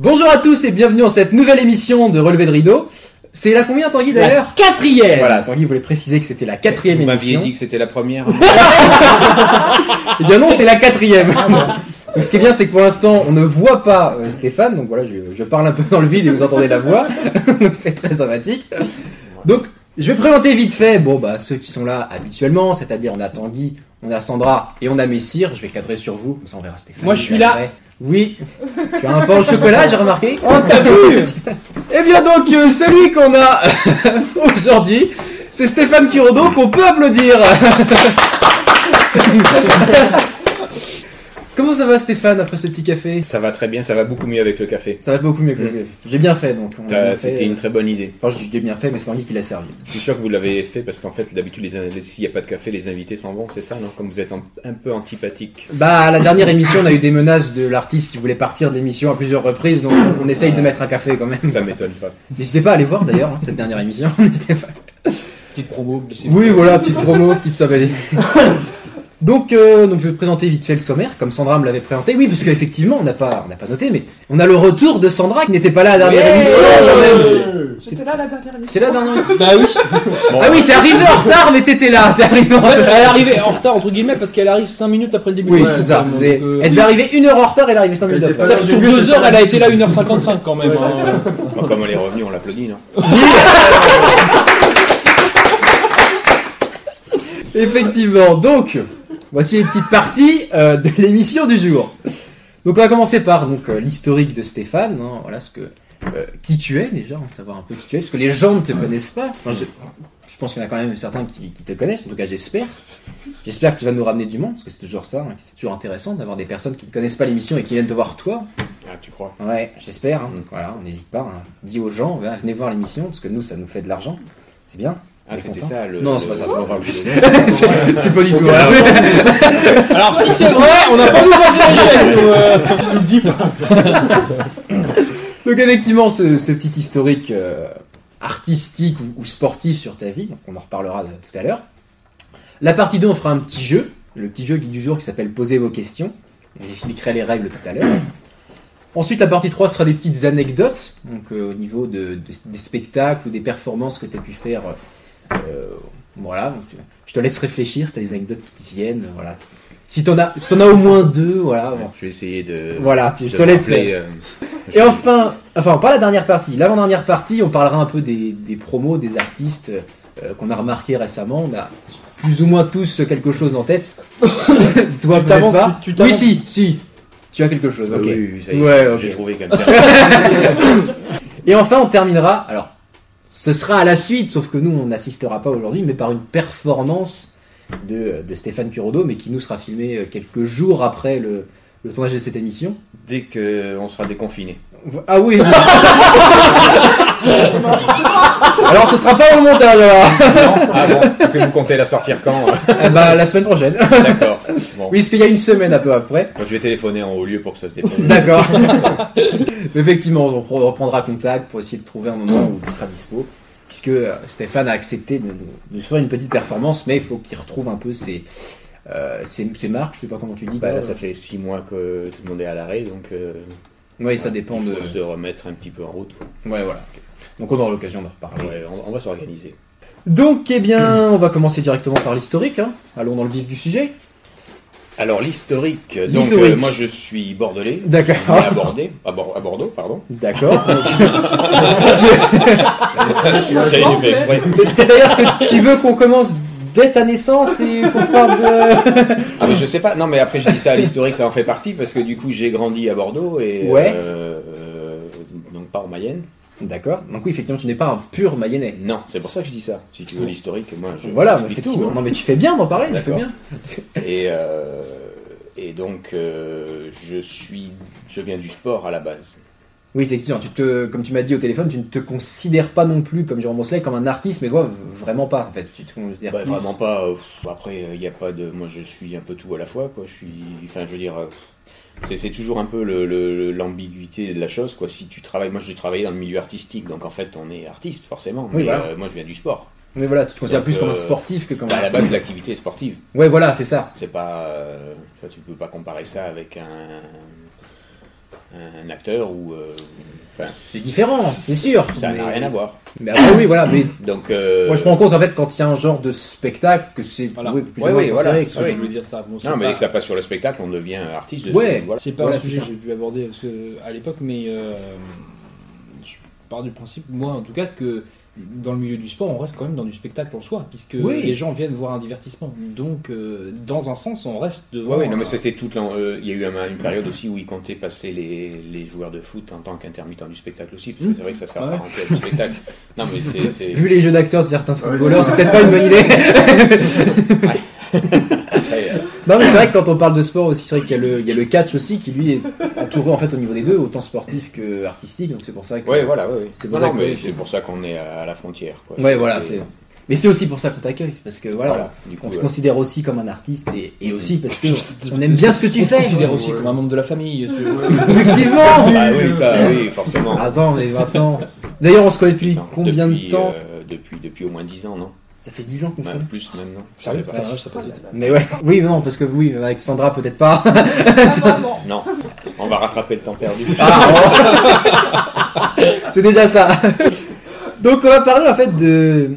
Bonjour à tous et bienvenue dans cette nouvelle émission de Relevé de Rideau. C'est la combien, Tanguy, d'ailleurs Quatrième Voilà, Tanguy voulait préciser que c'était la quatrième Vous m'aviez émission. dit que c'était la première. Eh bien non, c'est la quatrième. Ah Donc, ce qui est bien, c'est que pour l'instant, on ne voit pas euh, Stéphane, donc voilà, je, je parle un peu dans le vide et vous entendez la voix, donc c'est très sympathique. Donc, je vais présenter vite fait, bon, bah, ceux qui sont là habituellement, c'est-à-dire on a Tanguy, on a Sandra et on a Messire, je vais cadrer sur vous, comme ça on verra Stéphane. Moi, je suis là. Après. Oui, tu as un pain au chocolat, j'ai remarqué. Oh, t'as vu Eh bien donc, euh, celui qu'on a aujourd'hui, c'est Stéphane Curodo qu'on peut applaudir. Comment ça va Stéphane après ce petit café Mm. Ça va très bien, ça va beaucoup mieux avec le café. Ça va beaucoup mieux que le café. J'ai bien fait donc. on a T'as- bien fait, C'était euh, une très bonne idée. Enfin, je dis bien fait, mais c'est Tanguy qui l'a servi. Je suis sûr que vous l'avez fait parce qu'en fait, d'habitude, les in- les- s'il n'y a pas de café, les invités s'en vont, c'est ça, non Comme vous êtes un, un peu antipathique. Bah, à la dernière émission, on a eu des menaces de l'artiste qui voulait partir de l'émission à plusieurs reprises, donc on- on essaye de mettre un café quand même. Ça m'étonne pas. N'hésitez pas à aller voir d'ailleurs hein, cette dernière émission. N'hésitez pas. Petite promo, glissez- Oui, voilà, petite promo, petite savée. Donc, euh, donc, je vais te présenter vite fait le sommaire, comme Sandra me l'avait présenté. Oui, parce qu'effectivement, on n'a pas, on n'a pas noté, mais on a le retour de Sandra qui n'était pas là à la dernière Ouais. émission. quand même. J'étais là la dernière émission. C'est là, dernière émission. Bah oui, Ah oui, t'es arrivé en retard, mais t'étais là. T'es arrivé en en fait, retard. elle est arrivée en retard entre guillemets parce qu'elle arrive 5 minutes après le début. Oui, de la c'est saison, ça. donc, c'est- euh, Elle devait arriver une heure en retard, elle est arrivée 5 minutes après. c'est-à-dire que sur 2 heures, elle a été là 1h55 quand même. hein. Moi, comme on est revenu, on l'applaudit, non Effectivement, donc, voici les petites parties euh, de l'émission du jour. Donc on va commencer par donc euh, l'historique de Stéphane, hein, voilà ce que euh, qui tu es déjà, en savoir un peu qui tu es, parce que les gens ne te connaissent pas. Enfin, je, je pense qu'il y en a quand même certains qui, qui te connaissent, en tout cas j'espère. J'espère que tu vas nous ramener du monde, parce que c'est toujours ça, hein, c'est toujours intéressant d'avoir des personnes qui ne connaissent pas l'émission et qui viennent te voir toi. Ah, tu crois Ouais, j'espère. hein. Donc voilà, on n'hésite pas. hein. Dis aux gens, ben, venez voir l'émission, parce que nous ça nous fait de l'argent. C'est bien. Ah, T'es c'était content ça le. Non, le- c'est pas ça, le- c'est pas enfin, vrai. le- c'est c'est pas du tout. voilà. Alors si c'est vrai, on n'a pas ouvert la richesse. nous, euh. Donc effectivement, ce, ce petit historique euh, artistique ou, ou sportif sur ta vie, donc on en reparlera de- tout à l'heure. La partie 2, on fera un petit jeu, le petit jeu qui- du jour qui s'appelle Posez vos questions. J'expliquerai les règles tout à l'heure. Ensuite, la partie 3 sera des petites anecdotes, donc euh, au niveau de, de- des spectacles ou des performances que tu as pu faire. euh, voilà, donc, tu- je te laisse réfléchir si tu as des anecdotes qui te viennent. Voilà. Si tu en, si t'en as au moins deux, voilà. bon. Je vais essayer de. Voilà, tu- de je te laisse. rappeler, euh, je- Et enfin, enfin, pas la dernière partie. L'avant-dernière partie, on parlera un peu des, des promos, des artistes euh, qu'on a remarqué récemment. On a plus ou moins tous quelque chose en tête. Toi, peut-être t'inventes, pas. tu- tu oui, t'inventes. si, si. Tu as quelque chose. Ah Ok. oui, oui, ça y est, Ouais, ok. J'ai trouvé comme ça. Et enfin, on terminera. Alors, ce sera à la suite, sauf que nous, on n'assistera pas aujourd'hui, mais par une performance de, de Stéphane Curodo, mais qui nous sera filmée euh, quelques jours après le, le tournage de cette émission. Dès qu'on sera déconfiné. Ah oui. Alors ce sera pas au montage alors. Ah bon Parce que vous comptez la sortir quand euh Eh ben, la semaine prochaine. D'accord. Bon. Oui, parce qu'il y a une semaine à peu après. Je vais téléphoner en haut lieu pour que ça se dépêche. D'accord. Effectivement, on re- reprendra contact pour essayer de trouver un moment où il sera dispo. Puisque euh, Stéphane a accepté de nous- de nous faire une petite performance, mais il faut qu'il retrouve un peu ses, euh, ses, ses marques, je sais pas comment tu dis. Bah, toi. là, ça fait six mois que tout le monde est à l'arrêt, donc euh, Ouais, ça dépend il de. faut se remettre un petit peu en route. Ouais, voilà. ok. Donc on aura l'occasion d'en reparler. Ouais, on, on va s'organiser. Donc, eh bien, on va commencer directement par l'historique. hein. Allons dans le vif du sujet. Alors l'historique, donc L'historique. euh, moi je suis bordelais, né D'accord. à Bordeaux, à, Bor- à Bordeaux, pardon. D'accord. Ah, J'avais dû faire exprès. C'est-à-dire que tu veux qu'on commence dès ta naissance et qu'on parle de. Ah, mais je sais pas. Non, mais après je dis ça à l'historique, ça en fait partie parce que du coup j'ai grandi à Bordeaux et Ouais. euh, euh, donc pas en Mayenne. D'accord. Donc oui, effectivement, tu n'es pas un pur Mayennais. Non, c'est pour ça que je dis ça. Si tu veux l'historique, moi je voilà, j'explique tout, effectivement. hein. Non, mais tu fais bien d'en parler, tu fais bien. D'accord. Et euh, et donc euh, je suis, je viens du sport à la base. Oui, c'est excellent. Tu te, comme tu m'as dit au téléphone, tu ne te considères pas non plus comme Jérôme Mosley comme un artiste, mais toi, v- vraiment pas. En fait, tu te considères Bah, plus- vraiment pas. euh, pff, après, il n'y a pas de. Moi, je suis un peu tout à la fois, quoi. Je suis. Enfin, je veux dire. euh, c'est- C'est toujours un peu le- le- l'ambiguïté de la chose, quoi. Si tu travailles. Moi, j'ai travaillé dans le milieu artistique, donc en fait, on est artiste, forcément. Mais Oui, voilà. euh, moi, je viens du sport. Mais voilà, tu te considères Donc, plus comme un euh, sportif que comme. Bah, à un la artiste. base, l'activité est sportive. Ouais, voilà, c'est ça. C'est pas. euh, tu vois, tu peux pas comparer ça avec un. un acteur ou. euh, enfin, C'est différent, Ah, c'est sûr. ça n'a mais- rien à voir. Mais après, oui, voilà. Mais Donc. euh, moi, je prends en compte en fait quand il y a un genre de spectacle que c'est Voilà. oui, plus Ouais, ou moins ouais, voilà, considéré c'est que- ça, je voulais dire ça. Bon, c'est Non, mais pas- dès que ça bah, passe sur le spectacle, on devient artiste. de Ouais. ce- voilà. C'est pas Voilà, un c'est sujet ça. que j'ai pu aborder parce que, à l'époque, mais euh, je pars du principe, moi en tout cas, que dans le milieu du sport, on reste quand même dans du spectacle en soi, puisque Oui. les gens viennent voir un divertissement. Donc, euh, dans un sens, on reste devant. Ouais, ouais, non, mais c'était toute. l'en- euh, Il y a eu un- une période aussi où ils comptaient passer les, les joueurs de foot en tant qu'intermittents du spectacle aussi, parce que c'est vrai que ça s'est Ouais. apparenté à du spectacle. Non, mais c'est- c'est. Vu les jeux d'acteurs de certains footballeurs, c'est peut-être pas une bonne idée. après, euh, non, mais c'est vrai que quand on parle de sport aussi, c'est vrai qu'il y, a le- il y a le catch aussi qui lui est entouré en fait au niveau des deux, autant sportif que artistique. Donc c'est pour ça que. Ouais, voilà, ouais, ouais. C'est pour Non, ça non, que- mais c'est pour ça qu'on est à la frontière. Quoi. Ouais, voilà. c'est- Mais c'est aussi pour ça qu'on t'accueille, c'est parce que voilà, Voilà, du on coup, te euh, considère aussi comme un artiste et, et aussi parce que on aime bien ce que tu On te fais. considère aussi comme un membre de la famille. ce- Effectivement. bah oui, ça, oui, forcément. Attends, mais maintenant. D'ailleurs, on se connaît depuis Non, combien depuis, de temps euh, depuis, depuis au moins 10 ans, non Ça fait 10 ans qu'on se Même connaît. Plus même, non Je Sérieux sais pas. Putain, ça passe vite. Mais ouais. Oui, mais non, parce que oui, avec Sandra, peut-être pas. Non, on va rattraper le temps perdu. Ah, oh. C'est déjà ça. Donc on va parler en fait de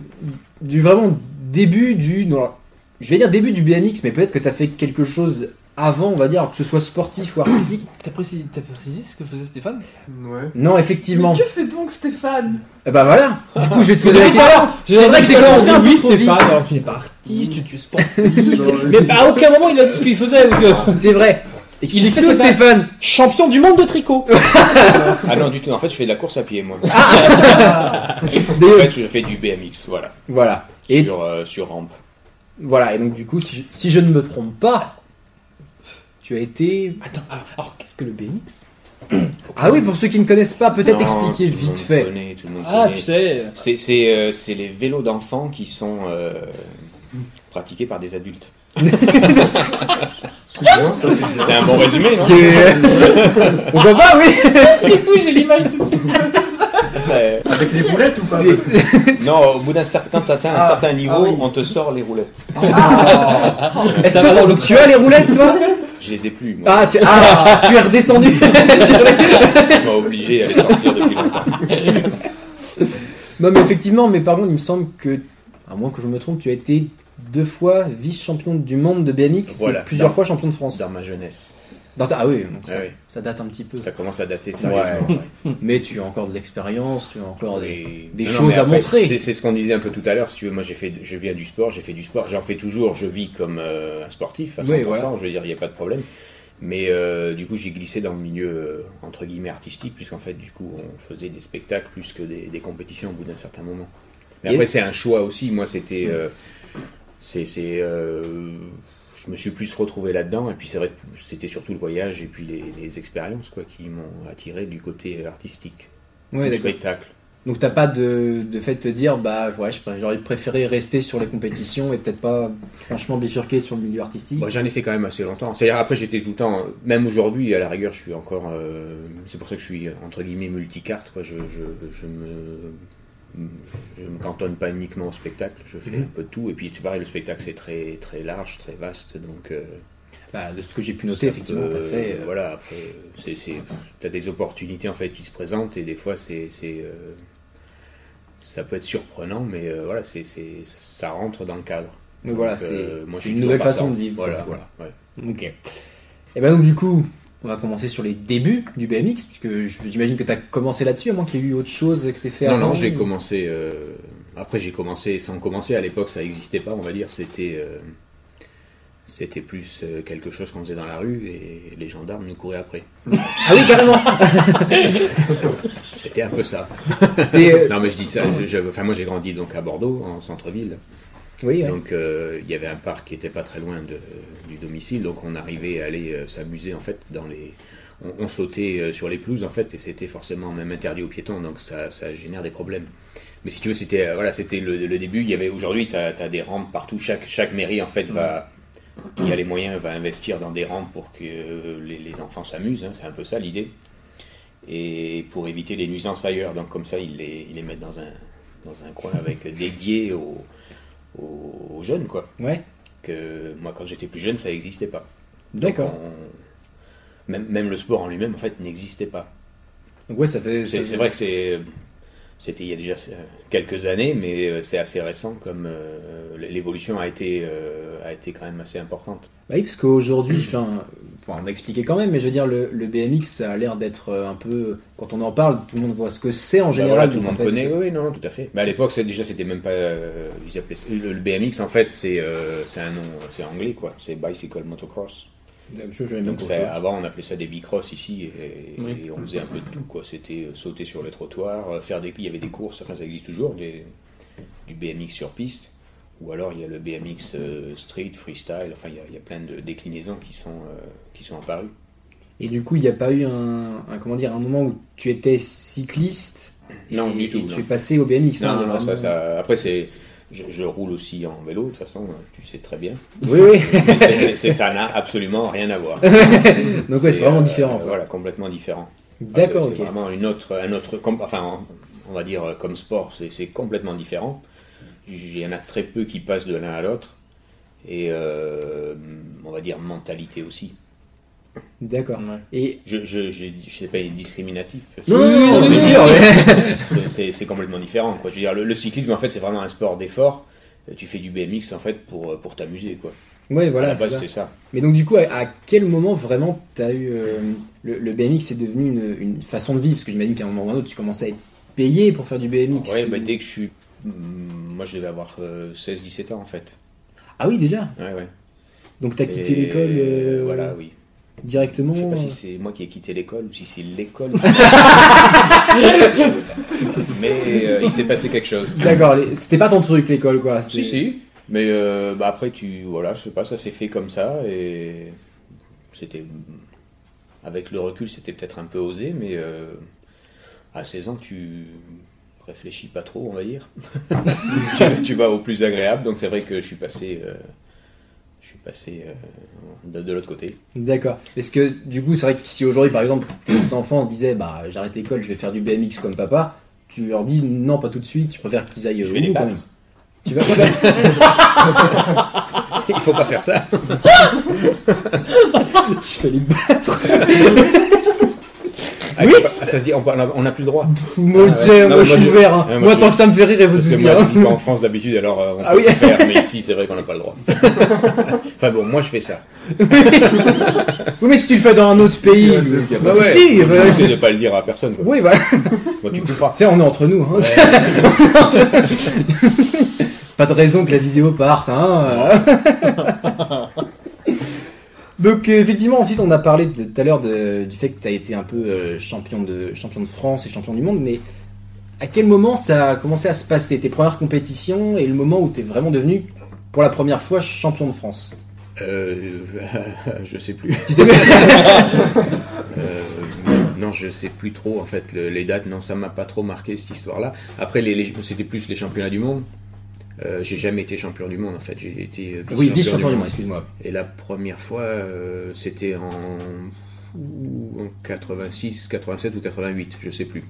du vraiment début du non, alors, je vais dire début du BMX mais peut-être que tu as fait quelque chose avant, on va dire que ce soit sportif ou artistique. T'as précisé, t'as précisé ce que faisait Stéphane Ouais. Non, effectivement. Que fait donc Stéphane Eh Bah voilà. Du coup, je vais te poser la question. C'est vrai que j'ai commencé un peu oui, trop vite. Stéphane. Alors tu n'es pas artiste, tu es sportif. Genre, mais à aucun moment il a dit ce qu'il faisait. donc, euh, C'est vrai. fait Explique-nous sa blague. Stéphane. champion du monde de tricot. Ah non, du tout. En fait, je fais de la course à pied, moi. En D'ailleurs, fait, je fais du BMX, voilà. voilà. Et Sur, euh, sur rampe. voilà, et donc du coup, si je, si je ne me trompe pas, tu as été Attends, alors, alors, qu'est-ce que le BMX Ah oui, pour ceux qui ne connaissent pas, peut-être Non, expliquer tout le monde vite fait. connaît, tout le monde Ah, connaît. tu sais. C'est- C'est euh, c'est les vélos d'enfants qui sont euh, pratiqués par des adultes. C'est hein, bien, ça, c'est bien. C'est un bon résumé, non C'est- On peut pas, oui C'est fou, j'ai l'image tout de suite. Ouais. Avec les boulettes ou pas C'est- Non, au bout d'un certain, quand t'atteins Ah. un certain niveau, on te sort les roulettes. Ah. Est-ce Ah. Ça va dans que le donc, tu as les roulettes, toi Je les ai plus, moi. ah tu... ah, tu es redescendu On m'a obligé à les sortir depuis longtemps. Non, mais effectivement, mais par contre, il me semble que, à moins que je me trompe, tu as été deux fois vice-champion du monde de BMX Voilà. et plusieurs fois champion de France. Dans ma jeunesse. Dans ta- Ah oui, donc ça, Ah oui. ça date un petit peu. Ça commence à dater sérieusement. ouais. Mais tu as encore de l'expérience, tu as encore des... Et- des choses mais à montrer. C'est c'est ce qu'on disait un peu tout à l'heure. Si tu veux, moi, j'ai fait, je viens du sport, j'ai fait du sport, j'en fais toujours. Je vis comme euh, un sportif à 100%. Oui, voilà. Je veux dire, il n'y a pas de problème. Mais euh, du coup, j'ai glissé dans le milieu euh, entre guillemets artistique, puisqu'en fait, du coup, on faisait des spectacles plus que des, des compétitions au bout d'un certain moment. Mais Et- après, c'est un choix aussi. Moi, c'était, Mm. euh, c'est, c'est, euh, je me suis plus retrouvé là-dedans. Et puis, c'est vrai, que c'était surtout le voyage et puis les, les expériences quoi qui m'ont attiré du côté artistique, Ouais, du d'accord. spectacle. Donc t'as pas de, de fait de te dire, bah ouais, je- j'aurais préféré rester sur les compétitions et peut-être pas franchement bifurquer sur le milieu artistique. Bon, j'en ai fait quand même assez longtemps. C'est-à-dire, après, j'étais tout le temps, même aujourd'hui, à la rigueur, je suis encore. euh, c'est pour ça que je suis, entre guillemets, multicarte. Quoi. Je, je, je me. Je me cantonne pas uniquement au spectacle, je fais Mhm. un peu de tout. Et puis, c'est pareil, le spectacle, c'est très, très large, très vaste. Donc, euh, Bah, de ce que j'ai pu noter, ça effectivement, peut- t'as fait. euh, Voilà, après, euh, c'est- c'est- t'as des opportunités en fait qui se présentent et des fois c'est. c'est, euh, ça peut être surprenant, mais euh, voilà, c'est c'est- ça rentre dans le cadre. Donc voilà, euh, c'est- moi, je c'est suis une toujours nouvelle façon partant. de vivre, Voilà, quoi. voilà. ouais. euh, Ok. Et ben donc du coup, on va commencer sur les débuts du BMX, puisque je- j'imagine que t'as commencé là-dessus, à moins qu'il y ait eu autre chose que t'aies fait Non, avant. non, j'ai commencé. euh, Après, j'ai commencé sans commencer. À l'époque, ça n'existait pas, on va dire. C'était. euh, C'était plus euh, quelque chose qu'on faisait dans la rue et les gendarmes nous couraient après. Ah oui, carrément C'était un peu ça. C'était... euh, Non mais je dis ça, je- je- enfin moi j'ai grandi donc à Bordeaux, en centre-ville. Oui, ouais. Donc euh, il y avait un parc qui était pas très loin de- du domicile, donc on arrivait à aller euh, s'amuser en fait dans les. On, on sautait euh, sur les pelouses en fait et c'était forcément même interdit aux piétons, donc ça, ça génère des problèmes. Mais si tu veux, c'était euh, voilà, c'était le, le début. Il y avait aujourd'hui, tu as, des rampes partout. Chaque chaque mairie en fait va qui a les moyens va investir dans des rampes pour que euh, les, les enfants s'amusent. hein, c'est un peu ça l'idée. Et pour éviter les nuisances ailleurs, donc comme ça ils les, ils les mettent dans un dans un coin avec dédié aux, aux, aux jeunes quoi. ouais. Que moi quand j'étais plus jeune, ça n'existait pas. D'accord. Donc, même, même le sport en lui-même, en fait, n'existait pas. Donc ouais, ça fait. ça C'est fait- c'est vrai que c'est. C'était il y a déjà euh, quelques années, mais euh, c'est assez récent comme euh, l'évolution a été, euh, a été quand même assez importante. Bah oui, parce qu'aujourd'hui, enfin, enfin, on a expliqué quand même, mais je veux dire, le, le BMX, ça a l'air d'être euh, un peu. Quand on en parle, tout le monde voit ce que c'est en Bah général. voilà, tout le donc, en monde fait, connaît, oui, oui, non, tout à fait. Mais à l'époque, c'est- déjà, c'était même pas. euh, ils appelaient ça- le, le BMX, en fait, c'est euh, c'est un nom, euh, c'est anglais, quoi. C'est Bicycle Motocross. Je, je vais même Donc pas ça- dire. avant on appelait ça des bicross ici et, et Oui. on faisait un peu de tout quoi. C'était euh, sauter sur le trottoir, euh, faire des il y avait des courses, enfin ça existe toujours, des, du BMX sur piste. Ou alors il y a le BMX euh, street, freestyle, enfin il y a- il y, a plein de déclinaisons qui sont, euh, qui sont apparues. Et du coup, il n'y a pas eu un, un- comment dire un moment où tu étais cycliste et, Non, du tout, et tu non. es passé au BMX. Non, non, non, hein, vraiment- ça, ça- après c'est... Je, je roule aussi en vélo, de toute façon, euh, tu sais très bien. Oui, oui. Mais c'est- c'est- c'est- ça n'a absolument rien à voir. Donc ouais, c'est vraiment euh, différent. quoi. voilà, complètement différent. Ah, D'accord, c'est- ok. C'est vraiment une autre, un autre, com- enfin, on va dire euh, comme sport, c'est- c'est complètement différent. Il y en a très peu qui passent de l'un à l'autre. Et euh, on va dire mentalité aussi. D'accord. Ouais. Et Je je, je, je sais pas, discriminatif. non, non, non, Mm. non, non, mais non, c'est non, mais- C'est- c'est c'est complètement différent. Quoi. Je veux dire, le, le cyclisme, en fait, c'est vraiment un sport d'effort. Euh, Tu fais du BMX, en fait, pour, pour t'amuser. quoi. Ouais, À voilà. la c'est base, Ah, ça. Ah, bah, c'est ça. Mais donc du coup, à, à quel moment vraiment t'as eu euh, le, le BMX C'est devenu une, une façon de vivre parce que j'imagine qu'à un moment ou à un autre, tu commençais à être payé pour faire du BMX. Ouais, bah, dès que je suis. Hmm, Moi, je devais avoir 16-17 ans, en fait. Ah oui, déjà. Ouais, ouais. Donc t'as quitté Et l'école euh, Voilà, oui. directement. Je sais pas si euh, c'est moi qui ai quitté l'école ou si c'est l'école. mais euh, il s'est passé quelque chose. D'accord. les- C'était pas ton truc l'école, quoi. Si, c'était- si. Mais euh, bah, après, tu. Voilà, je sais pas, ça s'est fait comme ça et. C'était. Avec le recul, c'était peut-être un peu osé, mais euh, à 16 ans, tu réfléchis pas trop, on va dire. tu, tu vas au plus agréable, donc c'est vrai que je suis passé. euh, je suis passé euh, de- de l'autre côté. D'accord. Parce que du coup, c'est vrai que si aujourd'hui, par exemple, tes enfants se disaient, bah, j'arrête l'école, je vais faire du BMX comme papa, tu leur dis, non, pas tout de suite, tu préfères qu'ils aillent Je au vais les bout quand battre. même. Tu vas pas Il faut pas faire ça. Je vais les battre. Ah, Oui. c'est pas- ça se dit, on n'a on a plus le droit. Moi, tu sais, Ah moi, je Non, mais moi, suis je- ouvert. hein. Ouais, moi, moi, je- tant que ça me fait rire, et vous Parce que soucis. moi, je hein. vis pas en France d'habitude, alors euh, on Ah peut oui. le faire, mais ici, c'est vrai qu'on n'a pas le droit. enfin bon, moi, je fais ça. Oui, mais si tu le fais dans un autre pays, Ouais, il c'est- y a pas Bah de ouais, souci, y a pas le but, de- c'est de pas le dire à personne. Quoi. Oui, voilà. Moi, Tu tu couperas. sais, on est entre nous. hein. Pas de raison que la vidéo parte. Hein. euh. Donc euh, effectivement, ensuite on a parlé de- tout à l'heure de- du fait que tu as été un peu euh, champion, de, champion de France et champion du monde, mais à quel moment ça a commencé à se passer Tes premières compétitions et le moment où tu es vraiment devenu pour la première fois champion de France Euh, je sais plus. Tu sais Euh, non, je sais plus trop en fait le- les dates. Non, ça m'a pas trop marqué cette histoire-là. Après, les, les- c'était plus les championnats du monde. Euh, j'ai jamais été champion du monde en fait. J'ai été euh, Oui, vice-champion vice-champion du monde, excuse-moi. Et la première fois, euh, c'était en, en 86, 87 ou 88, je sais plus.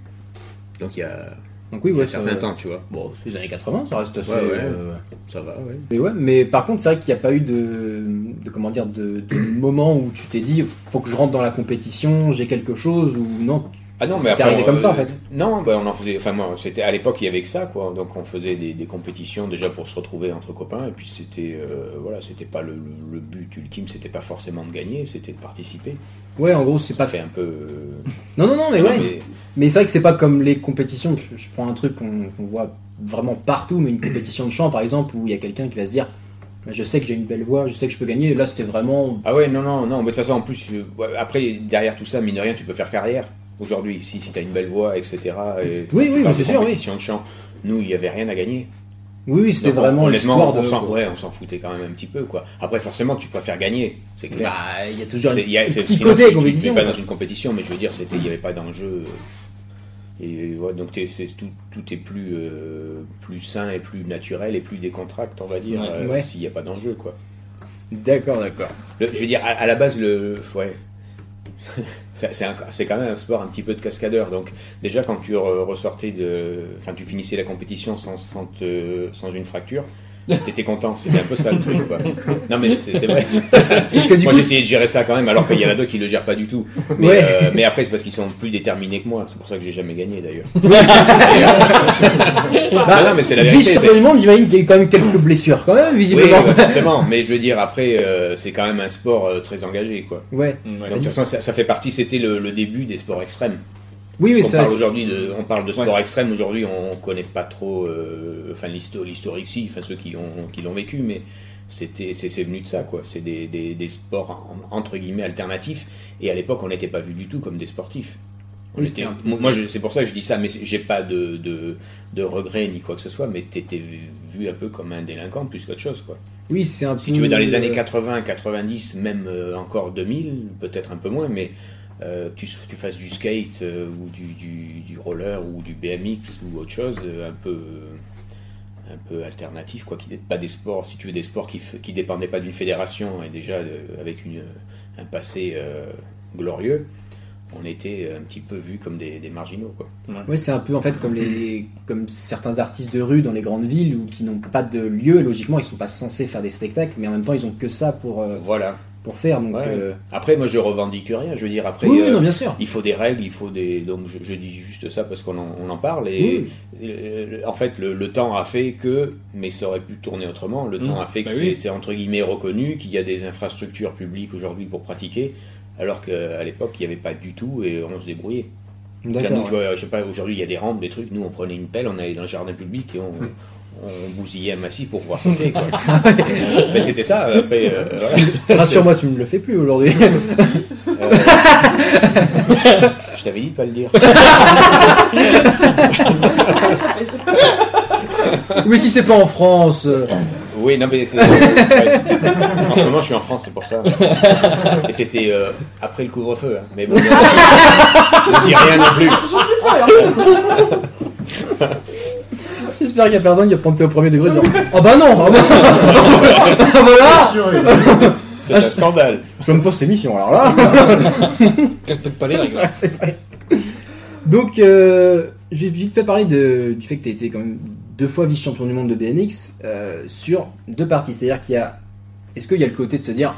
Donc il y a, Donc oui, il y a ouais, un ça- certain temps, tu vois. Bon, c'est les années 80, ça reste assez... Ouais, ouais. euh, Ça va, ouais. Mais ouais, mais par contre, c'est vrai qu'il n'y a pas eu de, de comment dire, de, de moment où tu t'es dit, faut que je rentre dans la compétition, j'ai quelque chose ou non. Ah non, C'était mais après, arrivé on- comme ça, en fait. Non, bah, on en faisait. Enfin, moi, c'était à l'époque, il y avait que ça, quoi. Donc, on faisait des, des compétitions déjà pour se retrouver entre copains. Et puis, c'était. euh, voilà, c'était pas le, le- le but ultime, c'était pas forcément de gagner, c'était de participer. Ouais, en gros, c'est Ça pas. fait un peu. euh, Non, non, non, mais non, ouais. c'est- mais- Mais c'est vrai que c'est pas comme les compétitions. Je, je prends un truc qu'on qu'on voit vraiment partout, mais une compétition de chant, par exemple, où il y a quelqu'un qui va se dire, bah, je sais que j'ai une belle voix, je sais que je peux gagner. Et là, c'était vraiment. Ah ouais, non, non, non, mais de toute façon, en plus, euh, ouais, après, derrière tout ça, mine de rien, tu peux faire carrière aujourd'hui, si, si t'as une belle voix, etc. Et Oui, tu oui, parles mais c'est de sûr, oui. compétition de chant. Nous, il n'y avait rien à gagner. Oui, oui, c'était Donc, vraiment honnêtement, l'histoire de. on s'en- ouais, on s'en foutait quand même un petit peu, quoi. Après, forcément, tu préfères gagner, c'est clair. Bah, il y a toujours un C'est- il y a- c'est- petit sinon, côté tu- à tu compétition. te mets pas dans une compétition, mais je veux dire, c'était, il n'y avait pas d'enjeu. euh, Et ouais, donc t'es- c'est- tout, tout est plus, euh, plus sain et plus naturel et plus décontracte, on va dire, Ouais. euh, Ouais. s'il n'y a pas d'enjeu, quoi. D'accord, d'accord. Le- je veux dire, à, à la base, le. Ouais. C'est c'est un- c'est quand même un sport un petit peu de cascadeur. Donc, déjà, quand tu re- ressortais de. Enfin, tu finissais la compétition sans, sans, te- sans une fracture, T'étais content, c'était un peu ça le truc. Quoi. Non, mais c'est c'est vrai. Parce que du moi, coup, j'ai essayé de gérer ça quand même, alors qu'il y en a deux qui le gèrent pas du tout. Mais, Ouais. euh, mais après, c'est parce qu'ils sont plus déterminés que moi. C'est pour ça que j'ai jamais gagné d'ailleurs. bah, non, mais c'est la vice vérité, champion du monde, j'imagine qu'il y a eu quand même quelques blessures, quand même, Oui, visiblement. ouais, forcément. Mais je veux dire, après, euh, c'est quand même un sport euh, très engagé. Quoi. ouais. Donc, de toute façon, ça, ça fait partie, c'était le, le début des sports extrêmes. Oui, oui, on, ça. parle aujourd'hui de, on parle de sport extrême, aujourd'hui on connaît pas trop euh, enfin, l'histo- l'historique, si, enfin, ceux qui, ont, qui l'ont vécu, mais c'était, c'est, c'est venu de ça. Quoi. C'est des, des, des sports en- entre guillemets alternatifs, et à l'époque on n'était pas vu du tout comme des sportifs. On Oui, était- c'était un peu- Moi, je- c'est pour ça que je dis ça, mais c'est- j'ai pas de, de, de regrets ni quoi que ce soit, mais t'étais vu- vu un peu comme un délinquant plus qu'autre chose. Quoi. Oui, c'est un Si peu, tu veux, dans les euh, années 80, 90, même euh, encore 2000, peut-être un peu moins, mais euh, que tu, tu fasses du skate euh, ou du, du- du roller ou du BMX ou autre chose, euh, un peu euh, un peu alternatif, quoi, qui n'est pas des sports, si tu veux, des sports qui f- qui dépendaient pas d'une fédération et déjà euh, avec une, un passé euh, glorieux, on était un petit peu vus comme des, des marginaux, quoi. euh, Ouais, c'est un peu en fait comme les comme certains artistes de rue dans les grandes villes ou qui n'ont pas de lieu. Logiquement, ils sont pas censés faire des spectacles, mais en même temps, ils ont que ça pour euh, Voilà. pour faire. Donc, Ouais. euh, Après, moi, je revendique rien, je veux dire, après... oui, oui, euh, non, bien sûr. Il faut des règles, il faut des. Donc je, je dis juste ça parce qu'on en, on en parle. Et Oui. euh, en fait, le, le temps a fait que. Mais ça aurait pu tourner autrement. Le Mmh, temps a fait que bah c'est oui. c'est entre guillemets reconnu, qu'il y a des infrastructures publiques aujourd'hui pour pratiquer. Alors qu'à l'époque, il n'y avait pas du tout et on se débrouillait. Là, nous, D'accord. je, vois- je sais pas, aujourd'hui, il y a des rampes, des trucs. Nous, on prenait une pelle, on allait dans le jardin public et on. Mmh. on bousillait un massif pour pouvoir sauter. quoi. Ah Mais c'était ça. Après, euh, voilà. Rassure-moi, tu me le fais plus aujourd'hui. Euh, je t'avais dit de pas le dire. mais si c'est pas en France, euh, Oui, non, mais c'est. ouais. En ce moment, je suis en France, c'est pour ça. Et c'était euh, après le couvre-feu. hein. Mais bon, euh, je dis rien non plus. j'espère qu'il y a personne qui va prendre ça au premier degré. en disant, oh bah non, oh bah- Ah, voilà. C'est un scandale. Ah, Je me pose cette émission alors là. Respecte pas les règles. Donc, euh, j'ai vite fait parler de- du fait que tu as été quand même deux fois vice-champion du monde de BMX euh, sur deux parties. C'est-à-dire qu'il y a. Est-ce qu'il y a le côté de se dire,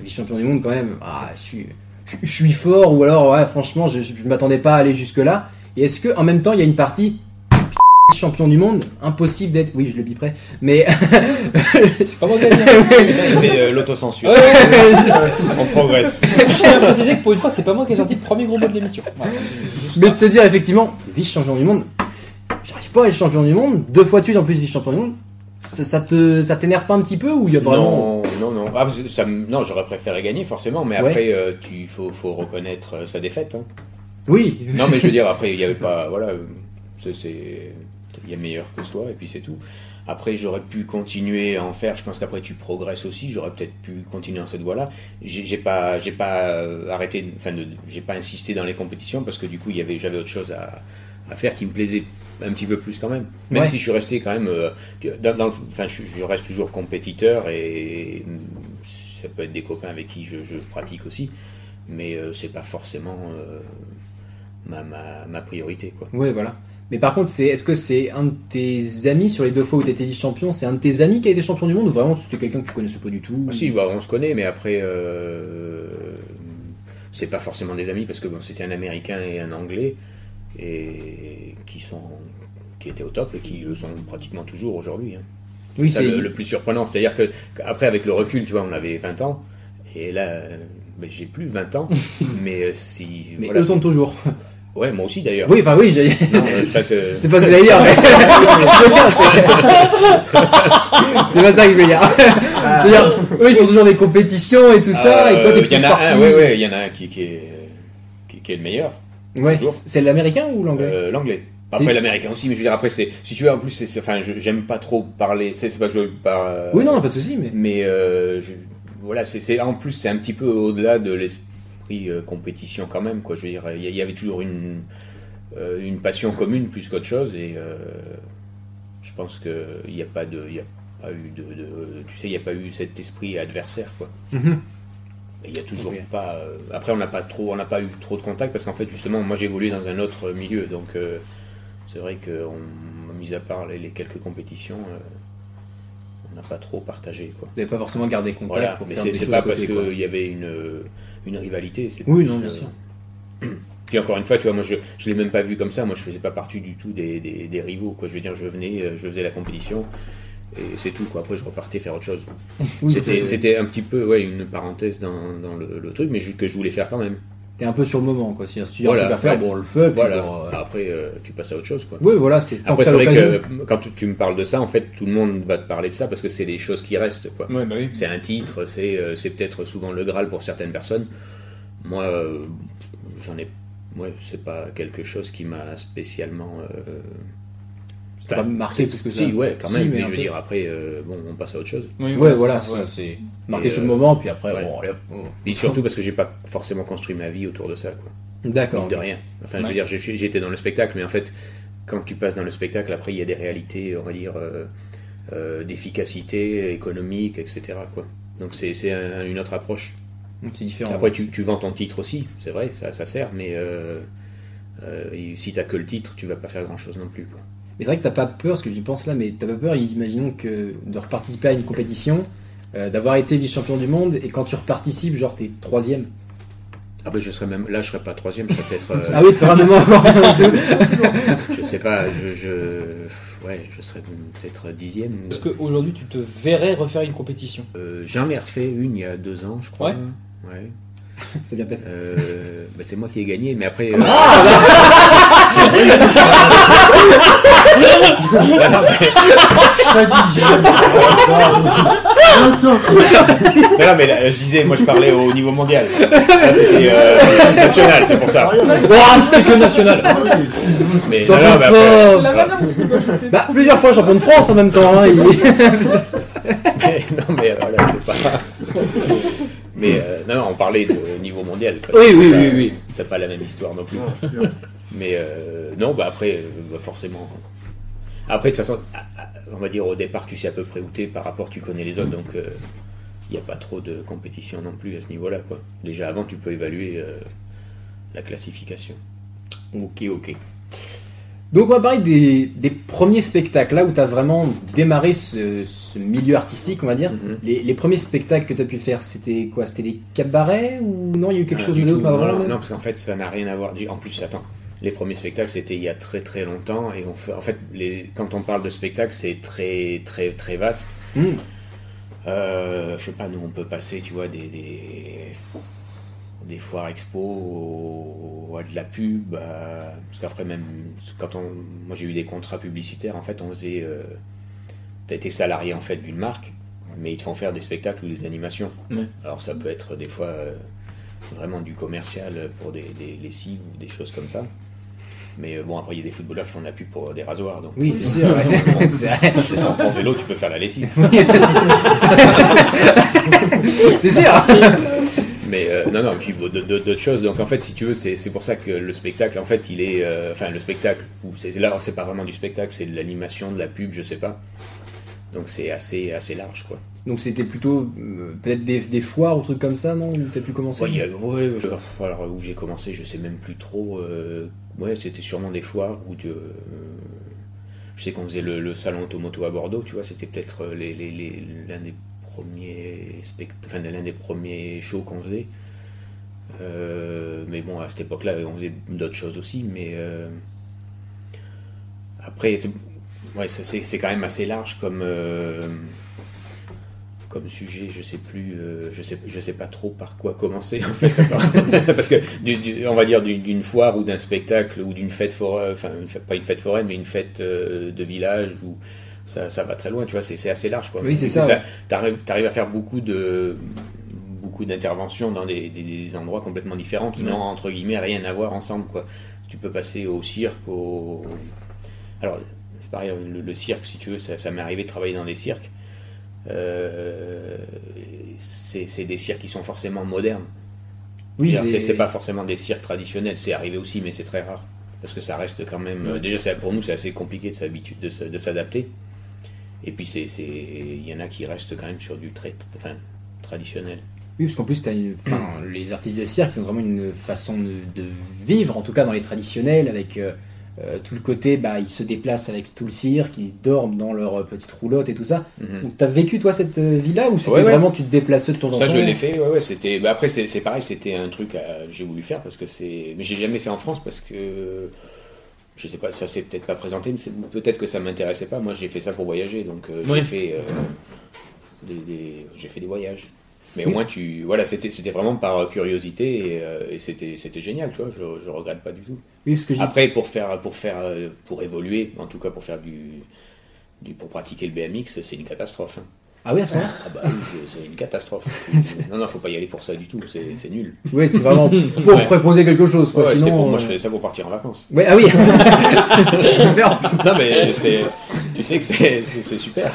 vice-champion du monde quand même, ah, je suis, je, je suis fort, ou alors, ouais, franchement, je ne m'attendais pas à aller jusque-là. Et est-ce que en même temps, il y a une partie. Putain, Champion du monde, impossible d'être. Oui, je le biperai, mais C'est pas moi qui ai dit. C'est euh, l'autocensure. Ouais, ouais, ouais. On progresse. Je tiens à préciser que pour une fois, c'est pas moi qui ai sorti le premier gros mot de l'émission. Voilà. mais de se dire effectivement, vice-champion du monde, j'arrive pas à être champion du monde, deux fois de suite en plus vice-champion du monde, ça, ça te ça t'énerve pas un petit peu ou il y a vraiment. Non, non, non. Ah, parce que ça me- non, j'aurais préféré gagner, forcément. Mais Ouais. après, euh, tu- il faut, faut reconnaître euh, sa défaite. hein. Oui. Non, mais je veux dire, après, il n'y avait pas. Voilà, euh, c'est- c'est. Il y a meilleur que soi, et puis c'est tout. Après, j'aurais pu continuer à en faire. Je pense qu'après, tu progresses aussi. J'aurais peut-être pu continuer dans cette voie-là. J'ai j'ai pas, j'ai pas euh, arrêté, de- enfin, de- j'ai pas insisté dans les compétitions parce que du coup, il y avait, j'avais autre chose à, à faire qui me plaisait un petit peu plus quand même. Même Ouais. si je suis resté quand même, euh, tu- dans, dans le- enfin, je, je reste toujours compétiteur et mm, ça peut être des copains avec qui je, je pratique aussi, mais euh, c'est pas forcément euh, ma, ma, ma priorité quoi. Ouais, voilà. Mais par contre, c'est est-ce que c'est un de tes amis sur les deux fois où t'étais vice-champion, c'est un de tes amis qui a été champion du monde ou vraiment c'était quelqu'un que tu connaissais pas du tout Ah si, bah, on se connaît, mais après, euh, c'est pas forcément des amis parce que bon, c'était un Américain et un Anglais et qui sont qui étaient au top et qui le sont pratiquement toujours aujourd'hui. hein. Oui, ça c'est le, le plus surprenant. C'est-à-dire que après, avec le recul, tu vois, on avait 20 ans et là, euh, ben, j'ai plus 20 ans, mais euh, si mais voilà. eux sont toujours. ouais, moi aussi d'ailleurs. Oui, enfin oui, j'ai- Non, euh, ça, c'est- c'est pas ce que j'allais dire. mais- c'est c'est pas ça que je voulais dire. Je veux dire, eux ils font toujours des compétitions et tout ça, Ah, et toi euh, t'es il y plus en a un, parti. ouais, ouais, il y en a un qui, qui est qui- qui est le meilleur. Ouais, toujours. c'est l'américain ou l'anglais Euh, L'anglais. Si. Après l'américain aussi, mais je veux dire, après, c'est, si tu veux, en plus, c'est, c'est- enfin, je- j'aime pas trop parler, c'est, c'est pas que je veux par. euh, Oui, non, pas de souci, mais. Mais euh, je- voilà, c'est, c'est- en plus, c'est un petit peu au-delà de l'esprit euh, compétition quand même, quoi. Je veux dire, il y, il y avait toujours une, euh, une passion commune plus qu'autre chose, et euh, je pense qu'il n'y a pas de. il y a pas eu de, de- tu sais, il n'y a pas eu cet esprit adversaire, quoi. Mhm. Il y a toujours Ok. pas. euh, après, on n'a pas trop, on n'a pas eu trop de contact parce qu'en fait, justement, moi, j'évoluais dans un autre milieu, donc euh, c'est vrai que, on, mis à part les, les quelques compétitions, euh, n'a pas trop partagé. Quoi. Vous n'avez pas forcément gardé contact Voilà, pour mais faire c'est des c'est choses pas à côté, parce quoi. qu'il y avait une, euh, une rivalité. c'est Oui, plus, non, bien euh, sûr. Puis encore une fois, tu vois, moi je je l'ai même pas vu comme ça. Moi, je faisais pas partie du tout des, des, des rivaux. Quoi. Je veux dire, je venais, euh, je faisais la compétition et c'est tout. Quoi. Après, je repartais faire autre chose. Oui, C'était c'était- c'était un petit peu ouais, une parenthèse dans, dans le, le truc, mais je- que je voulais faire quand même. T'es un peu sur le moment, quoi. Si tu un Voilà, truc à faire, ouais. bon, on le fait. puis Voilà. bon, euh, Après, euh, tu passes à autre chose. Quoi. Oui, voilà, c'est. tant Après, que c'est t'as vrai l'occasion. que euh, quand tu, tu me parles de ça, en fait, tout le monde va te parler de ça parce que c'est des choses qui restent. Quoi. Ouais, bah oui. C'est un titre, c'est euh, c'est peut-être souvent le Graal pour certaines personnes. Moi, euh, j'en ai. Ouais, c'est pas quelque chose qui m'a spécialement. euh, T'as pas marqué plus que ça. Si, ouais, quand Si, même. mais mais un je veux peu. dire, après, euh, bon, on passe à autre chose. Oui, Ouais, voilà, c'est ça, ça, ouais. c'est marqué Et, sur euh, le moment, puis après, ouais. bon, allez, hop, bon. Et surtout parce que j'ai pas forcément construit ma vie autour de ça, quoi. D'accord. Mine de rien. Enfin, je Ouais. veux dire, j'ai- j'étais dans le spectacle, mais en fait, quand tu passes dans le spectacle, après, il y a des réalités, on va dire, euh, euh, d'efficacité économique, etc. Quoi. Donc, c'est c'est un- une autre approche. Donc, C'est différent. Après, tu, tu vends ton titre aussi, c'est vrai, ça, ça sert, mais euh, euh, et si t'as que le titre, tu vas pas faire grand-chose non plus. Quoi. Mais c'est vrai que t'as pas peur, parce que j'y pense là, mais t'as pas peur, imaginons que de reparticiper à une compétition, euh, d'avoir été vice-champion du monde, et quand tu reparticipes, genre t'es troisième. Ah ben, je serais même, là, je serais pas troisième, je serais peut-être, euh, Ah oui, tu seras même encore. je sais pas, je, je- ouais, je serais peut-être dixième. ou- Est-ce qu'aujourd'hui tu te verrais refaire une compétition Euh, J'en ai refait une il y a deux ans, je crois. Ouais. Ouais. c'est bien passé. Euh, bah, c'est moi qui ai gagné, mais après. euh, Pas dixième. euh, non, non, mais là, je disais, moi je parlais au niveau mondial. Là, c'était euh, national, c'est pour ça. Ouah, c'était que national Mais T'en non, non, mais fais après, pas. La manière dont c'était pas jeté. Oh, Bah, plusieurs fois champion de France en même temps. hein, il- non, mais voilà, c'est pas. Mais euh, non, non, on parlait de au niveau mondial. Oui, parce que oui, ça- oui, oui. C'est pas la même histoire non plus. Non, je suis bien. Mais euh, non, bah après, euh, bah, forcément. Après, de toute façon, à- à- on va dire au départ, tu sais à peu près où t'es par rapport, tu connais les autres, donc il n'y a pas trop de compétition non plus à ce niveau-là. quoi. Déjà avant, tu peux évaluer euh, la classification. Ok, ok. Donc on va parler des, des premiers spectacles, là où tu as vraiment démarré ce, ce milieu artistique, on va dire. Mhm. Les, les premiers spectacles que tu as pu faire, c'était quoi C'était des cabarets ou non Il y a eu quelque Ah, chose du de tout, d'autre bah, avant non, même non, parce qu'en fait, ça n'a rien à voir. En plus, attends, les premiers spectacles, c'était il y a très très longtemps, et on fait, en fait, les, quand on parle de spectacle, c'est très très très vaste. Hmm. Euh, je sais pas, nous on peut passer, tu vois, des, des, des foires expo au- à de la pub, à- parce qu'après même, quand on, moi j'ai eu des contrats publicitaires, en fait on faisait, euh, t'as été salarié en fait d'une marque, mais ils te font faire des spectacles ou des animations. Ouais. Alors ça peut être des fois euh, vraiment du commercial pour des, des lessives ou des choses comme ça. Mais euh, bon, après il y a des footballeurs qui font de la pub pour des rasoirs, donc Oui, c'est sûr. ouais. c'est vrai. en en vélo tu peux faire la lessive. C'est sûr. Mais euh, non, non, et puis bon, de- de- d'autres choses. Donc en fait, si tu veux, c'est c'est pour ça que le spectacle, en fait, il est. euh, Enfin, le spectacle, ou c'est là, c'est pas vraiment du spectacle, c'est de l'animation, de la pub, je sais pas. Donc c'est assez, assez large, quoi. Donc c'était plutôt euh, peut-être des, des foires ou trucs comme ça, non Où tu as pu commencer Ouais, il y a- ouais, bah. je- alors où j'ai commencé, je sais même plus trop. euh, ouais, c'était sûrement des foires où. tu- euh, je sais qu'on faisait le, le salon Automoto à Bordeaux, tu vois, c'était peut-être euh, les- les- les- l'un des premiers spect... enfin, l'un des premiers shows qu'on faisait. Euh, mais bon, à cette époque-là, on faisait d'autres choses aussi, mais euh, après, c'est ouais, c'est- c'est- c'est quand même assez large comme. euh, comme sujet, je sais plus, euh, je sais, je sais pas trop par quoi commencer en fait, parce que du- du- on va dire du- d'une foire ou d'un spectacle ou d'une fête foraine, enfin une fête- pas une fête foraine, mais une fête euh, de village ou ça, ça va très loin, tu vois, c'est c'est assez large quoi. Oui, c'est Du ça, coup, ouais. T'arrives, t'arrives à faire beaucoup de beaucoup d'interventions dans des, des- des endroits complètement différents qui n'ont entre guillemets rien à voir ensemble quoi. Tu peux passer au cirque, au alors c'est pareil le, le cirque si tu veux, ça, ça m'est arrivé de travailler dans des cirques. Euh, c'est c'est des cirques qui sont forcément modernes. Oui, C'est-à-dire, c'est c'est pas forcément des cirques traditionnels, c'est arrivé aussi, mais c'est très rare. Parce que ça reste quand même. euh, déjà, c'est- pour nous, c'est assez compliqué de s'habitu- de s- de s'adapter. Et puis, c'est- c'est- il y en a qui restent quand même sur du très, enfin, traditionnel. Oui, parce qu'en plus, t'as une... enfin, Mm. les artistes de cirque, ils ont vraiment une façon de, de vivre, en tout cas dans les traditionnels, avec euh, euh, tout le côté, bah, ils se déplacent avec tout le cirque, ils dorment dans leur euh, petite roulotte et tout ça. Mhm. Donc, T'as vécu toi cette euh, vie-là ou c'était Ouais, ouais. vraiment tu te déplaçais de temps en Ça, temps je l'ai fait. Ouais, ouais, c'était. bah, après, c'est c'est pareil. C'était un truc à- j'ai voulu faire parce que c'est. Mais j'ai jamais fait en France parce que je sais pas. Ça s'est peut-être pas présenté, mais c'est- peut-être que ça m'intéressait pas. Moi, j'ai fait ça pour voyager, donc euh, Oui. j'ai fait euh, des, des- j'ai fait des voyages. Mais au moins, tu voilà, c'était c'était vraiment par curiosité et, euh, et c'était c'était génial, tu vois. Je, je regrette pas du tout. Oui, parce que j'ai- Après, pour faire pour faire euh, pour évoluer, en tout cas pour faire du du, pour pratiquer le BMX, c'est une catastrophe. hein. Ah oui, à ce moment Ah bah oui, c'est- c'est une catastrophe. non, non, faut pas y aller pour ça du tout, c'est c'est nul. Oui, c'est vraiment pour Ouais. proposer quelque chose, quoi. Ouais, c'était sinon, pour- moi euh, je faisais ça pour partir en vacances. Ouais, ah oui C'est différent. Non mais c'est- tu sais que c'est- c'est c'est super.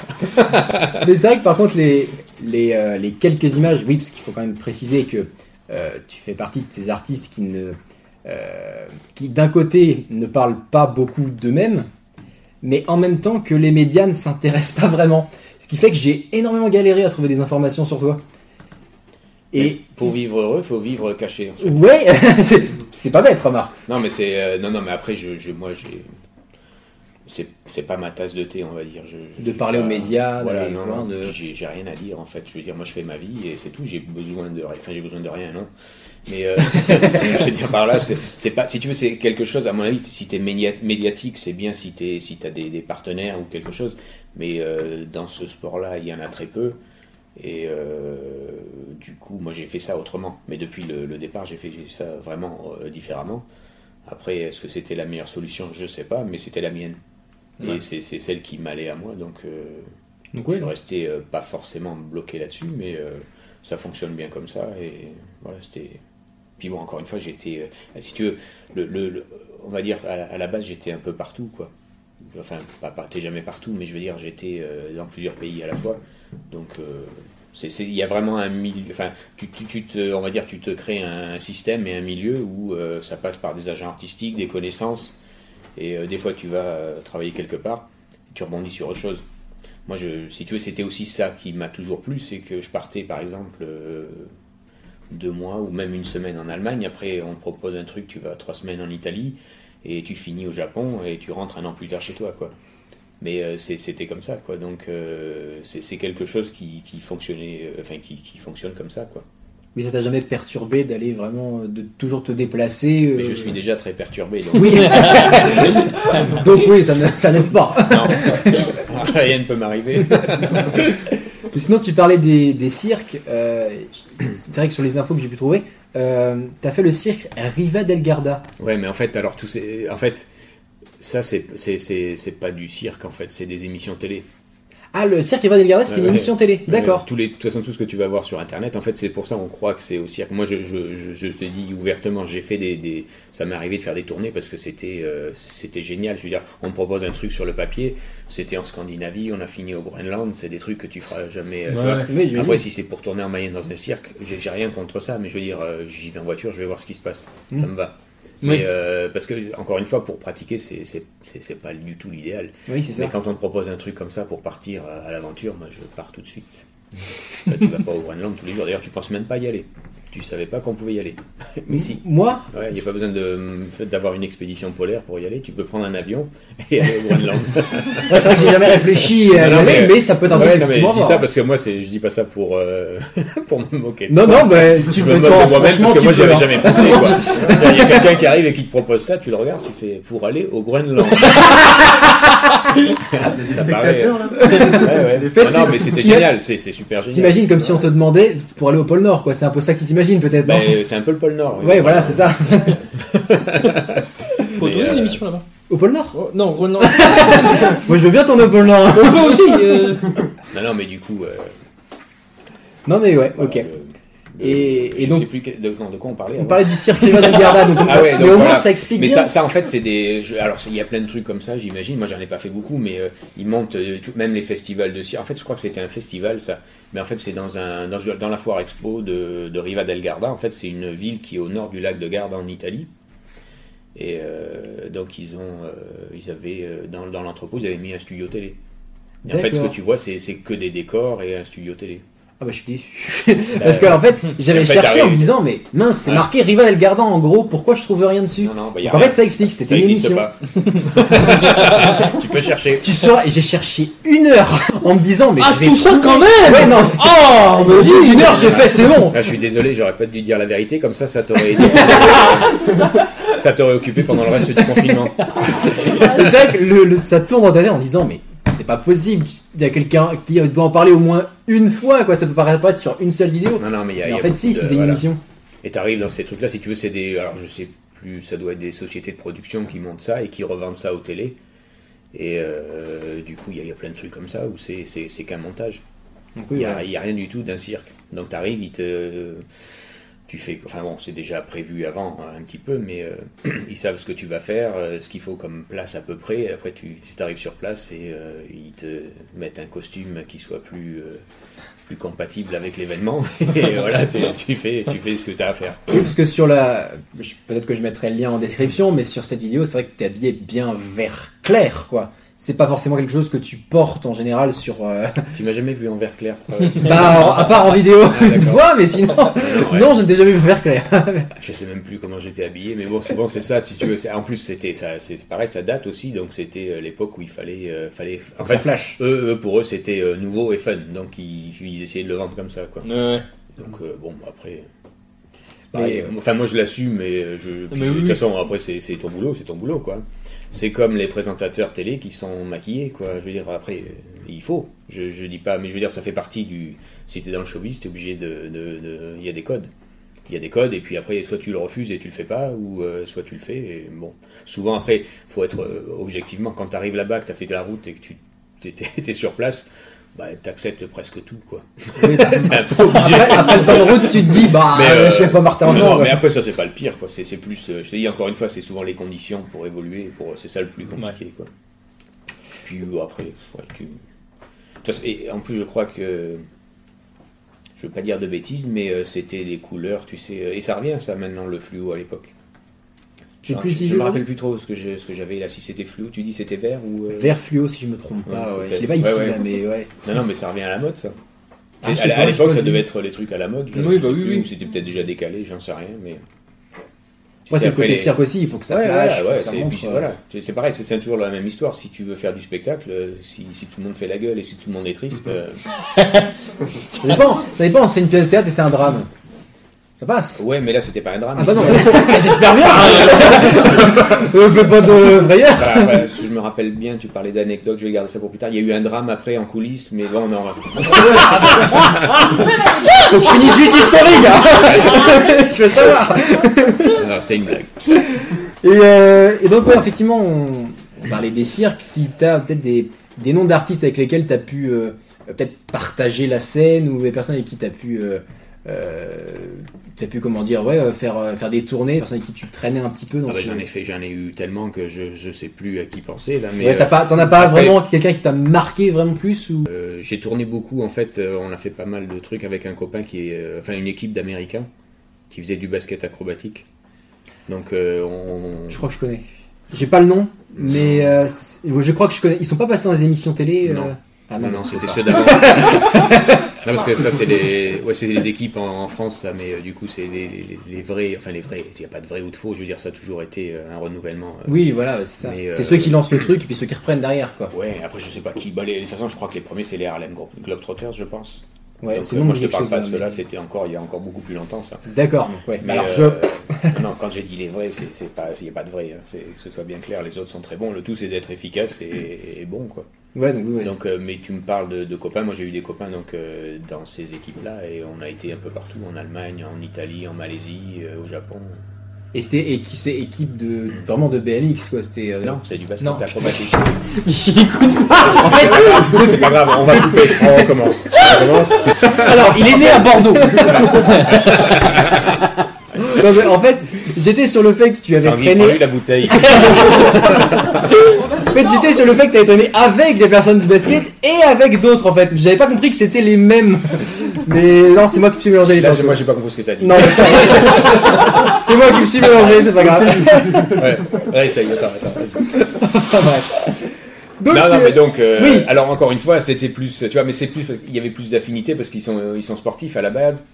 Mais c'est vrai que par contre, les, les, euh, les quelques images, oui, parce qu'il faut quand même préciser que euh, tu fais partie de ces artistes qui, ne, euh, qui d'un côté, ne parlent pas beaucoup d'eux-mêmes, mais en même temps que les médias ne s'intéressent pas vraiment. Ce qui fait que j'ai énormément galéré à trouver des informations sur toi. Et Pour vivre heureux, faut vivre caché. en fait. ouais, c'est- c'est pas bête, remarque. Non mais c'est euh, non non mais après je, je- moi j'ai c'est c'est pas ma tasse de thé on va dire. Je, je De suis parler pas- aux médias, Voilà, d'aller non, loin, non, de- j'ai j'ai rien à dire en fait. Je veux dire, moi je fais ma vie et c'est tout. J'ai besoin de rien. Enfin, j'ai besoin de rien, non. Mais euh, je veux dire par là, c'est c'est pas. Si tu veux, c'est quelque chose. À mon avis, si t'es média- médiatique, c'est bien. Si t'es, si t'as des, des partenaires ou quelque chose. Mais euh, dans ce sport-là, il y en a très peu. Et euh, du coup, moi j'ai fait ça autrement. Mais depuis le, le départ, j'ai fait ça vraiment euh, différemment. Après, est-ce que c'était la meilleure solution Je sais pas, mais c'était la mienne. Ouais. Et c'est c'est celle qui m'allait à moi, donc. euh, Donc ouais, je restais euh, pas forcément bloqué là-dessus, mais euh, ça fonctionne bien comme ça. Et voilà, c'était. Puis bon, encore une fois, j'étais. euh, si tu veux, le, le- le- on va dire, à la, à la base, j'étais un peu partout, quoi. Enfin, pas, pas- t'es jamais partout, mais je veux dire, j'étais euh, dans plusieurs pays à la fois. Donc, euh, c'est- c'est- il y a vraiment un milieu. Enfin, tu, tu- tu te, on va dire, tu te crées un système et un milieu où euh, ça passe par des agents artistiques, des connaissances. Et euh, des fois, tu vas euh, travailler quelque part, tu rebondis sur autre chose. Moi, je, si tu veux, c'était aussi ça qui m'a toujours plu, c'est que je partais, par exemple, euh, deux mois ou même une semaine en Allemagne. Après, on te propose un truc, tu vas trois semaines en Italie et tu finis au Japon et tu rentres un an plus tard chez toi, quoi. Mais euh, c'est- c'était comme ça, quoi. Donc, euh, c'est c'est quelque chose qui, qui fonctionnait, euh, enfin, qui, qui fonctionne comme ça, quoi. oui, ça t'a jamais perturbé d'aller vraiment, euh, de toujours te déplacer. euh, Mais je suis déjà très perturbé, donc Oui. Donc oui, ça ne- ça n'aide pas. non, rien ne peut m'arriver. Mais sinon, tu parlais des, des cirques. euh, c'est vrai que sur les infos que j'ai pu trouver, euh, t'as fait le cirque Riva del Garda. Ouais, mais en fait, alors tout c'est, en fait, ça c'est c'est c'est c'est pas du cirque en fait, c'est des émissions télé. Ah, le cirque Riva del Garda, c'était Ouais, une ouais. émission télé. Euh, D'accord. tous les, de toute façon, tout ce que tu vas voir sur Internet, en fait, c'est pour ça qu'on croit que c'est au cirque. Moi, je, je, je, je te dis ouvertement, j'ai fait des, des- ça m'est arrivé de faire des tournées parce que c'était, euh, c'était génial. Je veux dire, on me propose un truc sur le papier, c'était en Scandinavie, on a fini au Groenland, c'est des trucs que tu feras jamais. euh, tu vois. Oui, j'imagine. Après, si c'est pour tourner en Mayenne dans un cirque, j'ai j'ai rien contre ça, mais je veux dire, euh, j'y vais en voiture, je vais voir ce qui se passe. Ça me va. Mais Oui. euh, parce que, encore une fois, pour pratiquer, c'est- c'est c'est- c'est pas du tout l'idéal. Oui, c'est ça. Mais quand on te propose un truc comme ça pour partir euh, à à l'aventure, moi je pars tout de suite. Toi, tu vas pas au Groenland tous les jours. D'ailleurs, tu penses même pas y aller. Tu savais pas qu'on pouvait y aller. Mais si. Moi, Il n'y a pas besoin de- d'avoir une expédition polaire pour y aller. Tu peux prendre un avion et aller au Groenland. ouais, c'est vrai que j'ai jamais réfléchi à y Non, non, aller, mais, mais- ça peut Ouais, t'intéresser non, mais effectivement. je dis ça voir. parce que moi, c'est- je dis pas ça pour, euh, pour me moquer. de hein. Non, toi. non, bah, tu Je peux me moque toi, de moi-même franchement, parce que tu moi, j'y peux. avais hein. jamais pensé. quoi. Il y a quelqu'un qui arrive et qui te propose ça, tu le regardes, tu fais pour aller au Groenland. Il y a des Ça paraît- spectateurs là. Ouais, ouais. faites, Ah non, mais c'est- c'était t'imagines- génial, c'est c'est super génial. T'imagines comme si on te demandait pour aller au pôle Nord, quoi. C'est un peu ça que tu t'imagines, peut-être, non Ben, c'est un peu le pôle Nord. oui. Ouais, voilà, c'est ça. Faut tourner euh, une émission là-bas. Au pôle Nord Oh, non, Groenland. Moi, je veux bien tourner au pôle Nord. On peut aussi. euh, Non, non, mais du coup. euh, Non, mais ouais, ok. voilà, le- le- Et- et je donc- sais plus quel- de, non, de quoi on parlait. On avant. parlait du cirque Riva del Garda, donc, on- Ah ouais, donc mais au moins voilà. ça explique Mais bien. ça, ça, en fait, c'est des. je- alors, il y a plein de trucs comme ça, j'imagine. Moi, j'en ai pas fait beaucoup, mais euh, ils montent euh, tout- même les festivals de cirque. En fait, je crois que c'était un festival, ça. Mais en fait, c'est dans, un, dans, dans la foire expo de, de Riva del Garda. En fait, c'est une ville qui est au nord du lac de Garda en Italie. Et euh, donc, ils, ont, euh, ils avaient. euh, Dans, dans l'entrepôt, ils avaient mis un studio télé. Et en fait, ce que D'accord. tu vois, c'est c'est que des décors et un studio télé. Ah bah je suis déçu. Parce que en fait, j'avais en fait, cherché ah en oui. me disant mais mince, c'est Ouais. marqué Rival El Gardan en gros, pourquoi je trouve rien dessus Non, non, bah, y a Donc, En rien. fait, ça explique, ça c'était une n'existe émission. pas. tu peux chercher. Tu sors et j'ai cherché une heure en me disant mais Ah, je vais tout ça trouver. quand même Ouais non. Oh On me dit une heure, j'ai fait, c'est bon. Là, Ah, je suis désolé, j'aurais pas dû dire la vérité, comme ça, ça t'aurait été- ça t'aurait occupé pendant le reste du confinement. Et C'est vrai que le, le- ça tourne en derrière en disant mais c'est pas possible. Il y a quelqu'un qui doit en parler au moins une fois quoi. Ça peut paraître pas sur une seule vidéo. Non, non, mais il y a. Mais y en a fait beaucoup si, de- si c'est une voilà. émission. Et t'arrives dans ces trucs-là, si tu veux, c'est des. Alors, je sais plus, ça doit être des sociétés de production qui montent ça et qui revendent ça aux télé. Et euh, du coup, il y, a- il y a plein de trucs comme ça où c'est- c'est c'est qu'un montage. Donc, Il oui, n'y ouais. a, il y a rien du tout d'un cirque. Donc t'arrives, il te. Tu fais. Enfin bon, c'est déjà prévu avant hein, un petit peu, mais euh, ils savent ce que tu vas faire, euh, ce qu'il faut comme place à peu près. Et Après, tu tu t'arrives sur place et euh, ils te mettent un costume qui soit plus. euh, plus compatible avec l'événement et voilà tu, tu fais tu fais ce que tu as à faire Oui, parce que sur la. je- Peut-être que je mettrai le lien en description, mais sur cette vidéo, c'est vrai que t'es habillé bien vert clair, quoi. C'est pas forcément quelque chose que tu portes en général sur. euh, tu m'as jamais vu en vert clair travailler Bah, en- à part en vidéo une Ah, d'accord. fois, mais sinon. ouais. Non, je ne t'ai jamais vu vert clair. Je sais même plus comment j'étais habillé, mais bon, souvent c'est ça. Si tu veux, c'est- en plus c'était ça, c'est pareil, ça date aussi, donc c'était euh, l'époque où il fallait, euh, fallait. En fait, flash. eux, eux, pour eux, c'était euh, nouveau et fun, donc ils, ils essayaient de le vendre comme ça, quoi. Ouais. Donc euh, bon, après. Mais, pareil, euh, Enfin, moi je l'assume, mais euh, je. puis Mais je- de oui. toute façon, après c'est c'est ton boulot, c'est ton boulot, quoi. C'est comme les présentateurs télé qui sont maquillés, quoi. Je veux dire, après, euh, il faut. Je, je dis pas, mais je veux dire, ça fait partie du. Si t'es dans le showbiz, t'es obligé de. de- de- Il y a des codes. Il y a des codes, et puis après, soit tu le refuses et tu le fais pas, ou euh, soit tu le fais, et bon. Souvent, après, faut être euh, objectivement, quand t'arrives là-bas, que t'as fait de la route et que tu t'es- t'es t'es sur place, bah, t'acceptes presque tout, quoi. T'es un peu obligé. Après, après le temps de route, tu te dis, bah, Mais, euh, je vais pas Martin Non, encore. mais après ça c'est pas le pire quoi. C'est c'est plus, euh, je te dis encore une fois, c'est souvent les conditions pour évoluer, pour euh, c'est ça le plus compliqué quoi. Puis bon, après, ouais, tu. de toute façon, et en plus je crois que, je veux pas dire de bêtises, mais euh, c'était des couleurs, tu sais, euh, et ça revient ça maintenant le fluo à l'époque. C'est Alors, plus je- Je utilisé. me rappelle plus trop ce que j'ai- ce que j'avais là. Si c'était fluo, tu dis c'était vert ou. euh, Vert fluo, si je me trompe pas. Ouais, Ouais, peut-être. je l'ai pas ici, Ouais, ouais. là, mais ouais. Non non, mais ça revient à la mode ça. Ah, je C'est- sais pas, à à j'ai pas l'époque, ça vu. devait être les trucs à la mode. je- Oui, je bah sais oui, plus, oui. Ou c'était peut-être déjà décalé, j'en sais rien, mais. Tu Moi, sais, c'est le après, côté les- cirque aussi, il faut que ça Ouais, flash, ouais, faut ouais, que ça c'est- montre, puis euh, voilà. C'est c'est pareil, c'est c'est toujours la même histoire. Si tu veux faire du spectacle, euh, si, si tout le monde fait la gueule et si tout le monde est triste, euh, Mm-hmm. Ça dépend, ça dépend, c'est une pièce de théâtre et c'est un drame. Ça passe. euh, ouais, mais là c'était pas un drame. Ah bah non, mais c'était- j'espère bien. Euh, Fais pas de frayeur. Voilà, ouais, si je me rappelle bien, tu parlais d'anecdotes, je vais garder ça pour plus tard. Il y a eu un drame après en coulisses, mais bon, non. euh, Faut que je finisse 8 historiques. hein. je veux savoir. non, Ah, c'était une blague. Et, euh, et donc ouais, effectivement, on, on parlait des cirques. Si t'as peut-être des, des noms d'artistes avec lesquels t'as pu euh, peut-être partager la scène ou des personnes avec qui t'as pu... Euh, euh, t'as pu comment dire ouais euh, faire euh, faire des tournées des personnes avec qui tu traînais un petit peu dans Ah bah, ce- j'en ai fait, j'en ai eu tellement que je, je sais plus à qui penser là. Mais ouais, t'as euh, pas t'en as pas après- vraiment quelqu'un qui t'a marqué vraiment plus ou Euh, j'ai tourné beaucoup en fait. euh, on a fait pas mal de trucs avec un copain qui est, euh, enfin une équipe d'Américains qui faisait du basket acrobatique. Donc euh, on. je crois que je connais j'ai pas le nom mais euh, c'est- je crois que je connais ils sont pas passés dans les émissions télé euh, Non. ah Non, non, je sais c'était pas. ceux d'avant. non, parce que ça, c'est les, ouais, c'est les équipes en, en France, ça, mais euh, du coup, c'est les, les- les vrais, enfin les vrais, il n'y a pas de vrai ou de faux, je veux dire, ça a toujours été euh, un renouvellement. euh. Oui, voilà, c'est ça. Mais, euh, C'est ceux qui lancent le truc et puis ceux qui reprennent derrière, quoi. Ouais, après, je sais pas qui. Bah, les- de toute façon, je crois que les premiers, c'est les Harlem Glo- Globetrotters, je pense. Ouais, Donc, ce euh, nom moi, me je te dit parle quelque pas de chose, cela, mais- c'était encore, il y a encore beaucoup plus longtemps, ça. D'accord, donc, ouais. Mais alors, euh, je. non, non, quand j'ai dit les vrais, c'est c'est pas, il n'y a pas de vrai, hein. C'est- que ce soit bien clair, les autres sont très bons, le tout, c'est d'être efficace et- et bon, quoi. Ouais, donc, ouais. Donc, euh, mais tu me parles de, de copains. Moi, j'ai eu des copains donc euh, dans ces équipes-là et on a été un peu partout en Allemagne, en Italie, en Malaisie, euh, au Japon. Et c'était et qui- c'est équipe de. Vraiment de BMX, quoi. C'était. euh, Non, c'est du basket Non. acrobatique. En fait, c'est pas grave, on va couper. On recommence. On recommence. Alors, il est né à Bordeaux. non, mais en fait, j'étais sur le fait que tu avais Enfin, traîné. la bouteille. En fait, j'étais sur le fait que tu avais traîné avec des personnes du basket et avec d'autres, en fait. J'avais pas compris que c'était les mêmes. Mais non, c'est moi qui me suis mélangé les Là, pinceaux. moi, j'ai pas compris ce que t'as dit. Non, mais c'est vrai, c'est- c'est moi qui me suis mélangé, c'est pas grave. Ouais, ouais, ça y est, attends, attends. Enfin, bref. Donc, non, non, euh, mais donc, euh, oui. alors encore une fois, c'était plus, tu vois, mais c'est plus, parce qu'il y avait plus d'affinité parce qu'ils sont, euh, ils sont sportifs à la base.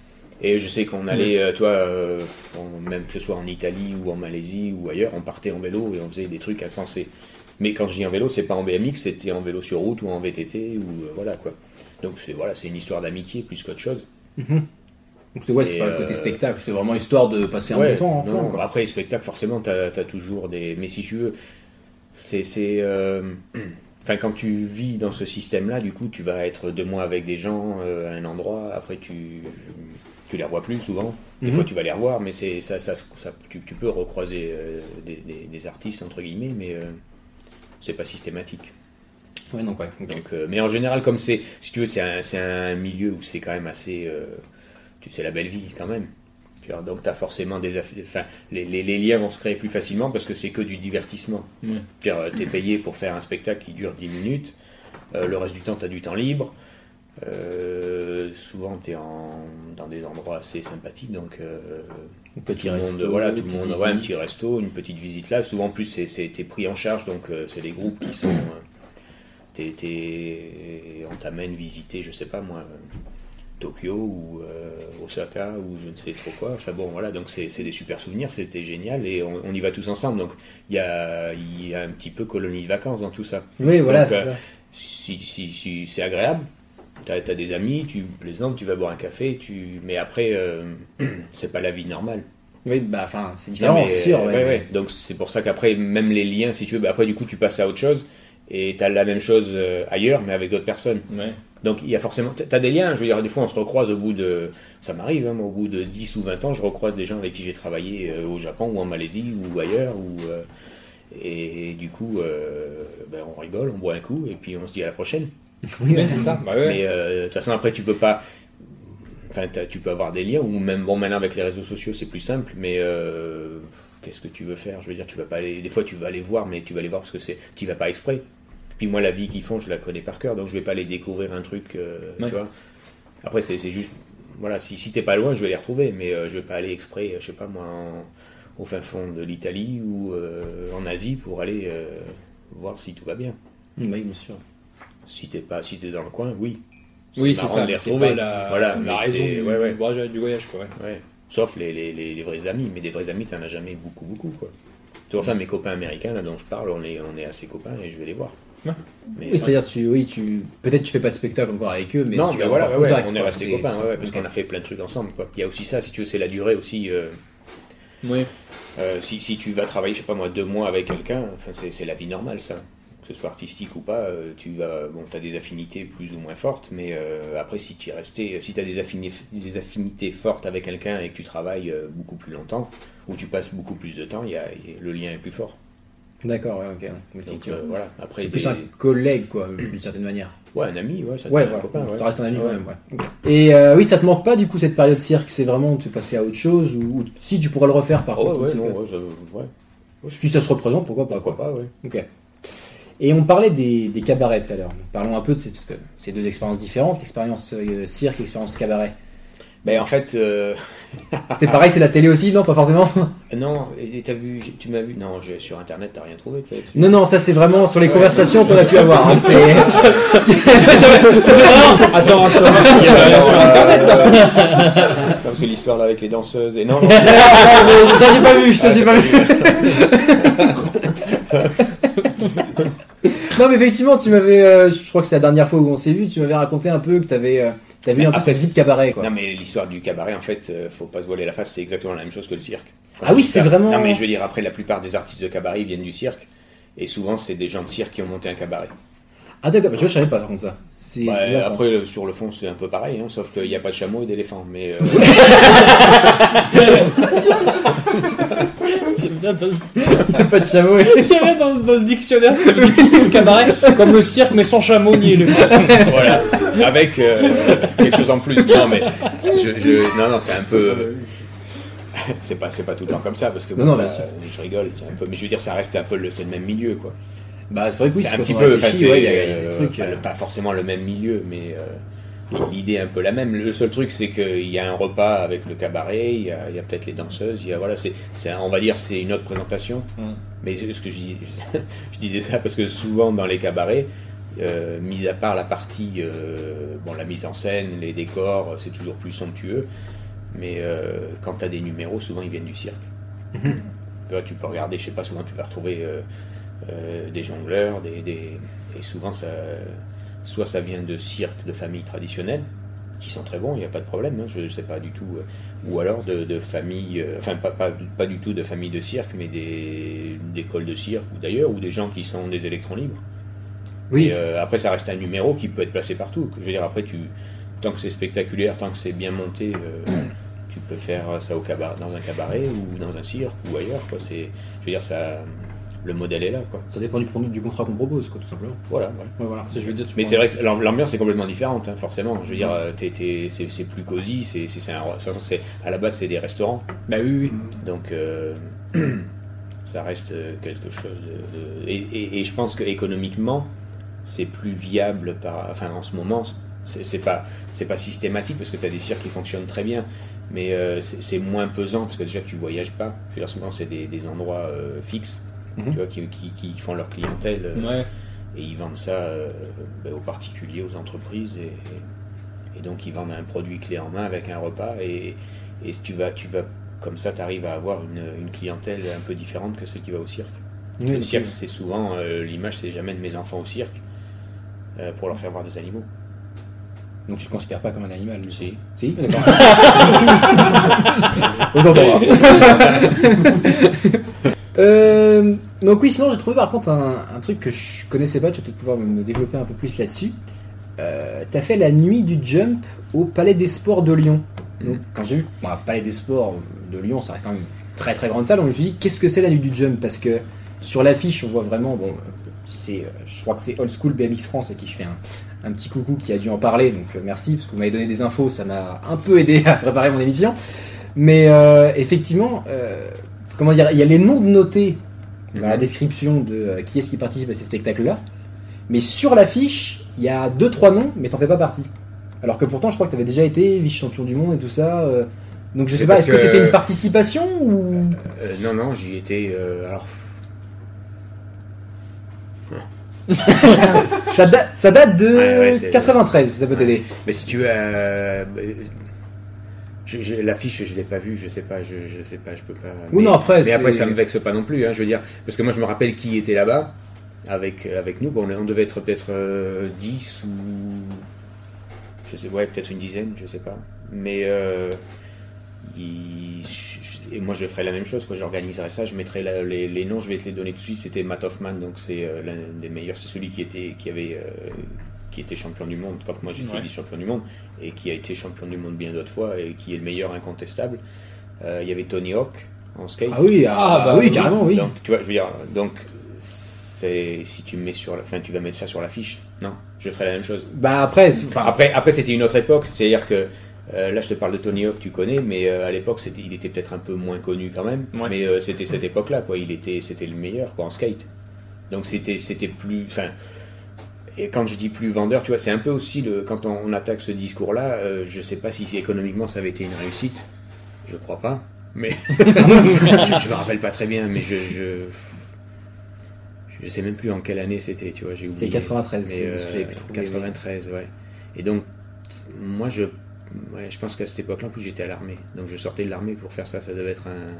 Et je sais qu'on allait, euh, tu vois, euh, on- même que ce soit en Italie ou en Malaisie ou ailleurs, on partait en vélo et on faisait des trucs insensés. Mais quand je dis en vélo, c'est pas en BMX, c'était en vélo sur route ou en VTT ou euh, voilà quoi. Donc c'est voilà, c'est une histoire d'amitié plus qu'autre chose. donc c'est ouais, c'est Et, pas le côté euh, spectacle, c'est vraiment histoire de passer un Ouais, bon temps hein, non, ensemble. non, Après, les spectacles, forcément, t'as as toujours des. Mais si tu veux, c'est. c'est, euh, Enfin, quand tu vis dans ce système-là, du coup, tu vas être deux mois avec des gens euh, à un endroit, après, tu. Tu les revois plus souvent. Des Mhm. fois, tu vas les revoir, mais c'est ça, ça, se- ça- tu, tu peux recroiser euh, des, des- des artistes entre guillemets, mais euh, c'est pas systématique. Ouais, donc ouais. ok. Donc, euh, mais en général, comme c'est, si tu veux, c'est un, c'est un milieu où c'est quand même assez, euh, tu sais, la belle vie quand même. Tu vois, donc, t'as forcément des, aff- enfin, les, les- les liens vont se créer plus facilement parce que c'est que du divertissement. Ouais. Tu es payé pour faire un spectacle qui dure 10 minutes. euh, le reste du temps, tu as du temps libre. Euh, souvent, tu es dans des endroits assez sympathiques, donc euh, tout Petit le monde, euh, resto, voilà, tout le petite monde, ouais, un visite. petit resto, une petite visite là. Souvent, en plus, c'est- c'est t'es pris en charge, donc euh, c'est des groupes qui sont. euh, t'es- t'es- on t'amène visiter, je sais pas moi, euh, Tokyo ou euh, Osaka ou je ne sais trop quoi. Enfin bon, voilà, donc c'est c'est des super souvenirs, c'était génial et on, on y va tous ensemble. Donc il y a, il y a un petit peu colonie de vacances dans tout ça. Oui, voilà, Donc, c'est euh, ça. Si, si, si c'est agréable, t'as as des amis, tu plaisantes, tu vas boire un café, tu. Mais après, euh, c'est pas la vie normale. Oui, bah enfin, c'est Non, différent, mais, c'est sûr. euh, ouais. ouais, ouais. Donc c'est pour ça qu'après, même les liens, si tu veux, bah, après du coup, tu passes à autre chose et tu as la même chose euh, ailleurs, mais avec d'autres personnes. Ouais. Donc il y a forcément, tu as des liens, je veux dire, des fois on se recroise au bout de, ça m'arrive, hein, moi, au bout de 10 ou 20 ans, je recroise des gens avec qui j'ai travaillé euh, au Japon ou en Malaisie ou ailleurs. Ou, euh, et, du coup, euh, ben, on rigole, on boit un coup et puis on se dit à la prochaine. Oui, Ouais, c'est ça. Bah ouais. Mais euh, de toute façon, après, tu peux pas. Enfin, t'as- tu peux avoir des liens, ou même, bon, maintenant avec les réseaux sociaux, c'est plus simple, mais euh, qu'est-ce que tu veux faire Je veux dire, tu vas pas aller. Des fois, tu vas les voir, mais tu vas les voir parce que c'est. Tu vas pas exprès. Puis moi, la vie qu'ils font, je la connais par cœur, donc je vais pas aller découvrir un truc, euh, Ouais. tu vois. Après, c'est c'est juste. Voilà, si, si t'es pas loin, je vais les retrouver, mais euh, je vais pas aller exprès, je sais pas moi, en- au fin fond de l'Italie ou euh, en Asie pour aller euh, voir si tout va bien. Oui, bien sûr. Si t'es pas, si t'es dans le coin, oui. Oui, marrant c'est ça. de les mais c'est retrouver. pas la, Voilà, mais la raison c'est- du, ouais, ouais. du voyage, du voyage, quoi. ouais. Ouais. Sauf les, les, les, les vrais amis, mais des vrais amis, t'en as jamais beaucoup, beaucoup, quoi. C'est pour ça, mes copains américains, là, dont je parle, on est, on est assez copains et je vais les voir. Ouais. Mais, Oui, c'est-à-dire, tu, oui, tu, peut-être tu fais pas de spectacle encore avec eux, mais non, tu mais as voilà, encore ouais, contact, on est quoi, restés c'est- copains, ouais, ouais, parce c'est- qu'on a fait plein de trucs ensemble, quoi. Il y a aussi ça, si tu veux, c'est la durée aussi. euh, Ouais. euh, si, si tu vas travailler, je sais pas moi, deux mois avec quelqu'un, enfin, c'est c'est la vie normale, ça. Que ce soit artistique ou pas, euh, tu vas, bon, as des affinités plus ou moins fortes, mais euh, après, si tu es resté, si tu as des, affini- des affinités fortes avec quelqu'un et que tu travailles euh, beaucoup plus longtemps, ou tu passes beaucoup plus de temps, il y a- il y a- le lien est plus fort. D'accord, ouais, ok. ouais, Donc effectivement. euh, voilà, après. c'est des- plus un collègue, quoi, d'une certaine manière. Ouais, un ami, ouais, ça Ouais, devient un voilà. copain, ouais. ça reste un ami Ouais. quand même, ouais. Et euh, oui, ça te manque pas, du coup, cette période cirque C'est vraiment de se passer à autre chose Ou, ou si tu pourrais le refaire, par Ah ouais, contre ouais, c'est non, pas- ouais, ça- ouais. Si ça se représente, pourquoi pas, Pourquoi quoi. pas, ouais. Ok. Et on parlait des, des cabarets tout à l'heure. Parlons un peu de ces, parce que c'est deux expériences différentes, l'expérience euh, cirque, l'expérience cabaret. Ben, en fait, euh, C'est pareil, c'est la télé aussi, non Pas forcément non, et t'as vu, j'ai- tu m'as vu, non, j'ai- sur internet, t'as rien trouvé, tu sais, là-dessus. Non, non, ça c'est vraiment sur les Ouais, conversations qu'on a pu avoir. hein, c'est- Attends, attends, il y a rien sur internet. internet Parce que l'histoire là avec les danseuses et non, non, Ah, hein. ça, c'est- ça, j'ai pas vu, ça Ah, j'ai t'as pas pas vu. Non, mais effectivement, tu m'avais, euh, je crois que c'est la dernière fois où on s'est vu, tu m'avais raconté un peu que t'avais, euh, t'avais eu un peu cette vie de cabaret, quoi. Non, mais l'histoire du cabaret, en fait, euh, faut pas se voiler la face, c'est exactement la même chose que le cirque. Quand Ah oui, je dis c'est ça- vraiment- Non, mais je veux dire, après, la plupart des artistes de cabaret ils viennent du cirque. Et souvent, c'est des gens de cirque qui ont monté un cabaret. Ah d'accord, bah, je savais pas par contre ça. C'est- Ouais, c'est d'accord. après, euh, sur le fond, c'est un peu pareil, hein, sauf qu'il n'y a pas de chameau et d'éléphant. Mais euh, J'aime bien dans, pas de chameau. j'aime bien dans- dans le dictionnaire, c'est le définition de cabaret, comme le cirque, mais sans chameau ni éléphant. voilà, avec euh, quelque chose en plus. Non, mais je- je- non, non, c'est un peu. euh, c'est pas, c'est pas tout le temps comme ça parce que Non, bon, non, bien euh, sûr. je rigole, c'est un peu. Mais je veux dire, ça reste un peu le, c'est le même milieu, quoi. Bah c'est vrai que oui, c'est un quand petit on peu. enfin, réfléchit, c'est, ouais, il y a- il y a des euh, trucs, pas, euh, le- pas forcément le même milieu, mais euh, L'idée est un peu la même. Le seul truc, c'est qu'il y a un repas avec le cabaret, il y a, il y a peut-être les danseuses, il y a, voilà, c'est, c'est un- on va dire c'est une autre présentation. Mm. Mais je- ce que je, dis- je disais ça parce que souvent dans les cabarets, euh, mis à part la partie, euh, bon, la mise en scène, les décors, c'est toujours plus somptueux. Mais euh, quand tu as des numéros, souvent ils viennent du cirque. Mm-hmm. Tu vois, tu peux regarder, je sais pas, souvent tu vas retrouver euh, euh, des jongleurs, des, des- et souvent ça, soit ça vient de cirques de familles traditionnelles, qui sont très bons, il n'y a pas de problème, hein, je ne sais pas du tout, euh, ou alors de, de familles, euh, enfin pas, pas, pas du tout de familles de cirque, mais des d'écoles de cirque ou d'ailleurs, ou des gens qui sont des électrons libres. Oui, Et, euh, après, ça reste un numéro qui peut être placé partout. Je veux dire, après, tu, tant que c'est spectaculaire, tant que c'est bien monté, euh, tu peux faire ça au cabaret, dans un cabaret ou dans un cirque ou ailleurs. Quoi. C'est, je veux dire, ça, le modèle est là. Quoi. ça dépend du, du contrat qu'on propose, quoi, tout simplement. Voilà, voilà. Ouais, voilà. je veux dire, tu Mais prends- c'est vrai que l'am- l'ambiance est complètement différente, hein, forcément. Je veux dire, euh, t'es- t'es- c'est c'est plus cosy, c'est c'est- c'est un- de toute façon, c'est- à la base c'est des restaurants, Bah oui, oui. donc euh, ça reste euh, quelque chose de, de- et, et- et je pense que économiquement c'est plus viable par, enfin en ce moment c'est c'est pas c'est pas systématique parce que tu as des cirques qui fonctionnent très bien, mais euh, c'est c'est moins pesant parce que déjà tu voyages pas. Je veux dire, souvent c'est des, des endroits euh, fixes, Mhm. tu vois, qui, qui- qui font leur clientèle. euh, Ouais. et ils vendent ça euh, ben, aux particuliers, aux entreprises. Et, et donc ils vendent un produit clé en main avec un repas. Et, et tu vas, tu vas, comme ça, tu arrives à avoir une, une clientèle un peu différente que celle qui va au cirque. Oui, le donc, cirque, c'est souvent, euh, l'image, c'est jamais de mes enfants au cirque euh, pour leur faire voir des animaux. euh, donc tu te considères pas comme un animal, lui. Si. Si, bah, d'accord. Autant pour moi. Euh, donc oui, sinon j'ai trouvé par contre un, un truc que je connaissais pas, tu vas peut-être pouvoir me développer un peu plus là-dessus. Euh, T'as fait la nuit du jump au Palais des Sports de Lyon. Donc quand j'ai vu bon, le Palais des Sports de Lyon, ça reste quand même une très très grande salle, donc je me suis dit qu'est-ce que c'est la nuit du jump Parce que sur l'affiche on voit vraiment, bon, c'est, euh, je crois que c'est Old School BMX France à qui je fais un, un petit coucou qui a dû en parler, donc euh, merci, parce que vous m'avez donné des infos, ça m'a un peu aidé à préparer mon émission. Mais euh, effectivement, euh, comment dire, il y a les noms de notés dans la description de euh, qui est-ce qui participe à ces spectacles-là, mais sur l'affiche, il y a deux trois noms, mais t'en fais pas partie. Alors que pourtant, je crois que t'avais déjà été vice-champion du monde et tout ça. euh, donc je C'est sais pas, parce est-ce que, que- c'était une participation ou Euh, non, non, j'y étais. euh, alors, ça, da- ça date de Ouais, ouais, c'est- 93, ça peut Ouais. t'aider. mais si tu veux, euh, je- je- l'affiche, je l'ai pas vue, je sais pas, je, je sais pas, je peux pas. Ou mais- non après. Mais après, c'est- ça me vexe pas non plus, hein, je veux dire. Parce que moi, je me rappelle qui était là-bas avec, avec nous. Bon, on devait être peut-être euh, 10 ou. Je sais, ouais, peut-être une dizaine, je sais pas. Mais. euh, il- je- je- et moi, je ferais la même chose, quoi. J'organiserais ça, je mettrais la- les, les noms, je vais te les donner tout de suite. C'était Matt Hoffman, donc c'est euh, l'un des meilleurs. C'est celui qui était, qui, avait, euh, qui était champion du monde quand moi j'étais Ouais. vice-champion du monde et qui a été champion du monde bien d'autres fois et qui est le meilleur incontestable. Euh, Il y avait Tony Hawk en skate. Ah oui, ah, bah Ah, bah oui, oui. carrément, oui. Donc, tu vois, je veux dire, donc, c'est, si tu me mets sur la, enfin, tu vas mettre ça sur l'affiche. Non, je ferai la même chose. Bah après, c'est- Enfin, après, après, c'était une autre époque. C'est-à-dire que, euh, là, je te parle de Tony Hawk, tu connais, mais euh, à l'époque, c'était, il était peut-être un peu moins connu quand même. Ouais. Mais euh, c'était cette époque-là, quoi. Il était, c'était le meilleur, quoi, en skate. Donc, c'était, c'était plus, enfin, et quand je dis plus vendeur, tu vois, c'est un peu aussi le, quand on, on attaque ce discours-là, euh, je sais pas si économiquement ça avait été une réussite. Je crois pas. Mais je, je me rappelle pas très bien, mais je, je je sais même plus en quelle année c'était, tu vois, j'ai oublié. c'est 93, Mais, c'est ce que j'avais euh, pu trouver. 93, ouais. Et donc moi je ouais, je pense qu'à cette époque-là, en plus j'étais à l'armée, donc je sortais de l'armée pour faire ça, ça devait être un.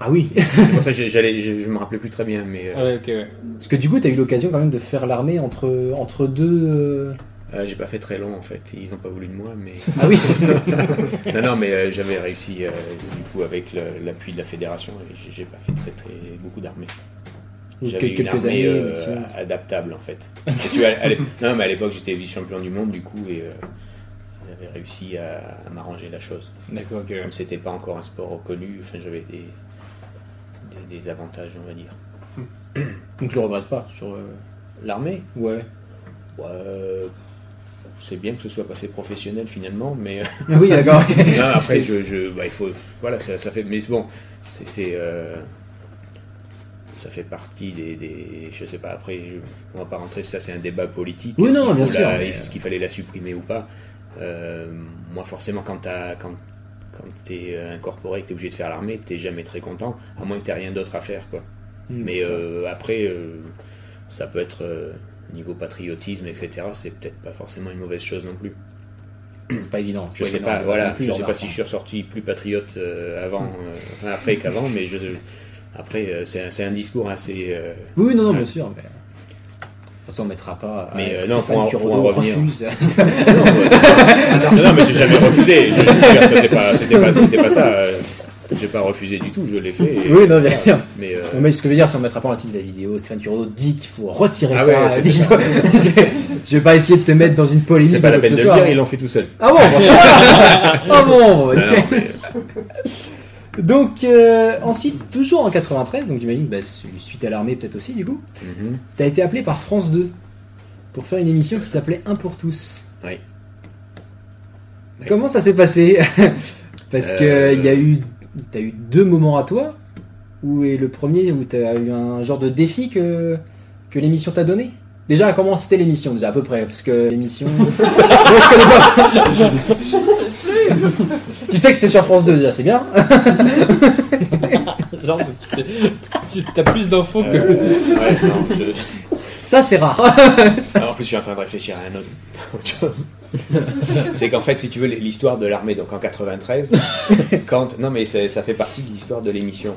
Ah oui, C'est pour ça que j'ai- j'allais, je, je me rappelais plus très bien, mais. euh, Ah ouais, ok, ouais. Parce que du coup, t'as eu l'occasion quand même de faire l'armée entre, entre deux. euh, Euh, j'ai pas fait très long en fait, ils ont pas voulu de moi, mais Ah oui non non, mais euh, j'avais réussi euh, du coup avec le- l'appui de la fédération, et j'ai- j'ai pas fait très très beaucoup d'armée. J'avais Quel- une Quelques années armée euh, maximum. adaptable en fait. Parce que tu vois, à l'é- non mais à l'époque j'étais vice-champion du monde du coup et euh, j'avais réussi à, à m'arranger la chose. D'accord, ok. Comme c'était pas encore un sport reconnu, enfin j'avais des, des, des avantages on va dire. Donc je le regrette pas. Sur, euh, L'armée, Ouais. ouais, euh, c'est bien que ce soit passé professionnel finalement, mais Ah oui, d'accord. Non, après, C'est- je, je- bah, il faut, voilà, ça, ça fait. Mais bon, c'est, c'est, euh, ça fait partie des, des- je sais pas après je, on va pas rentrer ça c'est un débat politique Oui, Est-ce non, qu'il bien faut sûr, la- mais- est-ce qu'il fallait la supprimer ou pas Euh, moi forcément quand t'as quand quand t'es euh, incorporé que t'es obligé de faire l'armée t'es jamais très content à moins que t'aies rien d'autre à faire quoi Hmm, mais euh, après euh, ça peut être euh, niveau patriotisme etc c'est peut-être pas forcément une mauvaise chose non plus c'est pas évident. je Ouais, sais non, pas, non voilà, plus, Hmm. je sais Jean pas si je suis ressorti plus patriote euh, avant, euh, enfin après qu'avant, mais je, après euh, c'est un, c'est un discours assez. euh, Oui, oui, non, non, Ouais. bien sûr. Mais... euh, De toute façon, on mettra pas. Mais, euh, euh, non, Stéphane pour en- pour en Curodo revenir. refuse. non, non, mais j'ai jamais refusé. Je, je veux dire, ça, c'est pas- c'était pas, c'était pas ça. euh, j'ai pas refusé du tout, je l'ai fait. et- oui, non, bien sûr. mais euh, Non, mais ce que je veux dire, si on mettra pas en titre de la vidéo, Stéphane Curodo dit qu'il faut retirer Ah ça. ouais, c'est dit- je, vais, je vais pas essayer de te mettre dans une polémique. c'est pas la ou quoi peine que de ce le soit. dire, ils l'ont fait tout seul. Ah bon, bon, ça va. Ah bon, Non, nickel. non, mais, Donc, euh, ensuite, toujours en 93, donc j'imagine, bah, suite à l'armée peut-être aussi, du coup, mhm. t'as été appelé par France 2 pour faire une émission qui s'appelait Un pour tous. Oui. Oui. Comment ça s'est passé Parce que Euh, il y a eu, t'as eu deux moments à toi, où est le premier où t'as eu un genre de défi que que l'émission t'a donné. Déjà, comment c'était l'émission déjà à peu près Parce que l'émission, moi je connais pas. tu sais que c'était sur France 2 déjà, c'est bien. hein Genre, tu sais, tu- t'as plus d'infos que. Euh, ouais, non, je- Ça c'est rare. Ça, Alors, en plus, je suis en train de réfléchir à un autre, autre chose. c'est qu'en fait, si tu veux, l'histoire de l'armée, donc en 93, quand. Non, mais ça, ça fait partie de l'histoire de l'émission.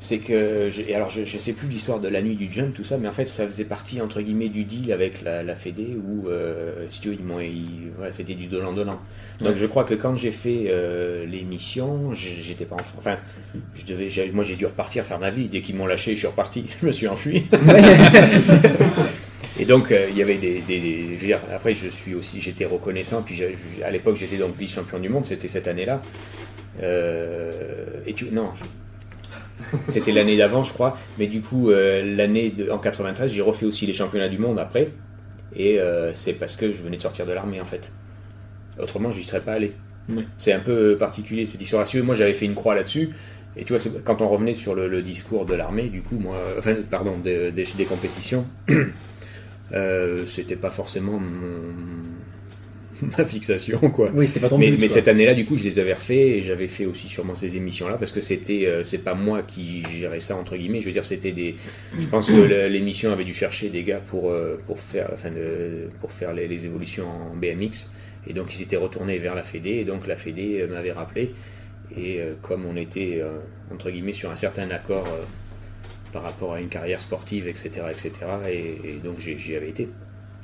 C'est que. Je, et alors, je, je sais plus l'histoire de la nuit du jump, tout ça, mais en fait, ça faisait partie, entre guillemets, du deal avec la, la Fédé, où, euh, si tu veux, ils m'ont. ils- Voilà, c'était du dolan-dolan. Donc, je crois que quand j'ai fait euh, l'émission, j'- j'étais pas en. Fran- Enfin, je devais, j'ai- moi, j'ai dû repartir faire ma vie. Dès qu'ils m'ont lâché, je suis reparti. Je me suis enfui. Et donc, euh, il y avait des, des- des- je veux dire, après, je suis aussi, j'étais reconnaissant. Puis, j'ai- j'ai- à l'époque, j'étais donc vice-champion du monde. C'était cette année-là. Euh, et tu, non, je- c'était l'année d'avant, je crois. Mais du coup, euh, l'année de- en 93, j'ai refait aussi les championnats du monde après. Et euh, c'est parce que je venais de sortir de l'armée, en fait. Autrement, j'y serais pas allé. Oui. C'est un peu particulier cette histoire. Si moi, j'avais fait une croix là-dessus. Et tu vois, c'est- quand on revenait sur le, le discours de l'armée, du coup, moi, euh, enfin, pardon, des- des- des compétitions, euh, c'était pas forcément mon- ma fixation quoi. Oui, c'était pas ton Mais, but. mais quoi. cette année-là, du coup, je les avais refaits et j'avais fait aussi sûrement ces émissions-là parce que c'était, euh, c'est pas moi qui gérais ça entre guillemets. Je veux dire, c'était des. Je pense que le- l'émission avait dû chercher des gars pour euh, pour faire, enfin, de- pour faire les, les évolutions en BMX et donc ils s'étaient retournés vers la Fédé et donc la Fédé euh, m'avait rappelé et euh, comme on était euh, entre guillemets sur un certain accord euh, par rapport à une carrière sportive, etc., etc., et, et donc j'ai- j'y avais été.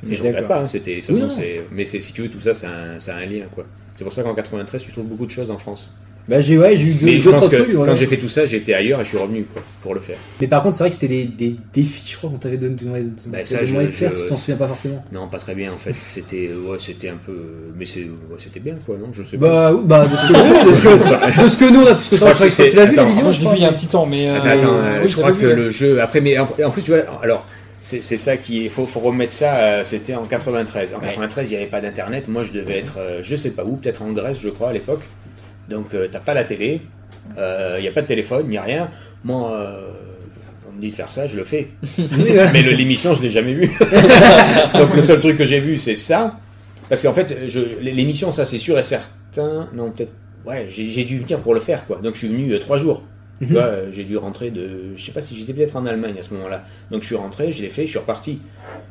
Et je regrette D'accord. pas, hein, c'était, de toute Oui, façon, non. c'est- mais c'est, si tu veux, tout ça, ça a un, ça a un lien, quoi. C'est pour ça qu'en 93, tu trouves beaucoup de choses en France. Bah, j'ai ouais, j'ai eu deux, Mais je deux, trois pense que trucs. ouais, quand ouais. j'ai fait tout ça, j'étais ailleurs et je suis revenu, quoi, pour le faire. Mais par contre, c'est vrai que c'était des, des défis, je crois, qu'on t'avait donné, donné- Bah, donné ça, je- demandé de faire, je- si tu t'en souviens pas forcément. Non, pas très bien, en fait. C'était, ouais, c'était un peu, mais c'est, ouais, c'était bien, quoi, non? Je sais pas. Bah, oui, bah de, ce que, de, ce que, de ce que nous on a, parce que Je toi, crois je crois que que c'est- tu l'as vu la attends, vidéo, Moi, je je l'ai crois. vu il y a un petit temps, mais. euh, Attends, attends, euh, oui, je l'ai crois pas que vu, ouais. le jeu. Après, mais en, en plus, tu vois, alors, c'est c'est ça qui. Il faut, faut remettre ça. euh, C'était en 93. En 93, il n'y avait pas d'internet. Moi, je devais être, euh, je sais pas où, peut-être en Grèce, je crois, à l'époque. Donc, euh, t'as pas la télé. euh, Il n'y a pas de téléphone, il n'y a rien. Moi, euh, on me dit de faire ça, je le fais. Oui, voilà. Mais le- l'émission, je l'ai jamais vue. Donc le seul truc que j'ai vu, c'est ça. Parce qu'en fait, je- l'émission, ça c'est sûr et certain. Non, peut-être. Ouais, j'ai j'ai dû venir pour le faire, quoi. Donc je suis venu euh, trois jours. Tu Mhm. vois, euh, j'ai dû rentrer de. Je sais pas si j'étais peut-être en Allemagne à ce moment-là. Donc je suis rentré, je l'ai fait, je suis reparti.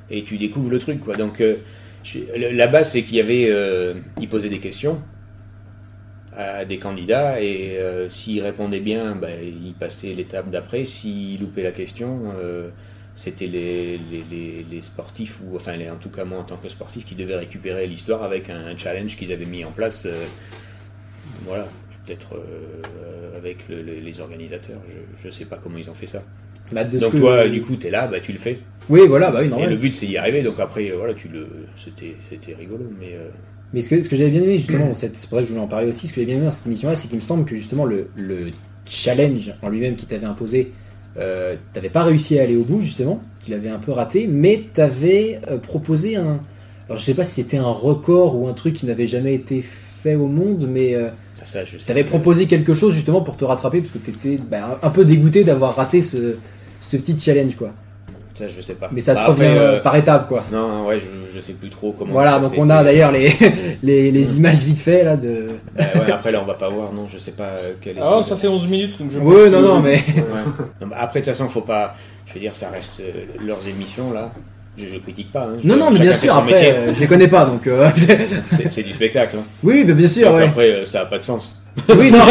Et tu découvres le truc, quoi. Donc euh, je- le- là-bas, c'est qu'il y avait. euh, ils posaient des questions à des candidats et euh, s'ils répondaient bien, bah, ils passaient l'étape d'après. S'ils loupaient la question, euh, c'était les, les, les- les sportifs, ou enfin les- en tout cas moi en tant que sportif, qui devaient récupérer l'histoire avec un challenge qu'ils avaient mis en place. euh, voilà, peut-être euh, avec le- le- les organisateurs, je ne sais pas comment ils ont fait ça. Bah, de ce Donc que- toi, du coup, tu es là, bah, tu le fais. Oui, voilà, bah oui, Et le normal. but, c'est d'y arriver. Donc après, euh, voilà, tu le, c'était, c'était rigolo, mais euh, Mais ce que, ce que j'avais bien aimé, justement, dans cette- c'est pour ça que je voulais en parler aussi, ce que j'ai bien aimé dans cette émission-là, c'est qu'il me semble que justement le, le challenge en lui-même qui t'avait imposé, euh, t'avais pas réussi à aller au bout, justement, tu l'avais un peu raté, mais t'avais euh, proposé un. Alors je sais pas si c'était un record ou un truc qui n'avait jamais été fait au monde, mais. euh, ah, ça, je sais. T'avais pas. proposé quelque chose justement pour te rattraper parce que t'étais bah, un peu dégoûté d'avoir raté ce, ce ce petit challenge quoi. Ça, je sais pas. Mais ça te Bah, revient après, euh, euh, par étapes quoi. Non, ouais, je, je sais plus trop comment. Voilà, ça donc s'était- on a d'ailleurs les, les, les images vite fait là de. Bah ouais, après, là, on va pas voir, non, je sais pas euh, quel est. Ah, ça fait 11 minutes donc je. Oui, non, non, mais. Ouais. Non, bah, après, de toute façon, faut pas. Je veux dire, ça reste euh, leurs émissions, là. Je, je critique pas. hein. Je- Non, non, mais chacun bien fait sûr, son après, métier. euh, je les connais pas donc. euh, C'est c'est du spectacle. hein. oui, mais bien sûr, Donc ouais. Après, euh, ça a pas de sens. Oui, non, non,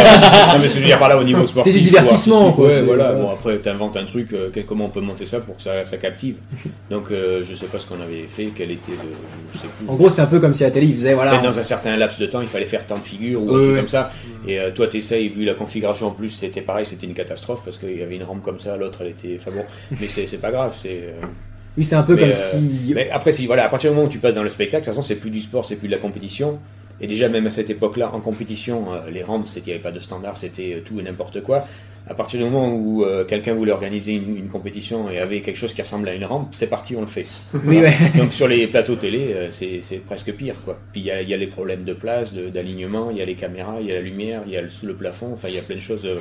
mais ce que je veux dire par là, au niveau sportif. du ou divertissement, artistique, quoi, ouais, c'est- euh, voilà. ouais. Bon, après, t'inventes un truc, euh, que- comment on peut monter ça pour que ça, ça captive Donc, euh, je sais pas ce qu'on avait fait, quel était le. Je sais plus. en gros, c'est un peu comme si la télé il faisait voilà. Peut-être dans un certain laps de temps, il fallait faire tant de figures ou Ouais, un truc ouais. Mm. comme ça. Et euh, toi, t'essayes, vu la configuration en plus, c'était pareil, c'était une catastrophe parce qu'il y avait une rampe comme ça, l'autre, elle était. Enfin bon, mais c'est c'est pas grave. c'est euh, Oui, c'est un peu Mais, comme euh, si. Mais après, si, voilà, à partir du moment où tu passes dans le spectacle, de toute façon, c'est plus du sport, c'est plus de la compétition. Et déjà, même à cette époque-là, en compétition, euh, les rampes, c'était- il n'y avait pas de standard, c'était euh, tout et n'importe quoi. À partir du moment où euh, quelqu'un voulait organiser une, une compétition et avait quelque chose qui ressemble à une rampe, c'est parti, on le fait. Oui, ouais. Donc sur les plateaux télé, euh, c'est c'est presque pire. Quoi. Puis il y a, il y a les problèmes de place, de- d'alignement, il y a les caméras, il y a la lumière, il y a le, sous le plafond, enfin il y a plein de choses. euh,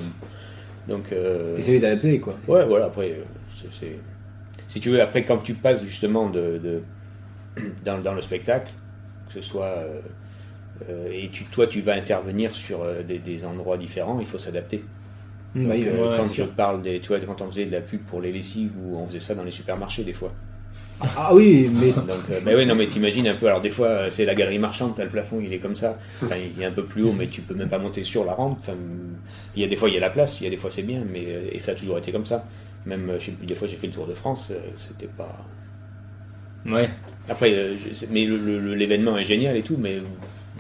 donc euh, T'essayes d'adapter quoi. ouais, voilà, après, euh, c'est- c'est... Si tu veux, après quand tu passes justement de, de- dans, dans le spectacle, que ce soit... euh, euh, et tu, toi, tu vas intervenir sur euh, des, des endroits différents, il faut s'adapter. Mm, Donc, bah, oui, euh, ouais. quand bien je parle des, tu vois, quand on faisait de la pub pour les lessives ou on faisait ça dans les supermarchés des fois. Ah oui, mais Donc, euh, bah ouais, non, mais t'imagines un peu. Alors, des fois, euh, c'est la galerie marchande, t'as le plafond, il est comme ça. Enfin, il est un peu plus haut, mais tu peux même pas monter sur la rampe. Enfin, il y a des fois, il y a la place, il y a des fois, c'est bien, mais euh, et ça a toujours été comme ça. Même, euh, je sais plus, des fois, j'ai fait le tour de France, euh, c'était pas. Ouais. Mm, Après, euh, je sais- mais le- le- le- l'événement est génial et tout, mais euh,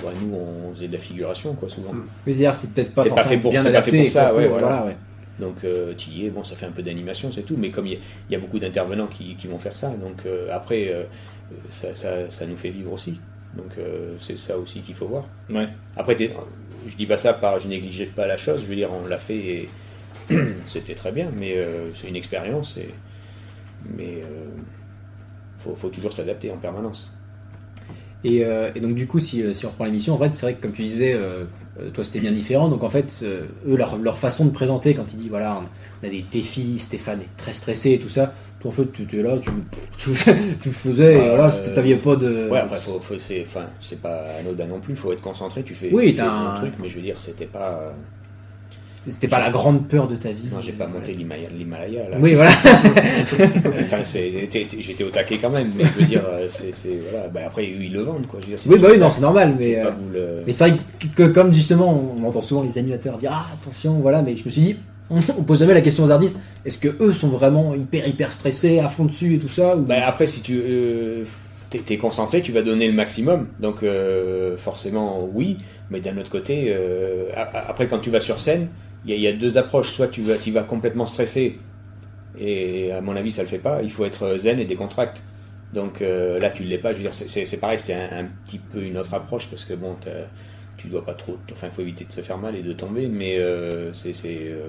bah, nous, on faisait de la figuration, quoi, souvent. mais c'est-à-dire, c'est peut-être pas C'est pas forcément fait pour- bien c'est pas fait adapté. pour ça, quoi, ouais, voilà, voilà. ouais. Donc, euh, tu y es, bon, ça fait un peu d'animation, c'est tout, mais comme il y, a- il y a beaucoup d'intervenants qui, qui vont faire ça, donc euh, après, euh, ça, ça- ça nous fait vivre aussi. Donc, euh, c'est ça aussi qu'il faut voir. Ouais. Après, t'es- je dis pas ça par je néglige pas la chose, je veux dire, on l'a fait et c'était très bien, mais euh, c'est une expérience et. Mais. euh, faut, faut toujours s'adapter en permanence. Et, euh, et donc du coup, si, euh, si on reprend l'émission, en fait, c'est vrai que comme tu disais, euh, euh, toi c'était bien différent. Donc en fait, euh, eux, leur, leur façon de présenter, quand ils disent voilà, on- on a des défis, Stéphane est très stressé et tout ça, toi en fait, tu étais là, tu, tu, tu le faisais, et Euh, voilà, c'était- t'avais pas de. Ouais, après, faut, faut- c'est, enfin, c'est pas anodin non plus, faut être concentré, tu fais, Oui, tu fais t'as ton un- truc, mais je veux dire, c'était pas. euh, C'était c'était pas la grande peur de ta vie. Non, j'ai pas monté l'Himaya- l'Himalaya, là. Oui, voilà. Enfin, c'est- t'es- t'es- j'étais au taquet quand même, mais je veux dire, euh, c'est, c'est- voilà, bah, après, ils le vendent, quoi. Je veux dire, c'est oui, du bah oui, non, spectacle, c'est normal, mais. faut pas euh, vous le- Mais c'est vrai que, que comme justement on entend souvent les animateurs dire ah attention voilà mais je me suis dit on, on pose jamais la question aux artistes est-ce que eux sont vraiment hyper hyper stressés à fond dessus et tout ça ou... Bah, après, si tu euh, t'es, t'es concentré, tu vas donner le maximum. Donc euh, forcément, oui. Mais d'un autre côté, euh, a- a- après, quand tu vas sur scène, il y, a- il y a deux approches. Soit tu vas, tu vas complètement stressé, et à mon avis, ça le fait pas. Il faut être zen et décontracte. Donc euh, là, tu ne l'es pas. Je veux dire, c'est, c'est- c'est pareil, c'est un, un petit peu une autre approche parce que bon, t'as- tu dois pas trop. Enfin, il faut éviter de se faire mal et de tomber. Mais euh, c'est. c'est, euh,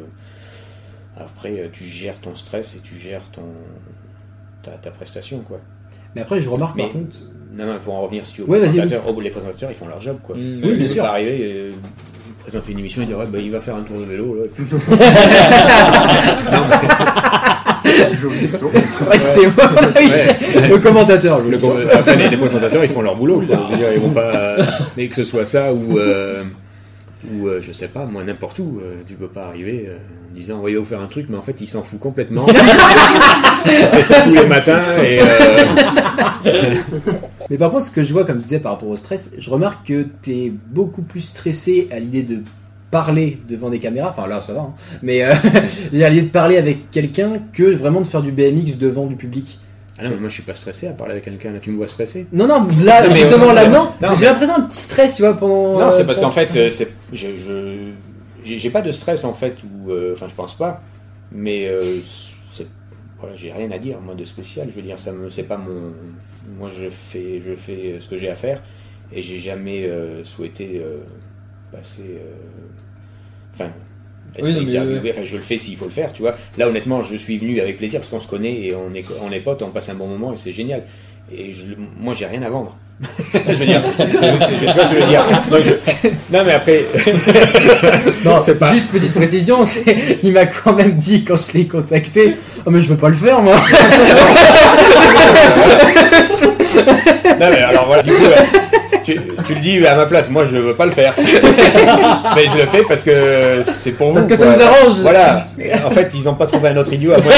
après, euh, tu gères ton stress et tu gères ton, ta, ta prestation quoi. mais après je remarque par Mais- contre Non, non, pour en revenir si tu veux, Ouais, aux vas-y, présentateurs, oh, les présentateurs ils font leur job quoi. Mm, Oui, Ils bien peuvent sûr. pas arriver euh, présenter une émission et dire ouais bah, il va faire un tour de vélo là. et puis- Joli son. c'est vrai que c'est le commentateur je Le- le sens. Enfin, les, les présentateurs ils font leur boulot quoi. Je veux dire, ils vont pas euh, mais que ce soit ça ou euh, ou euh, je sais pas moi n'importe où euh, tu peux pas arriver euh, en disant ouais il va vous faire un truc mais en fait il s'en fout complètement. Il fait ça tous les matins et euh, mais par contre ce que je vois comme tu disais par rapport au stress je remarque que t'es beaucoup plus stressé à l'idée de parler devant des caméras enfin là ça va hein. mais euh, à l'idée de parler avec quelqu'un que vraiment de faire du BMX devant du public ah non mais moi je suis pas stressé à parler avec quelqu'un là tu me vois stressé. Non, non, là, Non, mais justement, on- là, c'est- non. non, mais J'ai l'impression un petit stress, tu vois, pendant. Non, euh, c'est parce qu'en pendant- fait, euh, c'est- je, je- j'ai j'ai pas de stress en fait, ou euh, enfin, je pense pas, mais euh, c'est- voilà, j'ai rien à dire moi de spécial. Je veux dire, ça me, c'est pas mon, moi je fais, je fais euh, ce que j'ai à faire, et j'ai jamais euh, souhaité euh, passer, euh, enfin. être Oui, non, mais interviewé. ouais. Enfin, je le fais s'il faut le faire, tu vois. Là, honnêtement, je suis venu avec plaisir parce qu'on se connaît et on est, on est potes, on passe un bon moment et c'est génial. Et je, le- moi, j'ai rien à vendre. je veux dire, c'est- c'est- tu vois ce que je veux dire. Donc, je- non, mais après, Non, C'est pas- juste petite précision, c'est- il m'a quand même dit quand je l'ai contacté, oh mais je veux pas le faire moi. Non mais alors voilà, du coup, euh, tu, tu le dis à ma place, moi je veux pas le faire. mais je le fais parce que c'est pour vous. Parce que ça quoi. nous arrange. Voilà. En fait, ils ont pas trouvé un autre idiot à moi.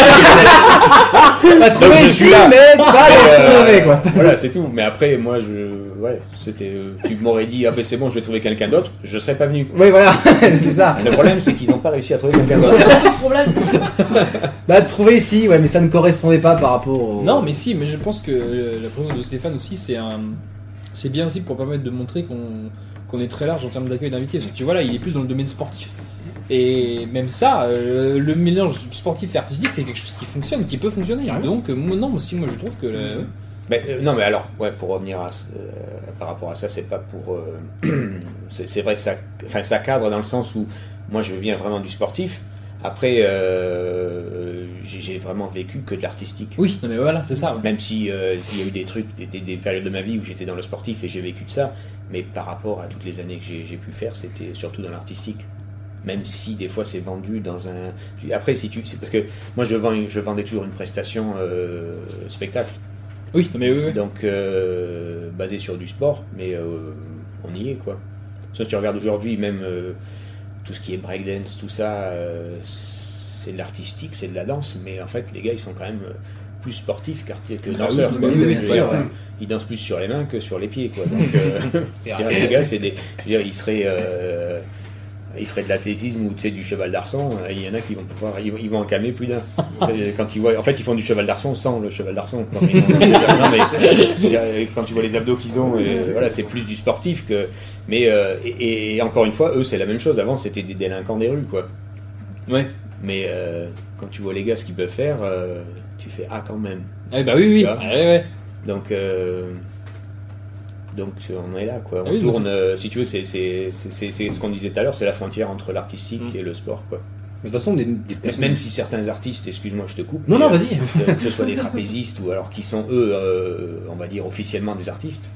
Pas trouvé je ici, suis là. mais pas dans ce qu'on avait, quoi. Euh, Voilà, c'est tout. Mais après, moi je. Ouais, c'était. euh, Tu m'aurais dit, ah ben c'est bon, je vais trouver quelqu'un d'autre, je serais pas venu. Oui voilà, c'est ça. Le problème, c'est qu'ils ont pas réussi à trouver quelqu'un d'autre. le problème. Bah trouvé ici, ouais, mais ça ne correspondait pas par rapport au... Non, mais si, mais je pense que euh, la présence de Stéphane aussi, c'est un, c'est bien aussi pour permettre de montrer qu'on qu'on est très large en termes d'accueil d'invités. Parce que tu vois là, il est plus dans le domaine sportif. Et même ça, euh, le mélange sportif et artistique, c'est quelque chose qui fonctionne, qui peut fonctionner. Carrément. Donc euh, moi, non, moi aussi, moi je trouve que la- Mais, euh, non, mais alors, ouais, pour revenir à, ce- euh, par rapport à ça, c'est pas pour. euh, c'est c'est vrai que ça, enfin, ça cadre dans le sens où moi je viens vraiment du sportif. Après, euh, j'ai j'ai vraiment vécu que de l'artistique. oui, non mais voilà, c'est ça. ouais. Même si euh, il y a eu des trucs, des, des- des périodes de ma vie où j'étais dans le sportif et j'ai vécu de ça, mais par rapport à toutes les années que j'ai j'ai pu faire, c'était surtout dans l'artistique. Même si des fois c'est vendu dans un. Après, si tu, c'est parce que moi je, vends, je vendais toujours une prestation euh, spectacle. Oui, non mais oui, oui. Donc, euh, basé sur du sport, mais euh, on y est quoi. Ça, tu regardes aujourd'hui, même euh, tout ce qui est breakdance, tout ça, euh, c'est de l'artistique, c'est de la danse, mais en fait, les gars, ils sont quand même euh, plus sportifs qu'art- que danseurs. oui, quoi. Ah oui, bien Je veux sûr, dire, ouais. Ils dansent plus sur les mains que sur les pieds quoi. Donc, euh, je veux dire, les gars, c'est des. Je veux dire, ils seraient. euh, ils feraient de l'athlétisme ou tu sais, du cheval d'arçon, euh, il y en a qui vont pouvoir, ils, vont- ils vont en calmer plus d'un. Euh, quand ils voient, en fait, ils font du cheval d'arçon sans le cheval d'arçon. Non, mais- non, mais, euh, quand tu vois les abdos qu'ils ont, euh, voilà, c'est plus du sportif que. Mais euh, et, et encore une fois, eux, c'est la même chose. Avant, c'était des délinquants des rues, quoi. Ouais. Mais euh, quand tu vois les gars ce qu'ils peuvent faire, euh, tu fais ah quand même. Eh bah oui, oui. Ah. Ah, ouais, ouais. Donc, euh, donc euh, on est là, quoi. Ah On oui, mais tourne, euh, si tu veux, c'est c'est- c'est- c'est- c'est ce qu'on disait tout à l'heure, c'est la frontière entre l'artistique Mm. et le sport, quoi. Mais de toute façon, des, des personnes... Même si certains artistes, excuse-moi, je te coupe. Non, mais, non, euh, vas-y. que, que ce soit des trapézistes ou alors qui sont eux, euh, on va dire officiellement des artistes,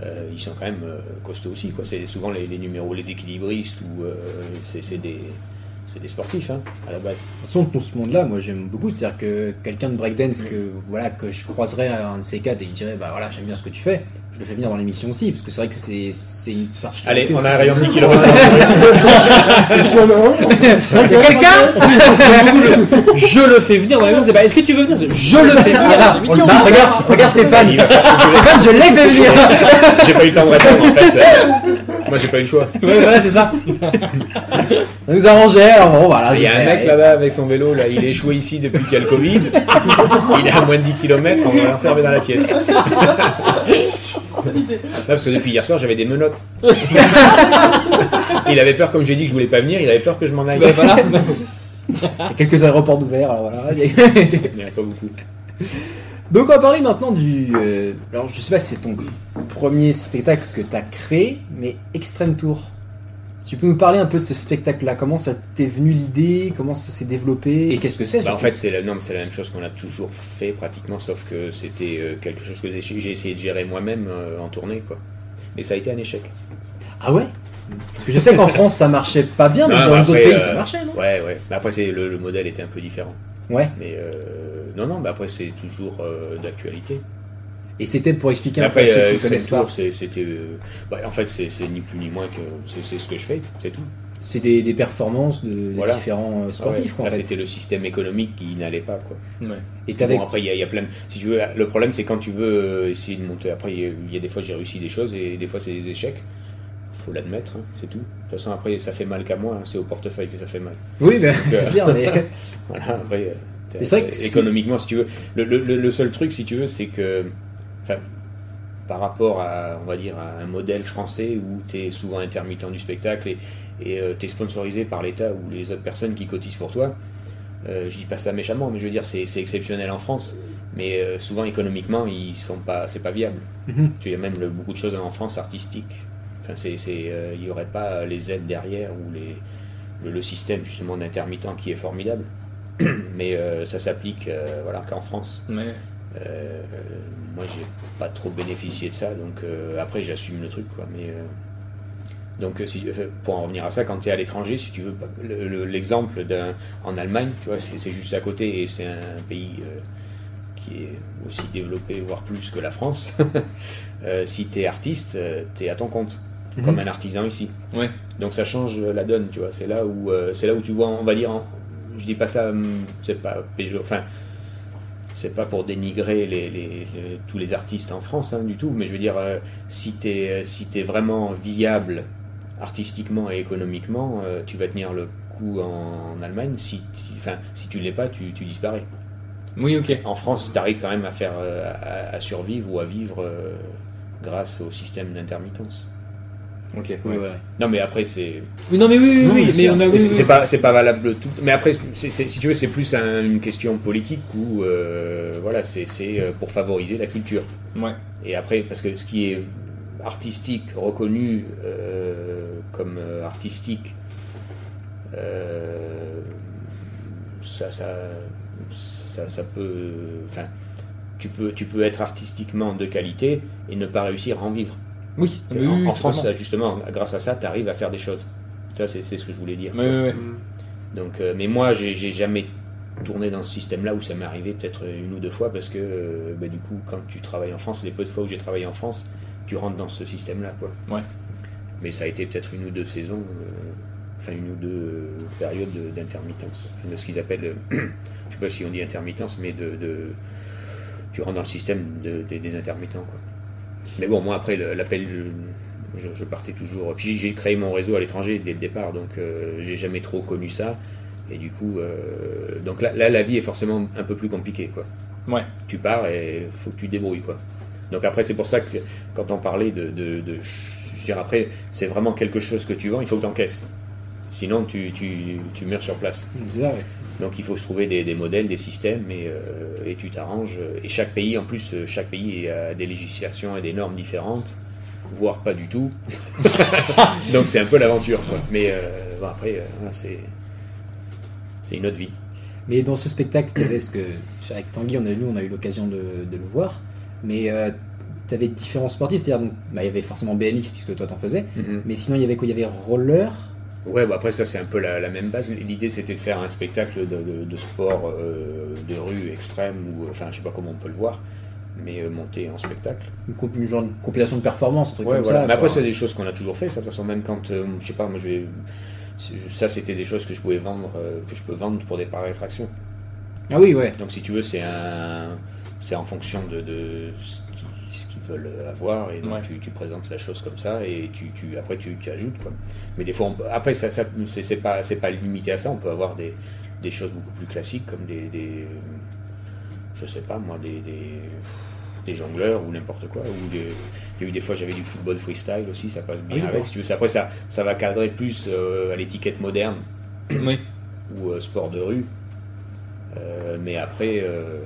euh, ils sont quand même euh, costauds aussi, quoi. C'est souvent les, les numéros, les équilibristes ou euh, c'est c'est des, c'est des sportifs, hein, à la base. De toute façon, tout ce monde-là, moi j'aime beaucoup. C'est-à-dire que quelqu'un de breakdance que, voilà, que je croiserais à un de ces quatre et je dirais, bah voilà, j'aime bien ce que tu fais, je le fais venir dans l'émission aussi, parce que c'est vrai que c'est c'est une Allez, particularité on aussi. a un rayon de 10 km. Il y a quelqu'un Je le fais venir dans la maison. C'est pas. Est-ce que tu veux venir Je le fais venir dans Ah, On le l'émission. bat. regarde, regarde Stéphane Il va faire- parce que- Stéphane, je l'ai fait venir J'ai pas eu le temps de répondre en fait. Euh, Moi j'ai pas eu le choix. Ouais, voilà, c'est ça Ça nous arrangeait, alors bon, voilà. Il y Ah, j'ai a un fait, mec allez. là-bas avec son vélo, là, il est échoué ici depuis qu'il y a le Covid. Il est à moins de 10 km, on va l'enfermer dans la pièce. Là, parce que depuis hier soir j'avais des menottes. Il avait peur, comme j'ai dit que je voulais pas venir, il avait peur que je m'en aille. Bah, voilà. Il y a quelques aéroports d'ouvert, alors voilà. Il y en a pas beaucoup. Donc on va parler maintenant du... euh, alors je sais pas si c'est ton premier spectacle que tu as créé, mais Extreme Tour. Si tu peux nous parler un peu de ce spectacle-là, comment ça t'est venu l'idée, comment ça s'est développé, et qu'est-ce que c'est Bah, en surtout fait, c'est la, non, mais c'est la même chose qu'on a toujours fait pratiquement, sauf que c'était euh, quelque chose que j'ai- j'ai essayé de gérer moi-même euh, en tournée. quoi. Mais ça a été un échec. Ah ouais Parce que je sais qu'en France ça marchait pas bien, mais Bah, Non, dans bah, les autres après, pays euh, ça marchait, non Ouais, ouais. Mais après, c'est- le, le modèle était un peu différent. Ouais. Mais euh, non, non, mais après, c'est toujours euh, d'actualité. Et c'était pour expliquer Mais un peu à Après, ceux qui euh, ne connaissent Extreme pas. Tour, c'est- c'était. euh, bah, en fait, c'est c'est ni plus ni moins que. c'est- C'est ce que je fais, c'est tout. C'est des, des performances de des Voilà. différents euh, sportifs, Ah ouais. quoi, en Là, fait. c'était le système économique qui n'allait pas, quoi. Ouais. Et t'avais... Bon, après, il y, a- il y a plein de. Si tu veux, le problème, c'est quand tu veux euh, essayer de monter. Après, il y a- il y, a des fois, j'ai réussi des choses et des fois, c'est des échecs. Faut l'admettre, hein, c'est tout. De toute façon, après, ça fait mal qu'à moi, hein, c'est au portefeuille que ça fait mal. Oui, mais... Donc, euh, bien sûr, mais... Voilà, après, euh, t'as- Mais c'est vrai que euh, si- économiquement, si tu veux, le, le- le- le seul truc, si tu veux, c'est que, enfin, par rapport à, on va dire, à un modèle français où tu es souvent intermittent du spectacle et et tu es sponsorisé par l'État ou les autres personnes qui cotisent pour toi, euh, je dis pas ça méchamment, mais je veux dire, c'est c'est exceptionnel en France, mais euh, souvent économiquement, ils sont pas, c'est pas viable. Mhm. Tu as même le- beaucoup de choses en France artistiques. Enfin, c'est, c'est, euh, il n'y aurait pas les aides derrière ou les, le, le système justement d'intermittent qui est formidable. Mais euh, ça s'applique euh, voilà, qu'en France. Ouais. Euh, moi, j'ai pas trop bénéficié de ça, donc euh, après, j'assume le truc, quoi. Mais euh, donc, euh, si, euh, pour en revenir à ça, quand tu es à l'étranger, si tu veux, pas- le- le- l'exemple d'un en Allemagne, tu vois, c'est c'est juste à côté et c'est un pays euh, qui est aussi développé, voire plus que la France. Euh, si tu es artiste, tu es à ton compte, Mhm. comme un artisan ici. Ouais. Donc ça change la donne, tu vois. C'est là où euh, c'est là où tu vois, on va dire, en- je dis pas ça, hum, c'est pas péjor- enfin c'est pas pour dénigrer les, les- les- tous les artistes en France hein, du tout, mais je veux dire, euh, si tu es, si t'es vraiment viable artistiquement et économiquement, euh, tu vas tenir le coup en, Allemagne. Si, tu- enfin, si tu l'es pas, tu, tu disparais. Oui, ok. En France, tu arrives quand même à, faire, euh, à, à survivre ou à vivre euh, grâce au système d'intermittence. Ok, Ouais. Non, mais après, c'est. Oui, non, mais oui, oui, Non, oui, mais mais c'est- on a. Mais Ah oui, c'est oui, c'est oui. pas, c'est pas valable tout. Mais après, c'est- c'est- si tu veux, c'est plus un- une question politique où, euh, voilà, c'est c'est, euh, pour favoriser la culture. Ouais. Et après, parce que ce qui est artistique, reconnu euh, comme euh, artistique, euh, ça, ça, ça, ça peut. Enfin, tu peux, tu peux être artistiquement de qualité et ne pas réussir à en vivre. Oui, En, mais oui, oui, en France, totalement. ça, justement, grâce à ça, tu arrives à faire des choses. Tu vois, c'est c'est ce que je voulais dire. Ouais, ouais, ouais. Donc, euh, mais moi, j'ai j'ai jamais tourné dans ce système-là où ça m'est arrivé peut-être une ou deux fois parce que euh, bah, du coup, quand tu travailles en France, les peu de fois où j'ai travaillé en France, tu rentres dans ce système-là, quoi. Ouais. Mais ça a été peut-être une ou deux saisons, euh, enfin une ou deux euh, périodes de- d'intermittence, Enfin, de ce qu'ils appellent, euh, je sais pas si on dit intermittence, mais de, de- tu rentres dans le système de- des- des intermittents, quoi. Mais bon, moi après le- l'appel, le- je, je partais toujours. Puis j'ai- j'ai créé mon réseau à l'étranger dès le départ, donc euh, j'ai jamais trop connu ça. Et du coup, euh, donc là, là, la vie est forcément un peu plus compliquée, quoi. Ouais. Tu pars et faut que tu te débrouilles, quoi. Donc après, c'est pour ça que quand on parlait de, de, de- je veux dire après, c'est vraiment quelque chose que tu vends, il faut que t'encaisses. Sinon, tu, tu, tu meurs sur place. Mm, C'est ça, ouais. Donc il faut se trouver des, des modèles, des systèmes et, euh, et tu t'arranges. Et chaque pays, en plus, euh, chaque pays a des législations et des normes différentes, voire pas du tout. Donc c'est un peu l'aventure. quoi. Mais euh, bon, après, euh, voilà, c'est c'est une autre vie. Mais dans ce spectacle, t'avais, parce que avec Tanguy, on a, nous, on a eu l'occasion de, de le voir, mais tu avais différents sportifs, c'est-à-dire, donc, bah, il y avait forcément BMX, puisque toi t'en faisais, mais sinon, il y avait quoi Il y avait roller, Ouais, bah après ça c'est un peu la, la même base. L'idée c'était de faire un spectacle de, de- de sport euh, de rue extrême ou euh, enfin je sais pas comment on peut le voir, mais euh, monté en spectacle. une, comp- une genre de compilation de performance, un truc Ouais, comme voilà. ça. Mais après, quoi. c'est des choses qu'on a toujours fait. Ça, de toute façon, même quand, euh, je sais pas, moi, je vais- c'est- ça, c'était des choses que je pouvais vendre, euh, que je peux vendre pour des parétractions. Ah oui, ouais. Donc, si tu veux, c'est un, c'est en fonction de, de ce qui- ce qu'ils veulent avoir et donc Ouais. tu, tu présentes la chose comme ça et tu, tu après tu, tu ajoutes quoi. Mais des fois, on peut- après, ça, ça c'est c'est pas, c'est pas limité à ça. On peut avoir des, des choses beaucoup plus classiques comme des, des je sais pas moi, des, des, des jongleurs ou n'importe quoi. Ou des, il y a eu des fois j'avais du football freestyle aussi, ça passe bien Ah oui, avec. bon. Si tu veux. Après ça, ça va cadrer plus euh, à l'étiquette moderne Oui. ou euh, sport de rue. Euh, mais après, euh,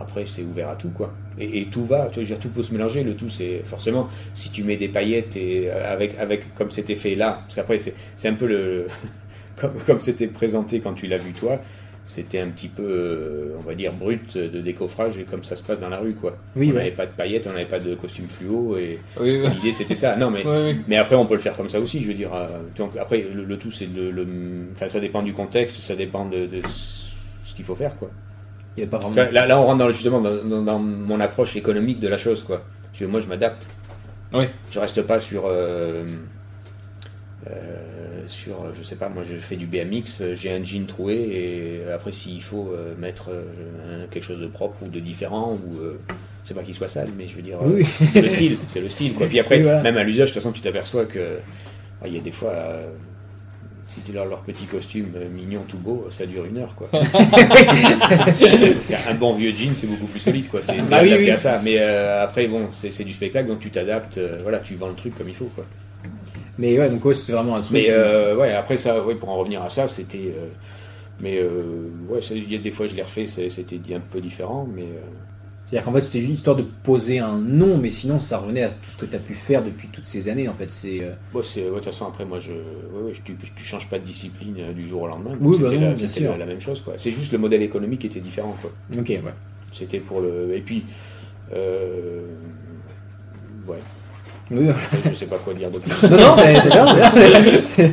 après c'est ouvert à tout quoi. Et, et tout va, tu vois, je veux dire, tout peut se mélanger. Le tout, c'est forcément si tu mets des paillettes et euh, avec, avec comme c'était fait là, parce qu'après c'est c'est un peu le comme comme c'était présenté quand tu l'as vu toi, c'était un petit peu, euh, on va dire brut de décoffrage et comme ça se passe dans la rue quoi. Oui, on ouais. n'avait pas de paillettes, on n'avait pas de costume fluo et Oui, oui. l'idée c'était ça. Non mais Ouais, ouais. mais après, on peut le faire comme ça aussi, je veux dire. euh, donc, après, le, le tout, c'est le, le- Enfin, ça dépend du contexte, ça dépend de, de ce qu'il faut faire, quoi. Il y avait pas vraiment. Là, là, on rentre dans, le- justement dans, dans- dans mon approche économique de la chose, quoi. Parce que moi, je m'adapte. Ouais. Je reste pas sur. euh, euh, sur, je sais pas, moi je fais du BMX, j'ai un jean troué et après s'il faut euh, mettre euh, un- quelque chose de propre ou de différent ou euh, c'est pas qu'il soit sale, mais je veux dire, euh, Oui, oui. c'est le style, c'est le style quoi. Puis après, Oui, voilà. même à l'usage, de toute façon, tu t'aperçois que ah, il y a des fois, euh, si tu leur leur petit costume euh, mignon, tout beau, ça dure une heure quoi. un bon vieux jean, c'est beaucoup plus solide quoi. C'est c'est Ah oui, adapté oui. à ça. Mais euh, après, bon, c'est c'est du spectacle, donc tu t'adaptes, euh, voilà, tu vends le truc comme il faut quoi. Mais ouais, donc ouais, c'était vraiment un truc. Mais euh, ouais, après ça, ouais, pour en revenir à ça, c'était. euh, mais euh, ouais, ça, il y a des fois je l'ai refait, c'est- c'était un peu différent, mais. euh, C'est-à-dire qu'en fait, c'était juste histoire de poser un nom, mais sinon, ça revenait à tout ce que t'as pu faire depuis toutes ces années, en fait. C'est. euh, Bon, c'est, ouais, de toute façon, après, moi, je, ouais, ouais, je- tu, tu changes pas de discipline euh, du jour au lendemain. Oui, bah c'était non, la, bien c'était la- sûr. la même chose, quoi. C'est juste le modèle économique était différent, quoi. Ok, ouais. Tu C'était pour le. Et puis. euh, Ouais, Oui, je sais pas quoi dire de plus. Non, non, mais c'est bien. c'est bien. C'est-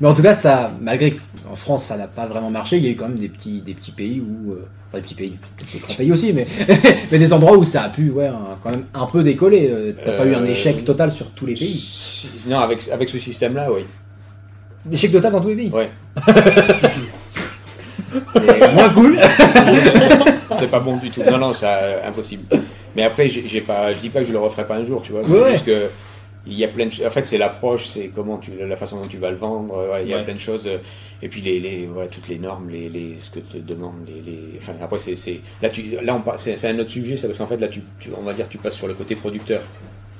Mais en tout cas, ça, malgré qu'en France, ça n'a pas vraiment marché, il y a eu quand même des petits, des petits pays où. euh, enfin, des petits pays, peut-être des grands pays aussi, mais, mais des endroits où ça a pu, ouais, un- quand même un peu décoller. euh, T'as pas eu un Euh, échec total sur tous les pays. Non, avec, avec ce système-là, oui. Échec total dans tous les pays. Ouais. C'est moins cool. C'est pas bon du tout. Non, non, ça, euh, impossible. Mais après, j'ai j'ai pas, je dis pas que je le referai pas un jour, tu vois. C'est Ouais, juste que il y a plein de. ch- En fait, c'est l'approche, c'est comment tu, la façon dont tu vas le vendre. euh, voilà, Il y a Ouais. plein de choses. euh, Et puis les, les voilà, toutes les normes, les, les, ce que te demandent les, les. Enfin, après, c'est, c'est là, tu, là, on passe- c'est, c'est un autre sujet, c'est parce qu'en fait, là, tu, tu- on va dire, tu passes sur le côté producteur.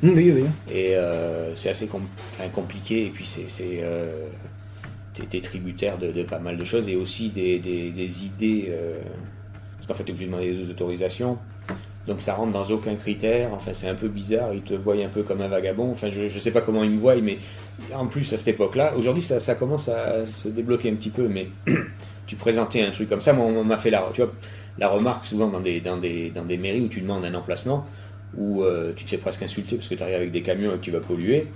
Mm, oui, oui, oui. Et euh, c'est assez com- enfin, compliqué. Et puis, c'est. c'est euh, t'es- t'es tributaire de, de pas mal de choses et aussi des, des- des idées. euh, parce qu'en fait, t'es obligé de demander des autorisations. Donc, ça rentre dans aucun critère. Enfin, c'est un peu bizarre. Ils te voient un peu comme un vagabond. Enfin, je, je sais pas comment ils me voient, mais en plus, à cette époque-là, aujourd'hui, ça, ça commence à se débloquer un petit peu. Mais tu présentais un truc comme ça, moi, on m'a fait la, tu vois, la remarque souvent dans des, dans, des, dans des mairies où tu demandes un emplacement, où euh, tu te fais presque insulter parce que tu arrives avec des camions et que tu vas polluer,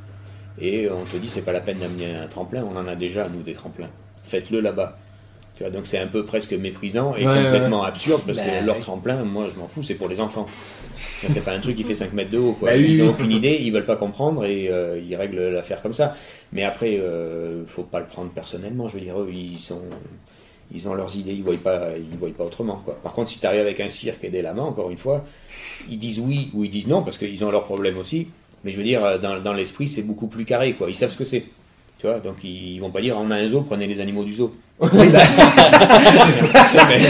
et on te dit c'est pas la peine d'amener un tremplin, on en a déjà, nous, des tremplins. Faites-le là-bas. Tu vois, donc c'est un peu presque méprisant et Ouais, Ben complètement absurde parce Bah, que leur oui. tremplin, moi je m'en fous, c'est pour les enfants. Ça, C'est pas un truc qui fait 5 mètres de haut. Quoi. Bah oui, ils oui. ont aucune idée, ils veulent pas comprendre et euh, ils règlent l'affaire comme ça. Mais après, euh, faut pas le prendre personnellement. Je veux dire, eux, ils sont, ils ont leurs idées, ils voient pas, ils voient pas autrement. Quoi. Par contre, si tu arrives avec un cirque et des lamas, encore une fois, ils disent oui ou ils disent non parce qu'ils ont leurs problèmes aussi. Mais je veux dire, euh, dans, dans l'esprit, c'est beaucoup plus carré. Quoi. Ils savent ce que c'est. Tu vois, donc ils, ils vont pas dire on a un zoo, prenez les animaux du zoo. Non, mais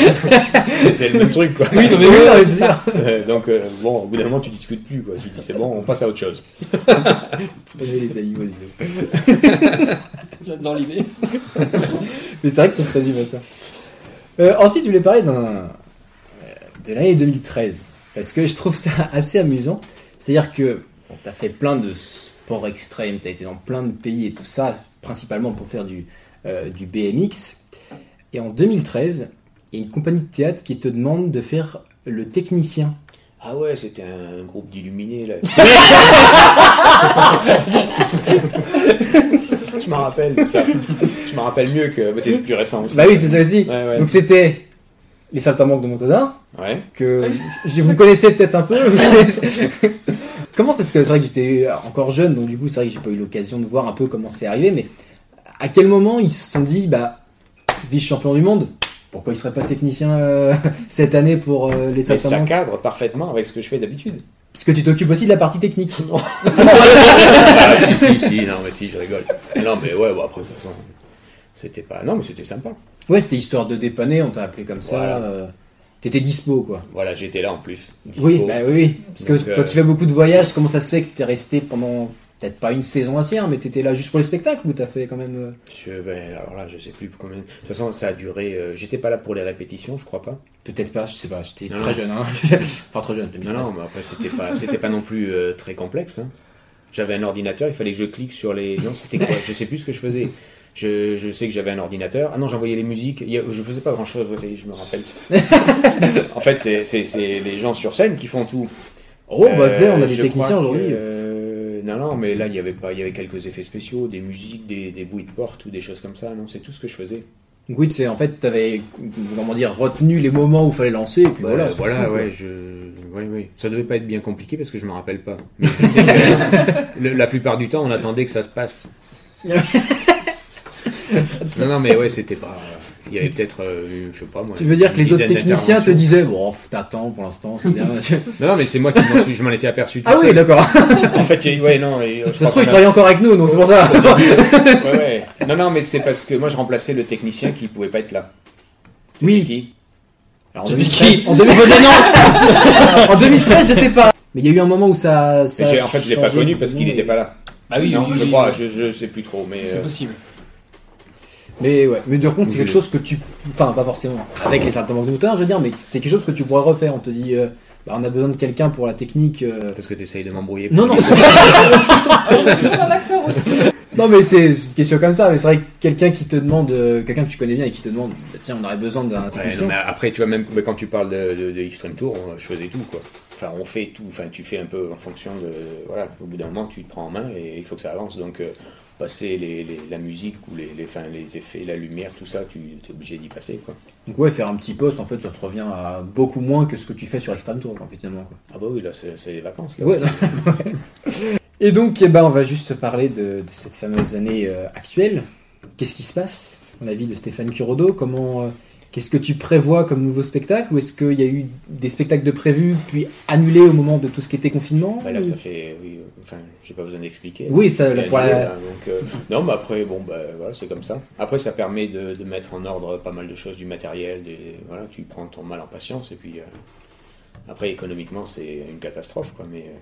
c'est c'est le même truc. Quoi. Oui, non, mais oui, non, mais c'est ça. Euh, donc euh, bon, au bout d'un moment, tu discutes plus. Quoi. Tu dis c'est bon, on passe à autre chose. les animaux. J'adore l'idée. Mais c'est vrai que ça se résume à ça. Euh, ensuite, je voulais parler d'un, euh, de l'année 2013. Parce que je trouve ça assez amusant. C'est-à-dire que bon, t'as fait plein de sports extrêmes, t'as été dans plein de pays et tout ça, principalement pour faire du, euh, du BMX. Et en 2013, il y a une compagnie de théâtre qui te demande de faire le technicien. Ah ouais, c'était un groupe d'illuminés là. je m'en rappelle de ça. Je m'en rappelle mieux que bah, c'est plus récent aussi. Bah oui, c'est ça aussi. Ouais, ouais. Donc c'était les saltimbanques de Montodin. Ouais. que je- vous connaissez peut-être un peu. vous connaissez- comment c'est ce que c'est vrai que j'étais encore jeune, donc du coup c'est vrai que j'ai pas eu l'occasion de voir un peu comment c'est arrivé, mais à quel moment ils se sont dit bah vice champion du monde, pourquoi il serait pas technicien euh, cette année pour euh, les Mais ça saltimbanques cadre parfaitement avec ce que je fais d'habitude. Parce que tu t'occupes aussi de la partie technique. Ah, si, si, si, non, mais si, je rigole. Non, mais ouais, bon, après, de toute façon, c'était pas. Non, mais c'était sympa. Ouais, c'était histoire de dépanner, on t'a appelé comme ça. Voilà. euh, T'étais dispo quoi. Voilà, j'étais là en plus. dispo. Oui, bah oui, oui. Parce que Donc, toi euh, qui fais beaucoup de voyages, comment ça se fait que t'es resté pendant peut-être pas une saison entière, mais t'étais là juste pour les spectacles ou t'as fait quand même. euh, Je, ben, alors là, je sais plus combien. De toute façon, ça a duré. euh, J'étais pas là pour les répétitions, je crois pas. Peut-être pas, je sais pas, j'étais Non, très non. jeune. Hein. enfin, très jeune, Non, 2013. non, mais après, c'était pas, c'était pas non plus euh, très complexe. hein. J'avais un ordinateur, il fallait que je clique sur les. Non, c'était quoi Je sais plus ce que je faisais. Je, je sais que j'avais un ordinateur. Ah non, j'envoyais les musiques. Il y a- Je faisais pas grand chose, ça y est, je me rappelle. en fait, c'est- c'est c'est les gens sur scène qui font tout. Oh, bah, tu sais, on a Euh, des je techniciens crois que, aujourd'hui. euh, non, non, mais là, il y avait pas, il y avait quelques effets spéciaux, des musiques, des, des bruits de porte ou des choses comme ça. Non, c'est tout ce que je faisais. Donc, oui, tu sais, en fait, t'avais, comment dire, retenu les moments où fallait lancer, et puis Voilà, voilà. Bah, voilà, c'est ouais, je, oui, oui. Ça devait pas être bien compliqué parce que je me rappelle pas. Mais je sais que le- la plupart du temps, on attendait que ça se passe. non, non, mais ouais, c'était pas. Il y avait peut-être, euh, je sais pas moi. tout. Tu veux dire une que les autres dizaine techniciens te d'interventions. disaient, bon, pff, t'attends pour l'instant, c'est bien. Non, non, mais c'est moi qui m'en suis, je m'en étais aperçu. tout ah oui, seul. d'accord. En fait, il y a- ouais, non. et, euh, je Ça se crois trouve, ils qu'on a- travaillent encore avec nous, donc c'est pour ça. Ouais, ouais. Non, non, mais c'est parce que moi, je remplaçais le technicien qui pouvait pas être là. C'était Oui. qui Alors, en En 2013, 2013, en 2013, non. En 2013, je sais pas. Mais il y a eu un moment où ça. ça j'ai- a en fait, je l'ai pas changé. connu parce qu'il n'était pas là. Ah oui, non, oui, je oui, crois, oui. je, je sais plus trop, mais. C'est euh, possible. Mais ouais, mais de compte, c'est Oui. quelque chose que tu. Enfin, pas forcément avec les saltimbanques de Moutard, je veux dire, mais c'est quelque chose que tu pourrais refaire. On te dit, euh, bah, on a besoin de quelqu'un pour la technique. euh, Parce que t'essayes de m'embrouiller. Non, non, C'est un acteur aussi. non, mais c'est une question comme ça. Mais c'est vrai que quelqu'un qui te demande, euh, quelqu'un que tu connais bien et qui te demande, bah, tiens, on aurait besoin d'un Ouais, non, mais après, tu vois, même mais quand tu parles de, de- de Extreme Tour, on- je faisais tout, quoi. Enfin, on fait tout. Enfin, tu fais un peu en fonction de. Voilà, au bout d'un moment, tu te prends en main et il faut que ça avance. Donc, euh, passer les, les- la musique ou les, les, enfin, les effets, la lumière, tout ça, tu es obligé d'y passer, quoi. Donc ouais, faire un petit poste, en fait, ça te revient à beaucoup moins que ce que tu fais sur Extreme Tour, quoi, finalement. Quoi. Ah, bah oui, là, c'est c'est les vacances, là. Ouais, non. Et donc, eh ben, on va juste parler de, de cette fameuse année euh, actuelle. Qu'est-ce qui se passe dans la vie de Stéphane Curodo Comment euh, Qu'est-ce que tu prévois comme nouveau spectacle Ou est-ce qu'il y a eu des spectacles de prévus puis annulés au moment de tout ce qui était confinement Bah, là, ça fait. Oui, euh, enfin, j'ai pas besoin d'expliquer. Oui, ça, Quasi, pour la- voilà, donc, euh, non, mais après, bon, bah, voilà, c'est comme ça. Après, ça permet de, de mettre en ordre pas mal de choses, du matériel, des, voilà, tu prends ton mal en patience, et puis euh, après, économiquement, c'est une catastrophe, quoi. Mais euh,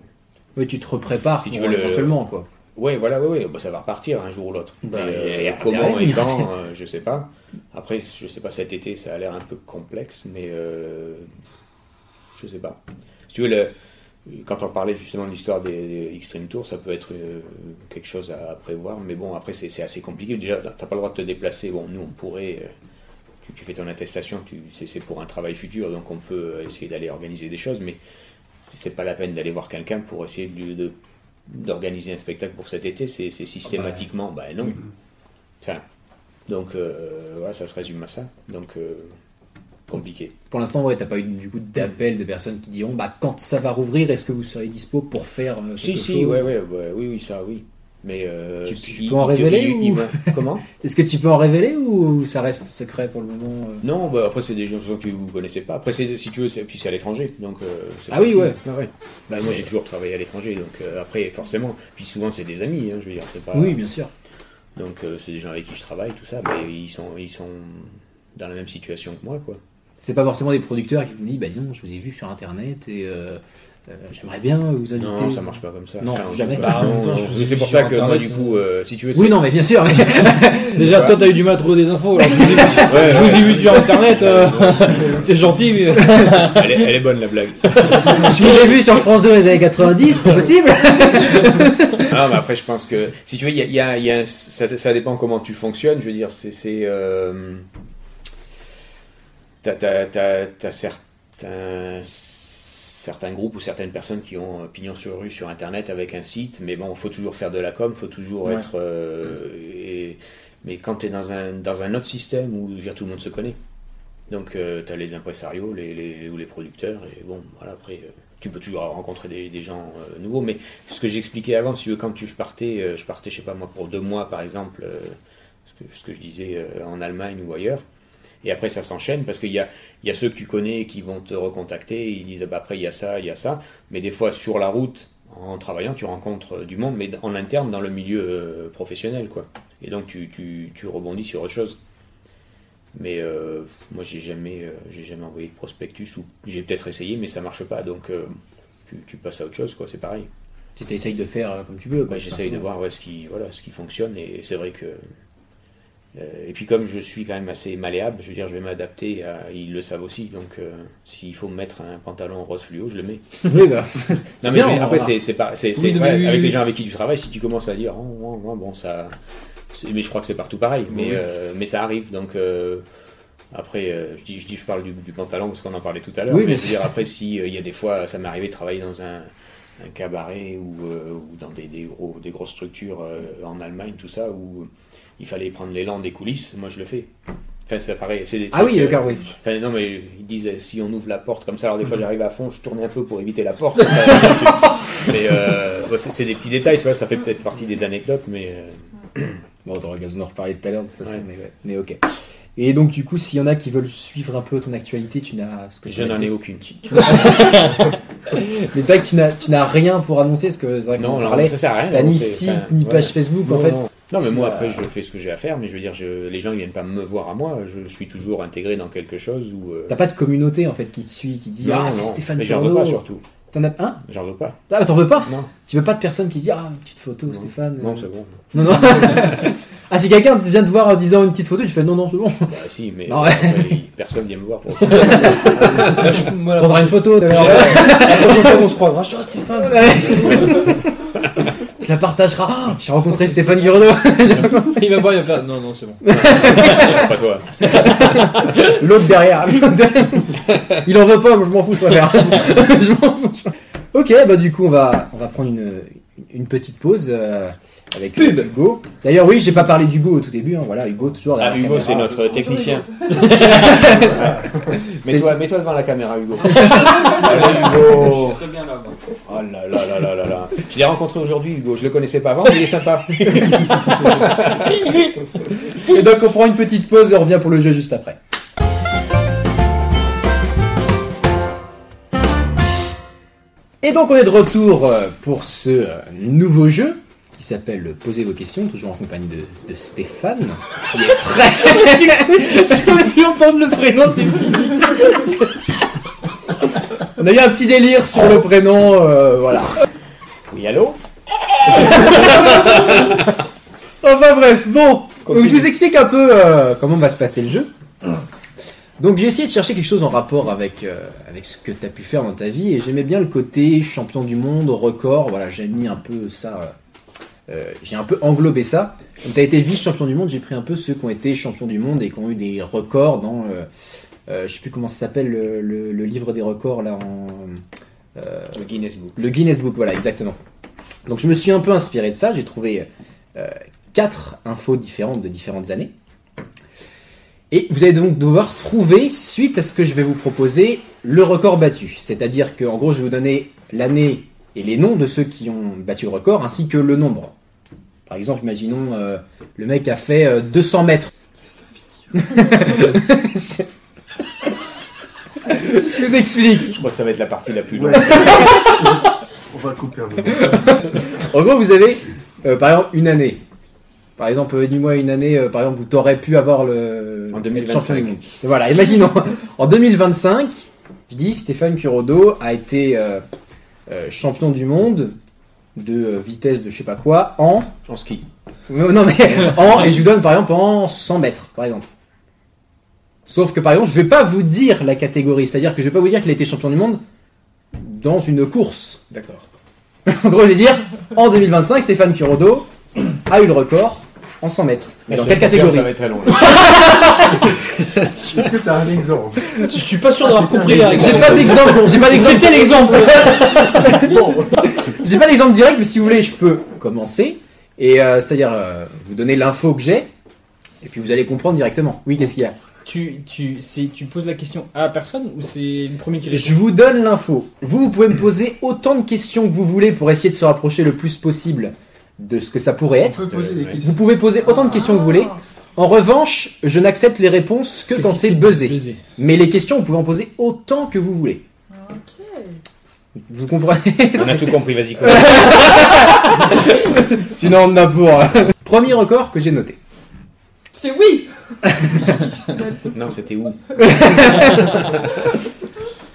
oui, tu te reprépares Si tu pour veux le- éventuellement, quoi. ouais, voilà, ouais, ouais, bah, ça va repartir un jour ou l'autre. Bah, Mais, euh, il y a comment rien, et il y a quand, euh, je sais pas. Après, je sais pas, cet été, ça a l'air un peu complexe, mais euh, je sais pas. Si tu veux, le- quand on parlait justement de l'histoire des, des Extreme Tours, ça peut être euh, quelque chose à, à prévoir, mais bon, après, c'est c'est assez compliqué. Déjà, t'as pas le droit de te déplacer. Bon, nous, on pourrait. euh, tu, tu fais ton attestation, tu- c'est c'est pour un travail futur, donc on peut euh, essayer d'aller organiser des choses, mais c'est pas la peine d'aller voir quelqu'un pour essayer de- de- d'organiser un spectacle pour cet été. C'est c'est systématiquement, bah non. Enfin, donc, euh, voilà, ça se résume à ça. Donc, euh, compliqué. Pour l'instant, ouais, t'as pas eu du coup d'appel de personnes qui diront, bah, quand ça va rouvrir, est-ce que vous serez dispo pour faire euh, Si, quelque si, chose ouais, ouais, ouais, oui, oui, ça, oui. Mais. euh, Tu- tu ils- peux en ils te- révéler ils- ou- ils vont- Comment Est-ce que tu peux en révéler ou ça reste secret pour le moment euh Non, bah, après, c'est des gens que vous connaissez pas. Après, c'est- si tu veux, c'est- puis c'est à l'étranger. donc euh, c'est Ah oui, facile. ouais. Bah, moi, j'ai toujours travaillé à l'étranger, donc euh, après, forcément. Puis souvent, c'est des amis, hein, je veux dire, c'est pas. Oui, bien sûr. Donc, euh, c'est des gens avec qui je travaille, tout ça, mais ils sont, ils sont dans la même situation que moi, quoi. C'est pas forcément des producteurs qui vous disent, bah disons, je vous ai vu sur internet et euh, euh, j'aimerais bien vous inviter. Non, ça marche pas comme ça. Non, en jamais. tout cas, Bah, en même non, temps, je vous ai c'est vu pour sur ça que moi, Internet, du coup, hein. euh, si tu veux, Oui, non, mais bien sûr. mais- Déjà, toi, t'as eu du mal à trouver des infos. alors je vous ai vu, Ouais, ouais, je vous ai vu sur internet. euh, ouais. T'es gentil, mais. elle, est, elle est bonne la blague. je vous ai vu sur France 2 dans les années 90, c'est possible Ah, mais après, je pense que si tu veux, il y a, il y a- il y a un- ça, ça dépend comment tu fonctionnes. Je veux dire, c'est. c'est, euh, T'as t'as- t'as- t'as certains, certains groupes ou certaines personnes qui ont euh, pignon sur rue sur internet avec un site, mais bon, faut toujours faire de la com, faut toujours Ouais. être. euh, et- mais quand t'es dans un, dans un autre système où je veux dire, tout le monde se connaît. Donc, euh, t'as les impresarios les, les- ou les producteurs, et bon, voilà, après, euh, tu peux toujours rencontrer des, des gens euh, nouveaux, mais ce que j'expliquais avant, si tu veux, quand tu, je partais, euh, je partais, je sais pas moi, pour deux mois par exemple, euh, ce, que, ce que je disais euh, en Allemagne ou ailleurs, et après ça s'enchaîne parce qu'il y a, il y a ceux que tu connais qui vont te recontacter, et ils disent ah bah, après il y a ça, il y a ça, mais des fois sur la route, en travaillant, tu rencontres euh, du monde, mais en interne dans le milieu euh, professionnel quoi, et donc tu, tu, tu rebondis sur autre chose. Mais euh, moi j'ai jamais, euh, j'ai jamais envoyé de prospectus ou j'ai peut-être essayé mais ça marche pas donc euh, tu, tu passes à autre chose quoi, c'est pareil. Tu t'essayes de faire euh, comme tu peux. quoi, Moi, bah, j'essaye de voir ouais, ce, qui, voilà, ce qui fonctionne et c'est vrai que. euh, et puis, comme je suis quand même assez malléable, je veux dire, je vais m'adapter à. Ils le savent aussi, donc euh, s'il faut mettre un pantalon rose fluo, je le mets. Oui, bah, Non, mais bien, je veux dire, on après, remarque. c'est c'est pas. c'est- c'est- Oui, non, ouais, mais oui, avec oui. les gens avec qui tu travailles, si tu commences à dire, oh, oh, oh, bon, ça. c'est- Mais je crois que c'est partout pareil, mais, Oui. euh, mais ça arrive, donc. euh, après, euh, je, dis, je dis, je parle du, du pantalon parce qu'on en parlait tout à l'heure. Oui, mais bien je veux sûr. dire, après, si euh, il y a des fois, ça m'est arrivé de travailler dans un, un cabaret ou, euh, ou dans des, des, gros, des grosses structures euh, en Allemagne, tout ça, où il fallait prendre l'élan des coulisses, moi je le fais. Enfin, ça paraît. c'est des Ah oui, trucs, euh, d'accord, oui. Enfin, non, mais ils disent euh, si on ouvre la porte comme ça, alors des fois j'arrive à fond, je tourne un peu pour éviter la porte. Enfin, mais euh, bon, c'est c'est des petits détails, tu vois, ça fait peut-être partie des anecdotes, mais. euh, Bon, t'auras l'occasion d'en reparler tout à l'heure, de toute façon, Ouais. mais, ouais. mais ok. Et donc, du coup, s'il y en a qui veulent suivre un peu ton actualité, tu n'as. ce que Je tu m'as n'en dit. ai aucune. Mais c'est vrai que tu n'as- tu n'as rien pour annoncer, parce que c'est vrai qu'on Non, en non, parlait. ça sert à rien. T'as non, ni c'est- site, enfin, ni Bah. voilà. page Facebook, en Non, fait. non. Non, mais moi, Voilà. après, je fais ce que j'ai à faire, mais je veux dire, je- les gens, ils viennent pas me voir à moi. Je suis toujours intégré dans quelque chose où. euh, T'as pas de communauté, en fait, qui te suit, qui dit non, Ah, c'est non. Stéphane Mais j'en veux pas, Curodo. surtout. T'en as un J'en veux pas. Ah, t'en veux pas Non, Tu veux pas de personne qui se dit Ah, une petite photo, Non. Stéphane euh, non, c'est bon. Non, non. Ah, si quelqu'un vient te voir en disant une petite photo, tu fais non, non, c'est bon. Bah, si, mais Non, ouais. après, il- personne vient me voir pour Bah, Je- moi, la Prendra une photo prochaine- d'ailleurs. la prochaine fois qu'on se croisera, je suis Stéphane. Tu la partageras. Ah, J'ai rencontré Stéphane Guirdeau. Il va voir, il va faire. Non, non, c'est bon. pas toi. L'autre derrière. Il en veut pas, moi je m'en fous, je préfère. Je m'en fous. Ok, bah du coup on va, on va prendre une, une petite pause euh, avec Pub. Hugo. D'ailleurs oui, j'ai pas parlé d'Hugo au tout début, hein, voilà, Hugo toujours derrière Ah, la Hugo, c'est caméra. notre technicien. C'est- Mets-toi mets-toi devant la caméra, Hugo. Je suis très bien là. moi. Oh là là là là là là. Je l'ai rencontré aujourd'hui, Hugo. Je le connaissais pas avant, mais il est sympa. Et donc on prend une petite pause et on revient pour le jeu juste après. Et donc on est de retour euh, pour ce euh, nouveau jeu qui s'appelle euh, Posez vos questions, toujours en compagnie de, de Stéphane, qui est prêt. entendre le prénom, c'est On a eu un petit délire sur le prénom, euh, voilà. Oui, allô Enfin bref, bon, Continue. donc, je vous explique un peu euh, comment va se passer le jeu. Donc j'ai essayé de chercher quelque chose en rapport avec, euh, avec ce que tu as pu faire dans ta vie et j'aimais bien le côté champion du monde, record, voilà, j'ai mis un peu ça, euh, euh, j'ai un peu englobé ça. Comme tu as été vice-champion du monde, j'ai pris un peu ceux qui ont été champions du monde et qui ont eu des records dans, euh, euh, je sais plus comment ça s'appelle, le, le- le livre des records là en... Le Euh, Guinness Book. Le Guinness Book, voilà, exactement. Donc je me suis un peu inspiré de ça, j'ai trouvé euh, quatre infos différentes de différentes années. Et vous allez donc devoir trouver, suite à ce que je vais vous proposer, le record battu. C'est-à-dire que, en gros, je vais vous donner l'année et les noms de ceux qui ont battu le record, ainsi que le nombre. Par exemple, imaginons, euh, le mec a fait euh, 200 mètres. je vous explique. Je crois que ça va être la partie la plus longue. Ouais. On va le couper un moment. En gros, vous avez, euh, par exemple, une année. Par exemple, euh, dis-moi une année, euh, par exemple, où t'aurais pu avoir le En le 2025. champion du monde. Et Voilà, imaginons. En 2025, je dis Stéphane Curodo a été euh, euh, champion du monde de euh, vitesse de je sais pas quoi en En ski. non non, mais en et je vous donne par exemple en 100 mètres par exemple. Sauf que par exemple, je vais pas vous dire la catégorie, c'est-à-dire que je vais pas vous dire qu'il a été champion du monde dans une course. D'accord. En gros, je vais dire, en 2025, Stéphane Curodo a eu le record en 100 mètres. Mais dans Je quelle te confirme, catégorie Ça va être très long. Est-ce que t'as un exemple Je suis pas sûr d'avoir c'était compris la un Ah, J'ai pas d'exemple, j'ai pas d'exemple. C'était l'exemple. J'ai pas d'exemple direct, mais si vous voulez, je peux commencer. Et euh, c'est-à-dire, euh, vous donner l'info que j'ai, et puis vous allez comprendre directement. Oui, qu'est-ce qu'il y a Tu, tu, c'est- tu poses la question à la personne ou c'est le premier qui répond Je vous donne l'info. Vous, vous pouvez me poser autant de questions que vous voulez pour essayer de se rapprocher le plus possible de ce que ça pourrait On être. peut poser des Ouais. questions. Vous pouvez poser autant de questions que vous voulez. En revanche, je n'accepte les réponses que Que quand si c'est buzzé. Buzzé. Mais les questions, vous pouvez en poser autant que vous voulez. Vous comprenez On a tout compris, vas-y. quoi. Sinon, on en a pour. Premier record que j'ai noté. C'est oui Non, c'était où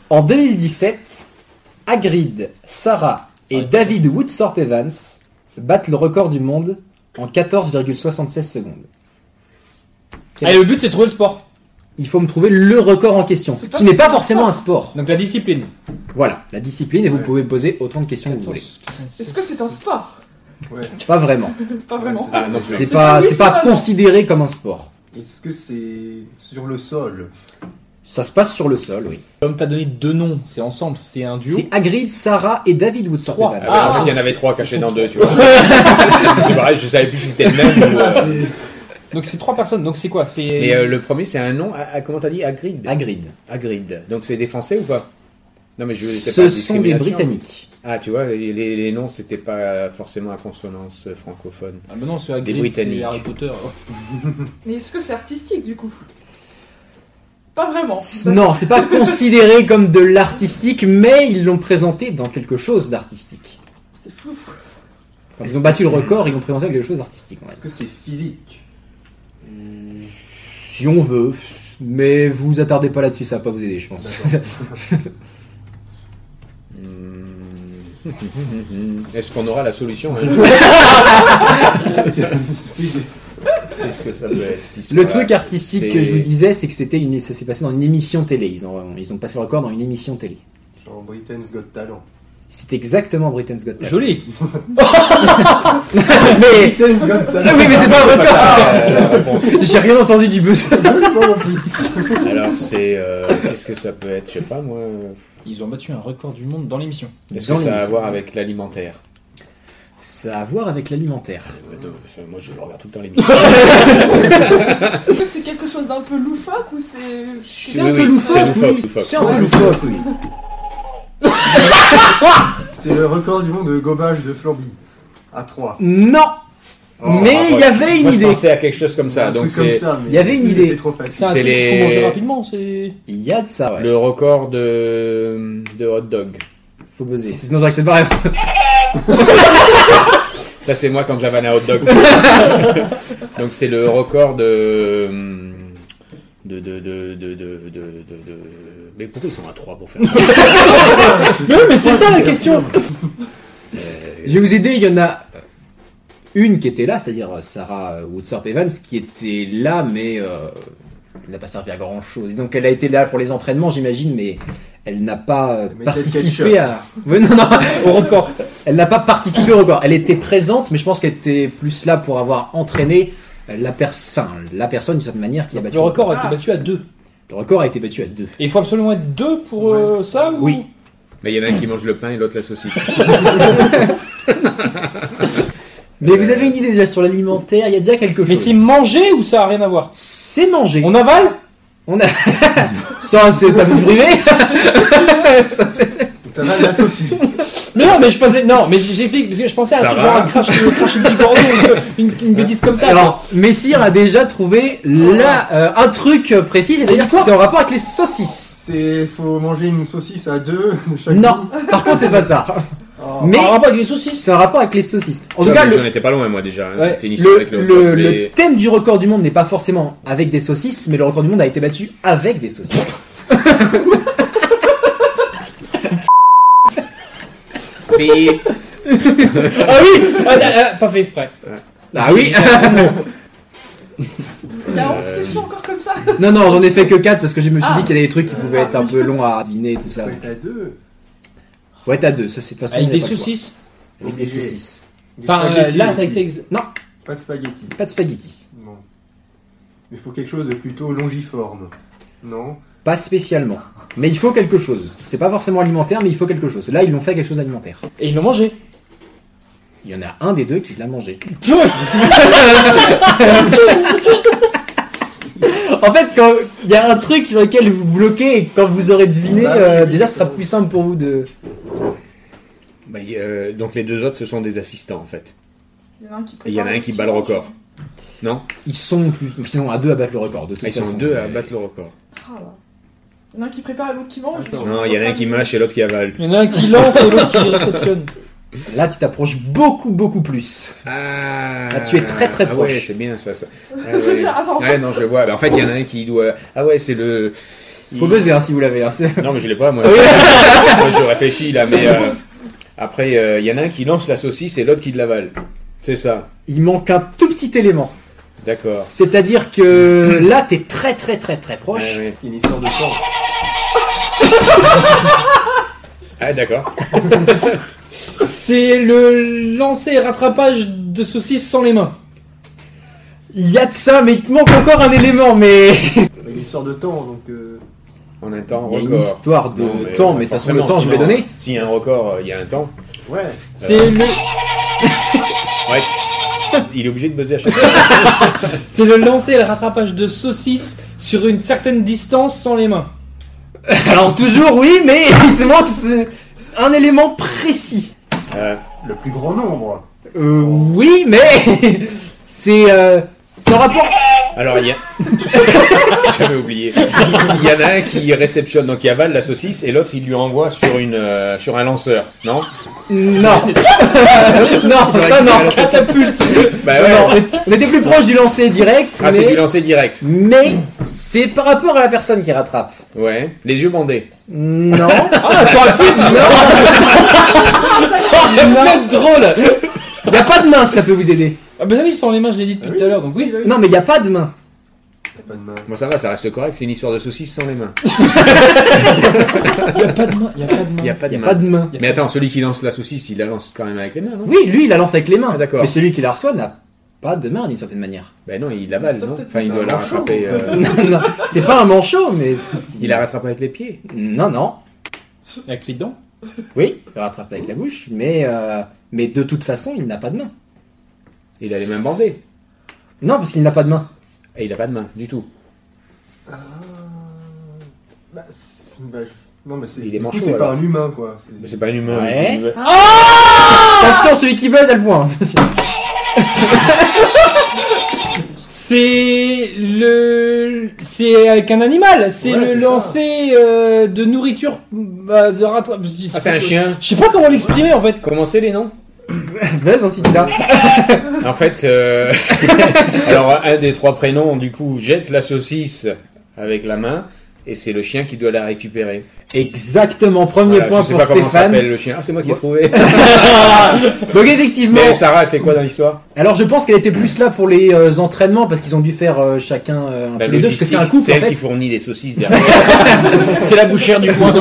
En 2017, Hagrid, Sarah et David Woodsorp Evans battent le record du monde en 14,76 secondes. Allez, le but c'est de trouver le sport. Il faut me trouver le record en question, ce qui n'est pas forcément un sport. Donc la discipline. Voilà, la discipline, et vous Ouais. pouvez poser autant de questions que vous voulez. Est-ce que c'est un sport Ouais. Pas vraiment. Pas vraiment. Ah, non plus. C'est pas, oui, c'est pas vraiment. considéré comme un sport. Est-ce que c'est sur le sol Ça se passe sur le sol, oui. Comme t'as donné deux noms, c'est ensemble, c'est un duo. C'est Hagrid, Sarah et David Woodsorp Trois. Evans. Ah, en fait, il y en avait trois cachés dans deux, tu vois. c'est pareil, je savais plus si c'était le même. ou, Ah, euh, c'est- Donc c'est trois personnes. Donc c'est quoi C'est Mais euh, le premier, c'est un nom. à- à- comment t'as dit Agrid Hagrid. Agrid. Donc c'est des Français ou pas Non, mais je c'est pas Ce sont des discrimination. Britanniques. Ah, tu vois, les, les noms, c'était pas forcément à consonance francophone. Ah bah non, c'est Hagrid, Des Britanniques. c'est Harry Potter. Oh, Mais est-ce que c'est artistique du coup Pas vraiment. Non, c'est pas considéré comme de l'artistique, mais ils l'ont présenté dans quelque chose d'artistique. Bah, C'est fou. Quand ils ont battu le record, ils l'ont présenté comme quelque chose d'artistique. on va Est-ce que c'est physique dire. Si on veut, mais vous attardez pas là-dessus, ça va pas vous aider, je pense. Hmm. Est-ce qu'on aura la solution un jour C'est- c'est- Qu'est-ce que ça peut être cette Le histoire-là truc artistique c'est- que je vous disais, c'est que c'était une, ça s'est passé dans une émission télé. Ils ont, ils ont passé le record dans une émission télé. Genre Britain's Got Talent. C'est exactement Britain's Got Talent. Joli. mais, Britain's Got Ah Talent oui, mais c'est pas un Pas record. ça, euh, la réponse. J'ai rien entendu du buzzer. Non, non plus. Alors c'est euh, qu'est-ce que ça peut être Je sais pas moi. euh, Ils ont battu un record du monde dans l'émission. Est-ce Dans que ça a à l'émission. voir avec l'alimentaire Ça a à voir avec l'alimentaire. Euh, non, enfin, Moi je le regarde tout le temps l'émission. Est-ce que c'est quelque chose d'un peu loufoque ou c'est. C'est un peu loufoque. C'est loufoque, oui. loufoque. C'est un peu Ouais, loufoque. oui. C'est le record du monde de gobage de Flamby. À 3. Non. mais il y avait une Oh, Moi, Je idée. pensais à quelque chose comme ça. un donc truc comme c'est ça, mais il y avait une c'était idée. trop facile. C'est un C'est truc les- qu'il faut manger rapidement, c'est. Il y a de ça, ouais. le record de de hot dog. Faut buzzer. Sinon, j'aurais que c'est pareil. Ça c'est moi quand j'avale un hot dog. donc c'est le record de hum, de de de de de de, de- de- Mais pourquoi ils sont à 3 pour faire ça Non, mais c'est ça la question. Euh, Je vais vous aider. Il y en a une qui était là, c'est-à-dire euh, Sarah euh, Woodsorp Evans, qui était là, mais euh, elle n'a pas servi à grand-chose. Donc, elle a été là pour les entraînements, j'imagine, mais elle n'a pas euh, Mais participé quel à. Ouais, non, non, au record. Elle n'a pas participé au record. Elle était présente, mais je pense qu'elle était plus là pour avoir entraîné la, pers- enfin, la personne d'une certaine manière qui a battu Le record a été Ah. battu à 2. Le record a été battu à deux. Et il faut absolument être 2 pour euh, ça ou- Oui. Mais il y en a un qui mange le pain et l'autre la saucisse. Mais vous avez une idée déjà sur l'alimentaire, il y a déjà quelque Mais chose. c'est manger ou ça a rien à voir c'est manger. On avale On a... ça, c'est tabou privé. ça, c'est... T'as mal la saucisse. Mais non, mais je pensais. Non, mais j- j'explique parce que je pensais à un truc genre Sarah. un crash, le crash du gorgon, une, une bêtise comme ça. Alors, Messire a déjà trouvé la, euh, un truc précis, c'est-à-dire que c'est en rapport avec les saucisses. C'est. Faut manger une saucisse à deux de chaque Non, par contre, c'est pas ça. Oh. Mais en rapport avec les saucisses. c'est un rapport avec les saucisses. En tout Non, cas, mais le, j'en étais pas loin moi déjà. hein. ouais, C'était une histoire le- avec le, le- les- le thème du record du monde n'est pas forcément avec des saucisses, mais le record du monde a été battu avec des saucisses. Ah oui Ah, ah, ah, Pas fait exprès. Ah oui Il y a 11 questions encore comme ça Non, non, j'en ai fait que 4 parce que je me suis Ah. dit qu'il y avait des trucs qui pouvaient être un peu longs à deviner et tout ça. Faut être à deux. Faut être à deux, ça c'est de toute façon. Avec il y a des pas le choix. saucisses. Avec des saucisses. Des Enfin, euh, spaghettis là, aussi. ça a été. ex- Non, Pas de spaghettis. pas de spaghettis. Non. Il faut quelque chose de plutôt longiforme. Non. Pas spécialement. Mais il faut quelque chose. C'est pas forcément alimentaire, mais il faut quelque chose. Là, ils l'ont fait quelque chose d'alimentaire. Et ils l'ont mangé. Il y en a un des deux qui l'a mangé. En fait, quand il y a un truc sur lequel vous bloquez, et quand vous aurez deviné, Bah oui, euh, oui, déjà, oui. ce sera plus simple pour vous de. Bah, y- euh, donc les deux autres, ce sont des assistants en fait. Il y en a un qui, Il y en a un qui bat le record. Non Ils sont plus, ils sont à deux à battre le record. De toute Ils façon. sont deux à battre le record. Ah, là. Il y en a un qui prépare et l'autre qui mange. Attends. Non, il y en a un qui mâche et l'autre qui avale. Il y en a un qui lance et l'autre qui réceptionne. Là, tu t'approches beaucoup, beaucoup plus. Ah, Ah, tu es très, très ah proche. ouais, c'est bien ça. ça. Ah, C'est ouais. bien, attends. Ouais, non, je vois. Bah, en fait, il y en a un qui doit. Ah ouais, c'est le. Faut Il- buzzer hein, si vous l'avez. hein, c'est- Non, mais je l'ai pas moi. Moi, je réfléchis là, mais euh, après, euh, il y en a un qui lance la saucisse et l'autre qui l'avale. C'est ça. Il manque un tout petit élément. D'accord. C'est-à-dire que là, t'es très, très, très, très proche. Ouais, ouais. Il y a une histoire de temps. Ah, d'accord. C'est le lancer et rattrapage de saucisses sans les mains. Il y a de ça, mais il te manque encore un élément. Mais Il y a une histoire de temps, donc. euh, On a un temps il y a record. une histoire de Non, mais, temps, euh, mais de toute façon, forcément, le temps, je vais sinon, donner. S'il y a un record, euh, il y a un temps. Ouais. C'est le, Ouais. Il est obligé de buzzer à chaque fois. c'est le lancer et le rattrapage de saucisses sur une certaine distance sans les mains. Alors toujours oui, mais il te manque ce- ce- un élément précis. Euh, Le plus grand nombre. Euh, oui, mais c'est euh, c'est en rapport. alors, il y a. J'avais oublié. Il y en a un qui réceptionne, donc il avale la saucisse, et l'autre il lui envoie sur, une, euh, sur un lanceur, non Non, non, ça non. Catapulte. Bah Non, ouais. non, on est- on était plus proche du lancer direct, Ah, c'est du mais, lancer direct. mais c'est par rapport à la personne qui rattrape. Ouais. Les yeux bandés. Non, Ah, ça aurait pu être non, ça aurait pu être Ah, drôle. y a pas de main, si ça peut vous aider. Ah bah non, oui, sans les mains, je l'ai dit depuis Ah oui. tout à l'heure, donc oui. Non, mais il n'y a pas de main. T'as pas de main. Bon, ça va, ça reste correct, c'est une histoire de saucisse sans les mains. Il n'y a pas de main, il n'y a pas de main. Il n'y a pas Il n'y de a main. pas de main. Y a Mais attends, celui qui lance la saucisse, il la lance quand même avec les mains, non Oui, lui, il la lance avec les mains. Ah, d'accord. Mais celui qui la reçoit n'a pas de main d'une certaine manière. Ben non, il l'avale, Ça, non peut-être Enfin, il c'est doit un la manchot. rattraper. euh, non, non, c'est pas un manchot, mais. c'est- Il la rattrape avec les pieds. Non, non. Avec les dents Oui, il rattrape avec la bouche, mais, euh, mais de toute façon, il n'a pas de main. Il a les mains bandées. Non, parce qu'il n'a pas de main. Et il a pas de main, du tout. Ah. Bah, c'est- bah, je- non, mais c'est. Il est Du coup, manchot, c'est alors. pas un humain, quoi. C'est- Mais c'est pas un humain. Ouais. il- Attention, celui qui buzz a le point. C'est le. C'est avec un animal, c'est Ouais, le c'est ça. lancer euh, de nourriture. bah, de rattrape. Ah, c'est un chien. Je sais pas comment l'exprimer en fait. Comment c'est les noms buzz ainsi qu'il a. En fait, euh, alors un des trois prénoms, du coup, jette la saucisse avec la main. Et c'est le chien qui doit la récupérer. Exactement, premier Voilà, point je sais pour pas comment Stéphane. s'appelle le chien. Ah, c'est moi qui l'ai trouvé. Donc effectivement, Mais Sarah, elle fait quoi dans l'histoire alors je pense qu'elle était plus là pour les euh, entraînements parce qu'ils ont dû faire euh, chacun euh, un peu La les deux parce que Ben, logistique, c'est un couple C'est en elle qui fait. fournit les saucisses derrière. C'est la bouchère du coin.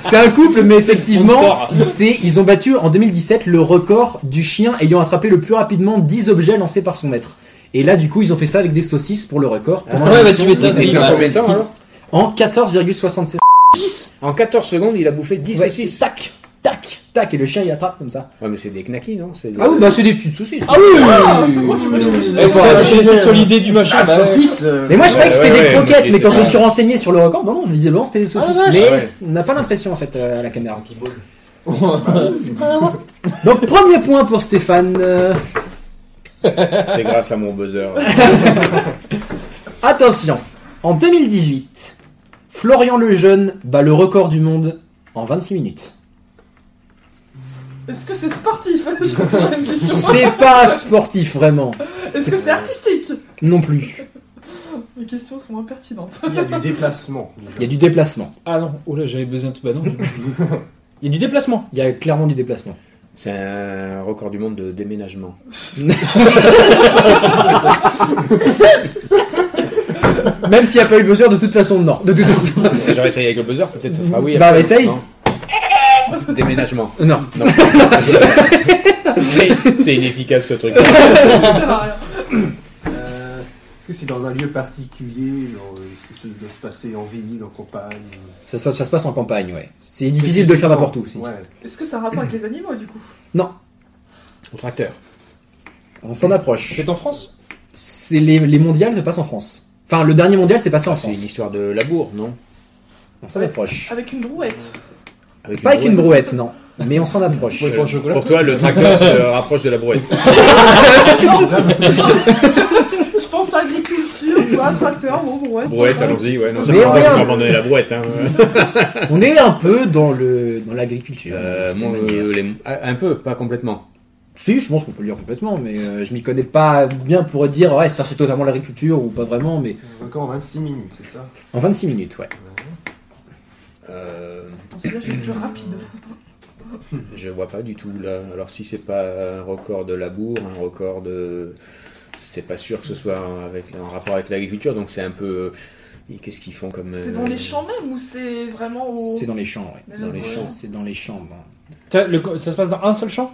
C'est un couple, mais effectivement, sponsor. c'est ils ont battu en 2017 le record du chien ayant attrapé le plus rapidement 10 objets lancés par son maître. Et là, du coup, ils ont fait ça avec des saucisses pour le record pendant Ah la ouais, bah, mission tu m'étonnes. Et des c'est Pays-Bas. en combien de temps alors en 14,76. En 14 secondes, il a bouffé 10 Ouais, c'est saucisses. tac, tac, tac, et le chien il attrape comme ça. Ouais, mais c'est des knackis, non C'est des- Ah oui, bah c'est des petites saucisses. Ah oui, oui, oui, Moi, je- moi, je- oui. C'est pas- J'ai été sur l'idée du machin. Ah, bah, ouais. saucisse euh, Mais moi je Ouais, croyais que c'était ouais, des ouais, croquettes, mais mais quand je me c'était- suis renseigné sur le record, non, non, visiblement c'était des saucisses. Ah, mais vache. on n'a pas l'impression en fait euh, à la caméra. Ah, Donc premier point pour Stéphane. Euh, C'est grâce à mon buzzer. attention, en 2018, Florian Lejeune bat le record du monde en 26 minutes. Est-ce que c'est sportif Je pense que j'aurais une question. C'est pas sportif vraiment, Est-ce que c'est artistique non plus. Les questions sont impertinentes. Il y a du déplacement. Il y a du déplacement, Ah non, oh là, j'avais besoin de tout. Bah non. du coup. Il y a du déplacement. il y a clairement du déplacement. C'est un record du monde de déménagement. Même s'il n'y a pas eu de mesure, de toute façon non. De toute façon, J'aurais essayé avec le buzzer, peut-être ça sera oui. Bah, après, essaye. non Déménagement. non. Non. C'est c'est inefficace ce truc. Bah, Ça sert à rien. Euh, Est-ce que c'est dans un lieu particulier genre, euh, Est-ce que ça doit se passer en ville, en campagne Ça, ça- ça se passe en campagne, ouais. C'est difficile de le faire n'importe où. c'est- Ouais. Est-ce que ça a rapport avec les animaux du coup Au tracteur. On s'en approche. C'est en France C'est les, les mondiales se passent en France. Enfin, le dernier mondial s'est passé en C'est une France. histoire de labour, non On s'en approche. Avec une brouette Pas avec Ah, une brouette, non. Mais on s'en approche. Ouais, pour le chocolat. Pour toi, le tracteur se rapproche de la brouette. Je pense à agriculture, quoi, tracteur, bon, brouette. Brouette, allons-y, ouais. Non, ça Mais va, on rien. va abandonner la brouette. Hein. On est un peu dans le dans l'agriculture. d'une Euh, certaine moi, manière. euh, les- ah, Un peu, pas complètement. Si, je pense qu'on peut le dire complètement, mais euh, je m'y connais pas bien pour dire ouais ça c'est totalement l'agriculture ou pas vraiment, mais C'est un record en 26 minutes, c'est ça en 26 minutes, ouais. Euh, On se dit, j'ai le plus rapide. Je vois pas du tout là. Alors si c'est pas un record de labour, un record de, c'est pas sûr que ce soit en- avec en rapport avec l'agriculture. Donc c'est un peu. et Qu'est-ce qu'ils font comme C'est euh, dans les champs même ou c'est vraiment au. Ah, C'est dans les champs, ouais. Oh. Mais C'est Dans non, les ouais. champs, c'est dans les champs. bon. T'as le co- Ça se passe dans un seul champ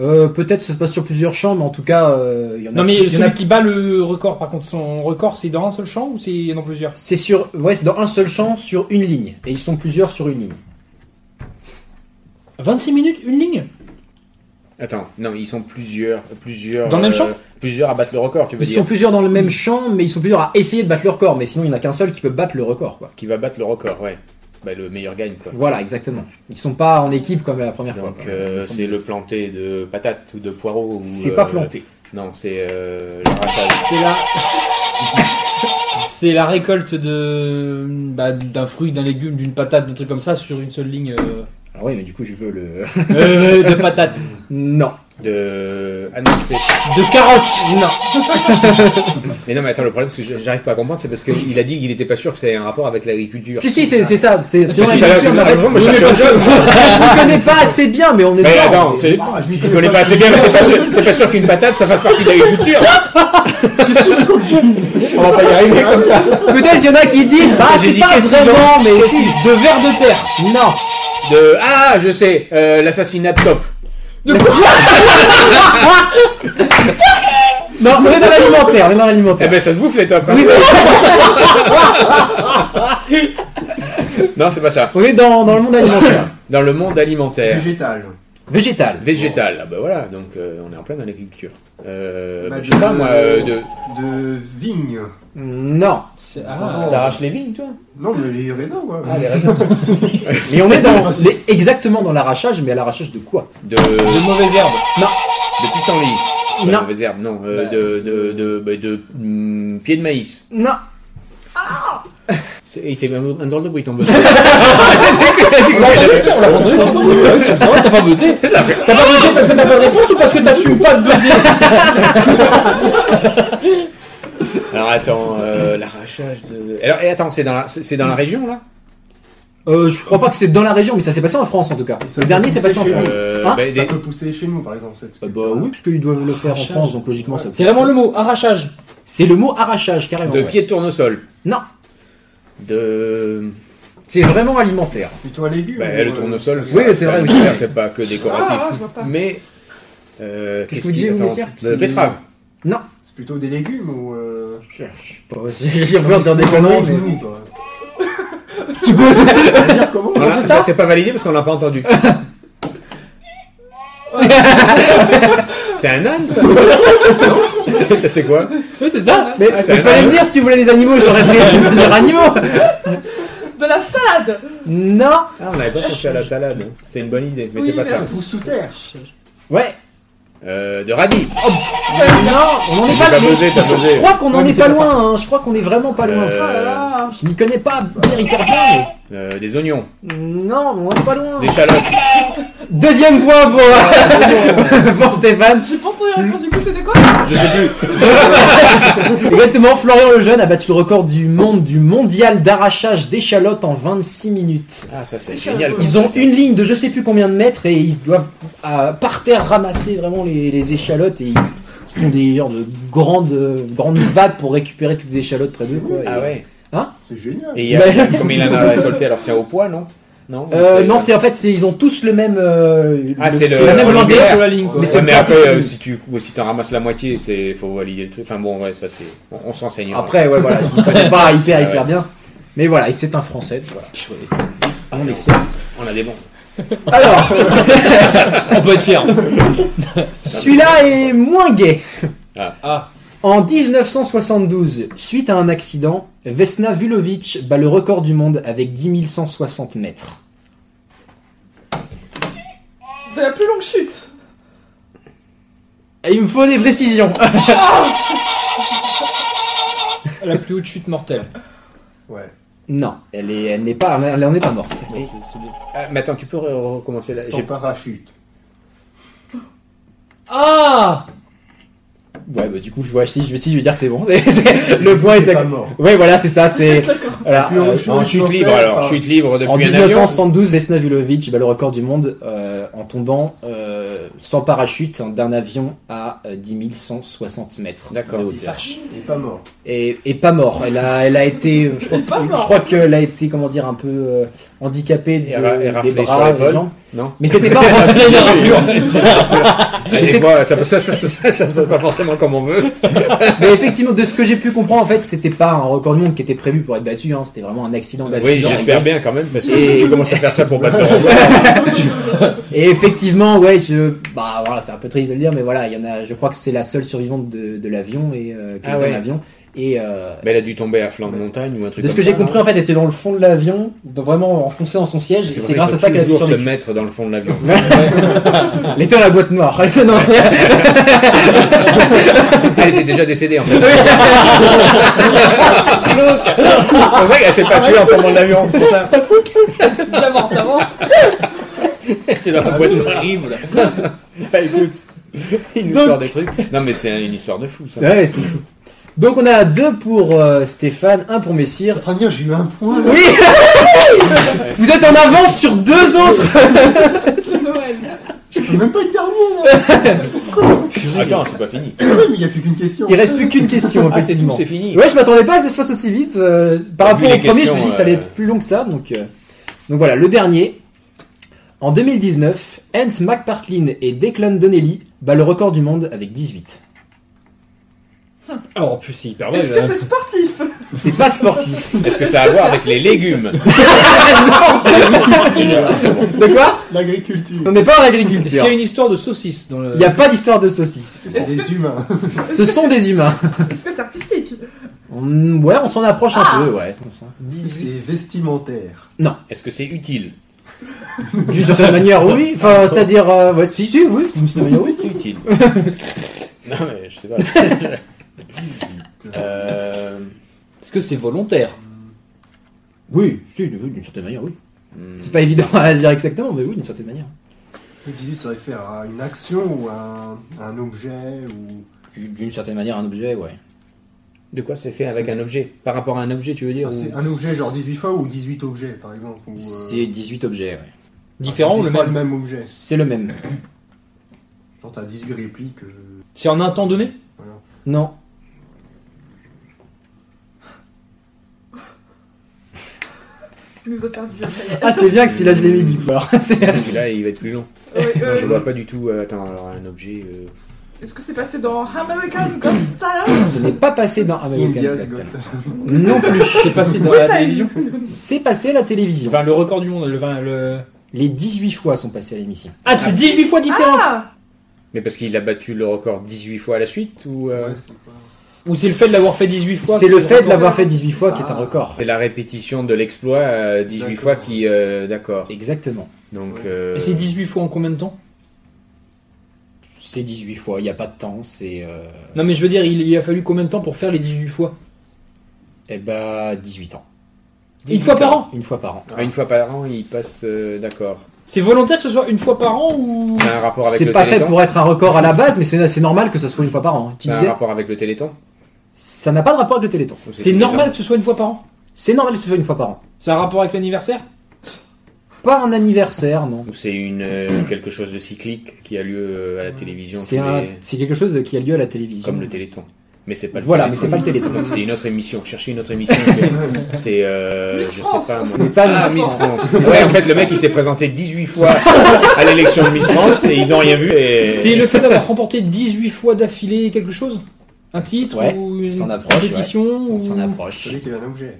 Euh, peut-être ça se passe sur plusieurs champs, mais en tout cas, euh, il y en a. Non, mais il y en a- celui qui bat le record, par contre, son record, c'est dans un seul champ ou c'est dans plusieurs C'est sur, ouais, c'est dans un seul champ sur une ligne, et ils sont plusieurs sur une ligne. 26 minutes, une ligne Attends, non, ils sont plusieurs, plusieurs. euh, Dans le même champ Plusieurs à battre le record. Tu veux Ils dire sont plusieurs dans le même champ, mais ils sont plusieurs à essayer de battre le record, mais sinon il n'y en a qu'un seul qui peut battre le record, quoi. qui va battre le record, ouais. Bah, le meilleur gagne quoi. Voilà, exactement. Ils sont pas en équipe comme la première fois. Donc quoi. euh, c'est le planté de patates ou de poireaux. ou, C'est pas euh, planté. Non, c'est euh, l'arrachage. C'est la... C'est la récolte de bah, d'un fruit, d'un légume, d'une patate, des Ah trucs comme ça sur une seule ligne euh, Alors oui, mais du coup je veux le. euh, de patates. non. de ah annexer. De carottes Non Mais non, mais attends, le problème, c'est que j'arrive pas à comprendre, c'est parce qu'il a dit qu'il était pas sûr que ça ait un rapport avec l'agriculture. Si, si, c'est c'est ça. C'est c'est Si, vrai, si, bien bah, sûr, mais en fait, bah, bah, moi, je oui, mais cherche parce autre chose. que Je ne connais pas assez bien, mais on est Mais dedans. attends, c'est- Ah, je m'y tu connais pas assez bien, mais t'es pas sûr, t'es pas sûr qu'une patate, ça fasse partie de l'agriculture. On va pas y arriver comme ça. Peut-être qu'il y en a qui disent, bah J'ai c'est dit, pas qu'est-ce qu'ils vraiment, mais si. De verre de terre. Non. De, ah, je sais, euh, l'assassinat de Top. Non, on est dans l'alimentaire, on est dans Eh l'alimentaire. ben, ça se bouffe les tops. hein. Oui, mais Non, c'est pas ça. on est dans, dans le monde alimentaire. Dans le monde Euh. alimentaire. Végétal. Végétal. Végétal, ah bah voilà, donc euh, on est en plein dans l'agriculture. Euh, Bah, bah, je sais pas de- moi, euh, de... De vigne. Non. Ah, T'arraches les vignes, toi Non, mais les raisins, quoi. Ah, Mais on est dans, mais exactement dans l'arrachage, mais à l'arrachage de quoi De... de De mauvaises herbes. pissenlit. Pas de Non. mauvaises herbes, non. Euh, de de, de, bah, de, hum, pied de maïs. Non. C'est- Il fait un, un drôle de bruit ton bœuf. On l'a entendu, on l'a entendu, t'as entendu. Ouais, c'est vrai, T'as pas buzzé T'as pas buzzé parce que t'as pas de réponse ou parce que t'assumes pas de buzzer Alors attends, euh, l'arrachage de... Alors et attends, c'est dans, la... c'est c'est dans la région là Euh, je crois pas que c'est dans la région, mais ça s'est passé en France en tout cas. Ça Le peut dernier s'est passé en pousser France. chez euh, Hein bah, Ça des- peut pousser chez nous, par exemple. Cette Euh, bah oui, parce qu'ils doivent le faire en France, donc logiquement ça. C'est vraiment le mot, hein. arrachage. C'est le mot arrachage carrément. De ouais. pied de tournesol. Non. De... C'est vraiment alimentaire. Plutôt à légumes. Bah, euh, le tournesol, ça- Oui, c'est vrai, oui. alimentaire, c'est pas que Ah, décoratif. je vois pas. Mais... Qu'est-ce que euh, vous Qu'est-ce qu'il disiez, vous, attends, messieurs de la Betterave. C'est plutôt des légumes ou. euh, Je sais pas aussi. J'ai peur de dire des conneries, des mais. genoux, quoi. Tu peux aussi- Dire comment Voilà, ça, c'est pas validé parce qu'on l'a pas entendu. c'est un âne, ça Non Ça, c'est quoi Ouais, c'est ça Mais Ah, c'est il fallait vrai. me dire si tu voulais les animaux, je t'aurais pris plusieurs animaux. De la salade Non. Ah, on n'avait pas pensé à la salade. hein. C'est une bonne idée, mais Oui, c'est pas mais ça. Ça pousse sous terre. Ouais. Euh, de radis. Non, on en est J'ai pas, pas mais- buzzé, t'as buzzé. Je crois qu'on en Ouais, mais est c'est pas pas ça. loin. hein. Je crois qu'on est vraiment pas loin. Oh là là. Je m'y connais pas bien hyper bien. Euh, des oignons, mais- Non, on en est pas loin. des chalotes. Deuxième point pour, pour Stéphane. J'ai pas Mmh. entendu la réponse du coup, c'était quoi Je sais plus. Exactement, Florian Lejeune a battu le record du monde du mondial d'arrachage d'échalotes en 26 minutes. Ah, ça, c'est génial. Ils ont une ligne de je sais plus combien de mètres et ils doivent euh, par terre ramasser vraiment les, les échalotes et ils font des genre de grandes, euh, grandes vagues pour récupérer toutes les échalotes près d'eux. quoi. Et- Ah ouais. C'est génial. Et il y a, comme il en a récolté, alors c'est au poids, non Non Euh, non, c'est en fait, c'est- ils ont tous le même. euh, Ah, c'est le- la même le longueur linéaire. sur la- ligne, Mais Mais, c'est mais pas après, possible. euh, si tu ou si t'en ramasses la moitié, c'est faut valider le truc. Enfin bon, ouais, ça c'est. On, on s'enseignera. Après, ouais, voilà, je ne connais pas hyper, Ah hyper ouais. bien. Mais voilà, et c'est un français, donc voilà. Ah, On est fiers. on a des bons. Alors, On peut être fier. celui-là est moins gay. Ah. En 1972, suite à un accident, Vesna Vulovic bat le record du monde avec 10 160 mètres. De la plus longue chute Et il me faut des précisions. La plus haute chute mortelle. Ouais. non, elle est- elle n'est pas, elle en est pas morte. Ah, mais attends, tu peux re- recommencer là Sans parachute. Ah Ouais, bah du coup, je vois si je, si, je vais dire que c'est bon. C'est- c'est- le point est. T'es pas à- mort. Ouais, voilà, c'est ça. C'est voilà. Puis on euh, chute. En chute libre alors, chute libre depuis En un avion. 1972, Vesna Vulovic bat le record du monde euh, en tombant euh, sans parachute d'un avion à euh, 10 160 mètres D'accord. de hauteur. Il est pas mort. Et, et pas mort. Elle a, elle a été, je crois, pas je mort. crois qu'elle a été, comment dire, un peu euh, handicapée de- Et ra- et des raflée sur bras, les des vols. jambes. Non. Mais c'était pas. Et Mais c'est- Ah, des fois, ça, ça, ça, ça- ça se passe pas forcément comme on veut. Mais effectivement, de ce que j'ai pu comprendre, en fait, c'était pas un record du monde qui était prévu pour être battu. hein. C'était vraiment un accident d'accident. Oui, j'espère bien quand même, parce que si Et- tu commences à faire ça pour battre le record, Et effectivement, ouais, je, bah voilà, c'est un peu triste de le dire, mais voilà, il y en a. Je crois que c'est la seule survivante de, de l'avion et euh, qui Ah était ouais. dans l'avion. Et euh, mais elle a dû tomber à flanc de montagne ou un truc de ce que comme j'ai ça, compris, non en fait, elle était dans le fond de l'avion, dans- vraiment enfoncée dans son siège. et pour C'est grâce à qu'il ça faut qu'elle a toujours se survécu. mettre dans le fond de l'avion. Elle était dans la boîte noire. Elle était dans- Elle était déjà décédée en fait. c'est pour ça qu'elle s'est pas tuée en hein. tombant de l'avion, c'est pour ça. Déjà mort avant Elle était dans la boîte. horrible Bah écoute. Il nous Donc- sort des trucs. Non, mais c'est une histoire de fou, ça. Ouais, c'est fou. Donc on a deux pour euh, Stéphane, un pour Messire. en train de dire, j'ai eu un point. là. Oui Vous êtes en avance sur deux autres C'est Noël. Je peux même pas être dernier, là. C'est quoi Attends, c'est pas fini. Ouais, mais il n'y a plus qu'une question. Il reste plus qu'une question, Ah, c'est tout, effectivement. c'est fini. ouais, je m'attendais pas à que ça se fasse aussi vite. euh, par Vu rapport au les premier, je me questions, dis que ça allait euh, être plus long que ça. Donc, euh, donc voilà, le dernier. En 2019, Hans McPartlin et Declan Donnelly battent le record du monde avec 18. Alors, en plus, c'est Ah hyper mal. Est-ce que c'est hein. sportif C'est pas sportif. Est-ce que ça a à voir avec les légumes De quoi L'agriculture. On n'est pas en Est-ce qu'il y agriculture. a une histoire de saucisse dans le. Il n'y a pas d'histoire de saucisse. C'est Est-ce des que- humains. Ce sont des humains. Est-ce que c'est artistique On- ouais, on s'en approche un peu, ouais. On s'en- C'est vestimentaire. Est-ce que c'est utile D'une certaine manière, oui. Enfin, c'est-à-dire, euh, ouais, si, si, oui. D'une certaine manière, oui. C'est utile. Non, mais je sais pas. Euh, Est-ce que c'est volontaire Oui, si, oui, d'une certaine manière, oui. hmm. C'est pas évident à dire exactement, mais oui, d'une certaine manière. Le 18 ça réfère à une action ou à un, un objet ou. D'une certaine manière, un objet, ouais. De quoi c'est fait avec un objet Par rapport à un objet, tu veux Ah, dire Enfin, Ah, c'est un objet genre 18 fois ou 18 objets par exemple ou, euh, C'est 18 objets, ouais. Différent ou 18 le fois même le même objet. C'est le même. Genre t'as 18 répliques. euh, C'est en un temps donné voilà. Non. Il nous a perdu. hein, ça y est. Ah, c'est bien que si là je l'ai mis du coup. alors, c'est- là, il va être plus long. Ouais, Non, je euh, vois pas du tout. euh, attends, alors un objet. euh, Est-ce que c'est passé dans American Gangster Ce n'est pas passé dans American India's Spectre. Got- Non plus. C'est passé dans la télévision C'est passé à la télévision. Enfin, le record du monde, le. enfin, le... Les 18 fois sont passés à l'émission. Ah, c'est 18 fois différentes Ah Mais parce qu'il a battu le record 18 fois à la suite ou euh, Ouais, c'est quoi Ou c'est le fait de l'avoir fait 18 fois C'est le fait de l'avoir l'avoir fait 18 fois qui est un Ah. record. c'est la répétition de l'exploit euh, 18 D'accord. fois qui. euh, D'accord. Exactement. Donc. Ouais. euh, Et c'est 18 fois en combien de temps C'est 18 fois, il n'y a pas de temps, c'est. euh, Non, mais je veux dire, il, il a fallu combien de temps pour faire les 18 fois Eh bah, 18 ans. Une fois par an Une fois par an. ah, Une fois par an, il passe. euh, D'accord. C'est volontaire que ce soit une fois par an ou. C'est un rapport avec C'est le pas fait téléthon Bah pour être un record à la base, mais c'est c'est normal que ce soit une fois par an. hein. Tu C'est un disais, rapport avec le téléthon ça n'a pas de rapport avec le téléthon. Ou tous C'est les normal que ce soit une fois par an C'est normal que ce soit une fois par an. C'est un rapport avec l'anniversaire Pas un anniversaire, non. ans Ou c'est une euh, quelque chose de cyclique qui a lieu euh, à la télévision C'est tous un- les- c'est quelque chose de- qui a lieu à la télévision. comme le téléthon. Mais c'est pas le Voilà, mais Téléthon. Ah, c'est pas le téléthon. Donc c'est une autre émission. Cherchez une autre émission. Ah, c'est euh, Miss je France. sais pas moi. Mais pas Ah, Miss Miss France. France. Ouais, en fait, le mec, il s'est présenté 18 fois à l'élection de Miss France et ils ont rien vu. Et... C'est le fait d'avoir remporté 18 fois d'affilée quelque chose Un titre Ouais, ou une s'en approche, compétition On ou- s'en Je approche. dis qu'il y avait un objet.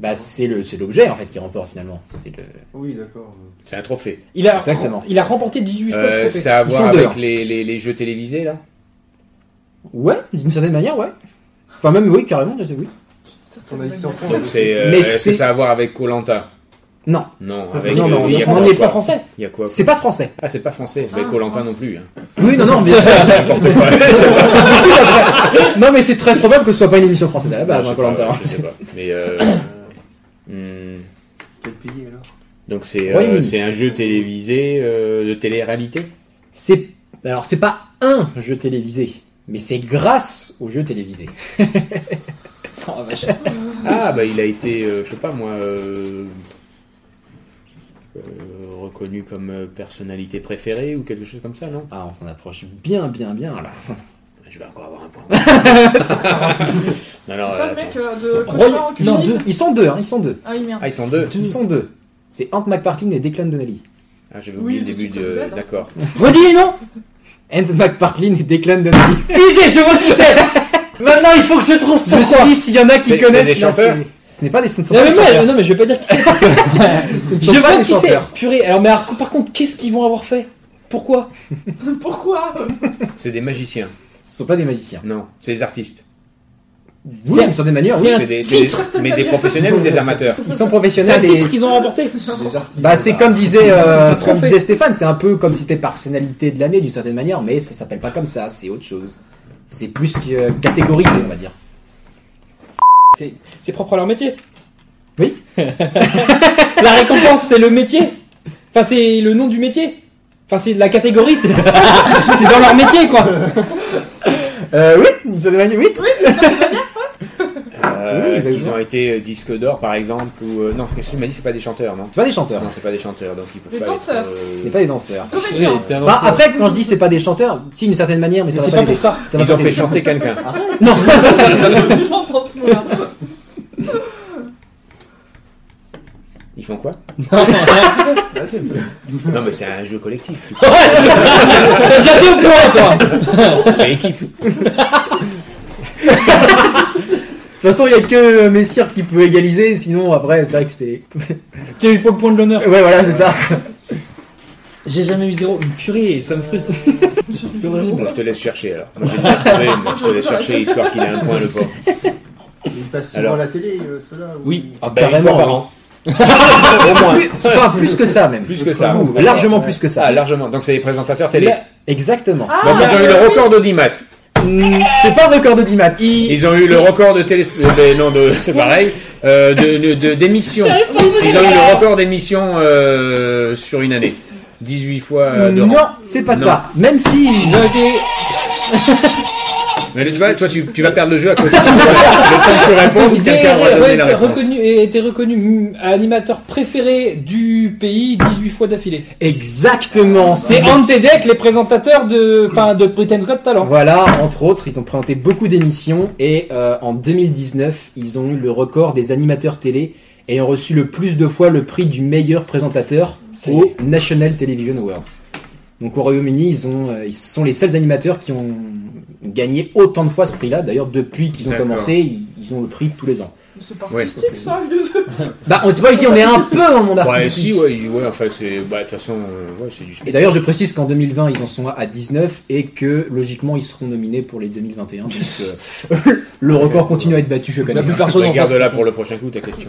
Bah, c'est le- c'est l'objet en fait qui remporte finalement. C'est le- Oui, d'accord. C'est un trophée. il, a, Exactement. il a remporté 18 fois le Euh, trophée. ça a à Ils voir sont deux, avec hein. les, les, les jeux télévisés là. Ouais, d'une certaine manière, ouais. Enfin, même oui, carrément, oui. Ton avis sur France, Donc c'est. euh, Mais Est-ce que c'est- ça a à voir avec Colanta Non, Non. Non, Avec, non, euh, non, il y a non, quoi on n'y est encore pas français. Il y a quoi C'est pas français. Ah, c'est pas français. Avec Ah, Colanta France. non plus. hein. Oui, non, non, bien sûr. N'importe quoi. C'est possible, après. Non, mais c'est très probable que ce soit pas une émission française à la base, je, hein, sais pas, Koh-Lanta. je sais pas. Mais. euh, hmm, quel pays alors Donc c'est Royaume-Uni. euh, c'est un jeu télévisé euh, de télé-réalité. C'est alors c'est pas un jeu télévisé, mais c'est grâce au jeu télévisé. Oh, vache. Ah bah il a été, euh, je sais pas moi, euh, euh, reconnu comme euh, personnalité préférée ou quelque chose comme ça, non Ah, on approche bien, bien, bien là. Je vais encore avoir un point. non, non, C'est euh, pas le attends. mec euh, de Roy- Cauchemar en Ils sont cuisine deux. Ils sont deux. hein, ils sont deux. Ah oui, merde. Ah ils sont deux. Ils sont deux. C'est Hank McPartlin et Declan Donnelly. Ah j'avais oublié Oui, le tout début de suite, vous de. êtes, hein. D'accord. Redis les noms. Hank McPartlin et Declan Donnelly. Pigé, je vois qui c'est Maintenant, il faut que je trouve Je me suis pourquoi. dit s'il y en a qui C'est- connaissent. c'est des là, chanteurs c'est- Ce n'est pas des. Ce ne sont Non pas mais, des moi, chanteurs. non, mais je vais pas dire qui c'est parce que Ce ne sont je pas vois des qui c'est. chanteurs. Purée, alors mais alors, par contre, qu'est-ce qu'ils vont avoir fait Pourquoi Pourquoi C'est des magiciens. Ce ne sont pas des magiciens. Non, c'est des artistes. Oui, d'une certaine manière, oui. C'est un C'est des, c'est titre, des- mais des professionnels ou des amateurs Ils sont C'est un professionnels et titre qu'ils ont remporté. Des artistes. Bah, c'est comme disait, euh, comme Trophée. disait Stéphane, c'est un peu comme si t'es personnalité de l'année d'une certaine manière, mais ça s'appelle pas comme ça, c'est autre chose. C'est plus que euh, catégorisé, on va dire. C'est c'est propre à leur métier. Oui. La récompense, c'est le métier. Enfin, c'est le nom du métier. Enfin, c'est la catégorie, c'est c'est dans leur métier, quoi. Euh, oui, d'une certaine manière, oui. Euh, Oui, Est-ce qu'ils exactement. ont été euh, disques d'or par exemple ou euh, non Parce que tu m'as dit c'est pas des chanteurs, non C'est pas des chanteurs, hein. Non, c'est pas des chanteurs, donc ils peuvent Des pas danseurs. être, euh, c'est pas des danseurs. J'ai Comédien. été un Enfin, enfant. après, quand je dis c'est pas des chanteurs, si d'une certaine manière, mais Mais ça va c'est pas pas aider. pour ça. Ça va Ils pas ont fait aider. chanter quelqu'un. Non, J'entends ce mot-là. Ils font quoi Ah, Non, mais c'est un jeu collectif. tu T'as déjà deux points, toi peux faire équipe. de toute façon, il y a que Messire qui peut égaliser, sinon après, c'est vrai que c'est. Tu as eu pour le point de l'honneur. Ouais, voilà, c'est ça. J'ai jamais eu zéro. Une purée, ça me frustre. Euh, C'est horrible. Bon, je te laisse chercher alors. Moi j'ai déjà trouvé, mais je te laisse chercher histoire qu'il ait un point le pauvre. Ils passent souvent Alors. à la télé, euh, ceux-là ou- Oui. Ah, Ben, une fois par an. Au moins. Plus, enfin, plus que ça, même. Plus que ça. Ouh, largement plus que ça. Bah, Ah, largement. Donc c'est les présentateurs télé. Là- Exactement. Donc ils ont eu le record d'audimat. Hmm, Ah. C'est pas un record de 10 maths. Ils ont eu le record de télé. euh, non, de... c'est pareil. Euh, de- de- de- d'émissions. Ils ont eu le record d'émissions euh, sur une année. 18 fois euh, de rang. Non, c'est pas Non. ça. Même si. Ils ont été. Mais tu vois, toi, tu, tu vas perdre le jeu à cause de ça. le temps que tu réponds, Ils quelqu'un va ont donner été la réponse. reconnus, et été reconnus mm, animateurs préférés du pays 18 fois d'affilée. Exactement. C'est Ante Deck, les présentateurs de, enfin, de Britain's Got Talent. Voilà, entre autres, ils ont présenté beaucoup d'émissions et euh, en 2019, ils ont eu le record des animateurs télé et ont reçu le plus de fois le prix du meilleur présentateur Ça y au National Television Awards. Donc au Royaume-Uni, ils, ont, euh, ils sont les seuls animateurs qui ont gagné autant de fois ce prix-là. D'ailleurs, depuis qu'ils ont D'accord. commencé, ils, ils ont le prix tous les ans. C'est pas Ouais. artistique ça, désolé. Bah, on ne sait pas, je dis, on est un peu dans le monde Ouais, artistique. si, ouais, il- ouais, enfin, c'est. Bah, de toute façon, euh, ouais, c'est du Et d'ailleurs, je précise qu'en 2020, ils en sont à 19 et que logiquement, ils seront nominés pour les 2021. Donc, euh, le record continue à être battu chaque La année. plus personne en Regarde face. là Bah, pour le prochain coup ta question.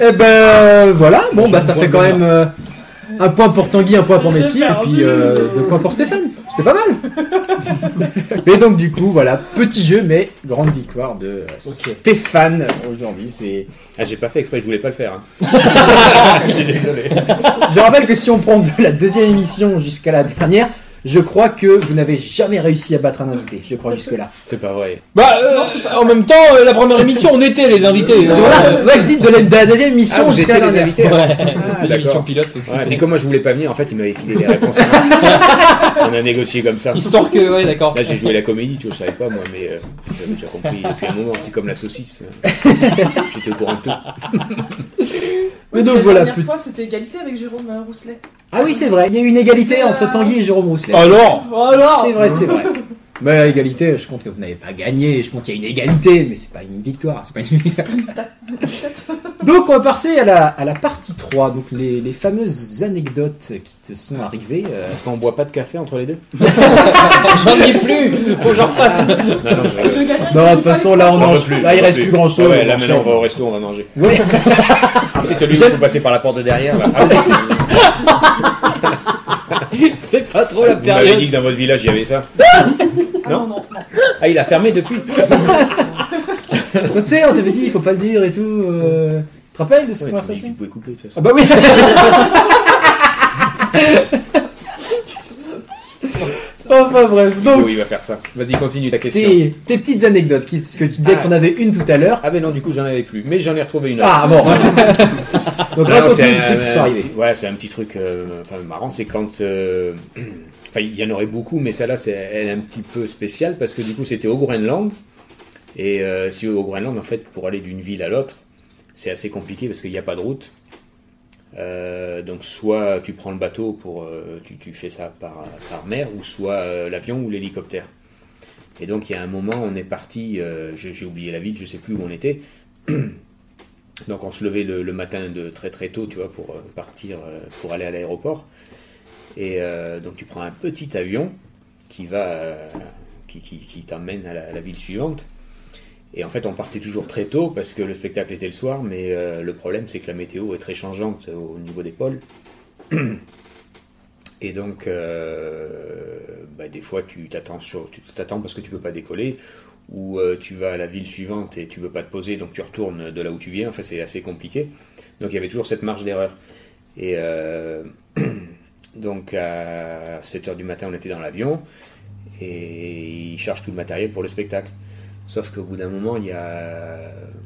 Et ben voilà, bon, bah ça Je fait quand vois même euh, un point pour Tanguy, un point pour J'ai Messi et perdu. puis euh, deux points pour Stéphane. C'était pas mal. et donc, du coup, voilà, petit jeu, mais grande victoire de euh, Stéphane aujourd'hui. C'est. Ah, j'ai pas fait exprès, je voulais pas le faire. hein. Je suis désolé. Je rappelle que si on prend de la deuxième émission jusqu'à la dernière, je crois que vous n'avez jamais réussi à battre un invité. Je crois jusque là. C'est pas vrai. Bah, euh, en même temps, euh, la première émission, on était les invités. C'est voilà, c'est vrai que je dis de la, de la deuxième Ah, émission vous jusqu'à étiez la les dernière. invités. hein. Ouais. Ah, L'émission d'accord. pilote, c'est Ouais, mais c'était- comme moi je voulais pas venir, en fait, il m'avait filé les réponses. On a négocié comme ça. Histoire que, ouais, d'accord. Là, j'ai joué la comédie, tu vois, je savais pas moi, mais euh, j'avais déjà compris. Et puis à un moment, c'est comme la saucisse. J'étais au courant de tout. Mais Ouais, donc la voilà, dernière petit- fois, c'était égalité avec Jérôme euh, Rousselet. Ah oui, c'est vrai, il y a eu une égalité entre Tanguy et Jérôme Rousselet. Alors, Oh c'est vrai, c'est vrai. Oh Mais à égalité, je compte que vous n'avez pas gagné, je compte qu'il y a une égalité, mais c'est pas une victoire, c'est pas une victoire. Donc on va passer à la, à la partie 3, donc les, les fameuses anecdotes qui te sont arrivées. euh. Est-ce qu'on boit pas de café entre les deux j'en ai plus. Faut que j'en refasse. Non, non, je rigole. Non, de toute façon, là, on J'en mange- veux plus, là, il j'en veux reste plus grand chose. Ouais, ouais, là maintenant on va au resto, on va manger. Oui, Ah, C'est celui où il faut passer par la porte de derrière. Là. Ah, C'est pas trop la vous m'avez période. dit que dans votre village il y avait ça. Ah non, non, non. Ah, il a fermé depuis. tu sais, on t'avait dit, il faut pas le dire et tout. euh, Tu te rappelles de cette Tu conversation pouvais couper de toute Ah façon. bah oui Enfin bref, donc Oui, il va faire ça. Vas-y, continue ta question. tes, tes petites anecdotes, qui- ce que tu disais Ah. que t'en avais une tout à l'heure. Ah, mais non, du coup, j'en avais plus. Mais j'en ai retrouvé une autre. Ah bon Donc Ah Non, raconte-nous c'est euh, les un- trucs qui te sont un arrivés. petit- Ouais, c'est un petit truc euh, enfin, marrant, c'est quand. euh, Enfin, il y en aurait beaucoup, mais celle-là, c'est elle est un petit peu spéciale parce que du coup, c'était au Groenland. Et euh, si au Groenland, en fait, pour aller d'une ville à l'autre, c'est assez compliqué parce qu'il n'y a pas de route. Euh, donc, soit tu prends le bateau pour. euh, tu, tu fais ça par, par mer, ou soit euh, l'avion ou l'hélicoptère. Et donc, il y a un moment, on est parti, euh, j'ai j'ai oublié la ville, je sais plus où on était. Donc on se levait le, le matin de très très tôt, tu vois, pour euh, partir, euh, pour aller à l'aéroport. Et euh, donc tu prends un petit avion qui va, euh, qui, qui- qui t'emmène à la, la ville suivante. Et en fait, on partait toujours très tôt parce que le spectacle était le soir, mais euh, le problème c'est que la météo est très changeante au niveau des pôles. Et donc, euh, bah, des fois, tu t'attends, sur- tu t'attends parce que tu peux pas décoller, ou euh, tu vas à la ville suivante et tu peux pas te poser, donc tu retournes de là où tu viens. Enfin, c'est assez compliqué. Donc, il y avait toujours cette marge d'erreur. Et euh, donc à 7h du matin, on était dans l'avion et ils chargent tout le matériel pour le spectacle. Sauf qu'au bout d'un moment, il y a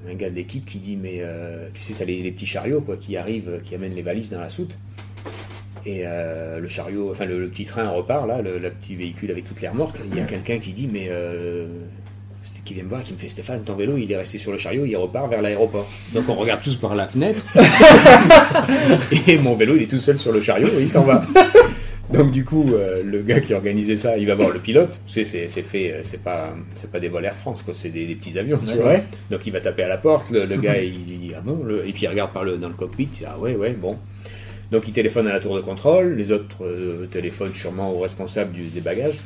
un gars de l'équipe qui dit Mais euh, tu sais, t'as les, les petits chariots quoi, qui arrivent, qui amènent les valises dans la soute. Et euh, le chariot, enfin le, le petit train repart, là, le, le petit véhicule avec toutes les remorques. Il y a quelqu'un qui dit Mais euh, c'est- qui vient me voir, qui me fait Stéphane, ton vélo, il est resté sur le chariot, il repart vers l'aéroport. Donc on regarde tous par la fenêtre. et mon vélo, il est tout seul sur le chariot et il s'en va. Donc du coup, euh, le gars qui organisait ça, il va voir le pilote. C'est c'est- c'est fait, euh, c'est pas c'est pas des vols Air France, quoi. C'est des, des petits avions, tu vois. Donc il va taper à la porte. Le, le gars, il lui dit ah bon. Le- et puis il regarde par le dans le cockpit. il dit, Ah ouais, ouais, bon. Donc il téléphone à la tour de contrôle. Les autres euh, téléphonent sûrement au responsable du, des bagages.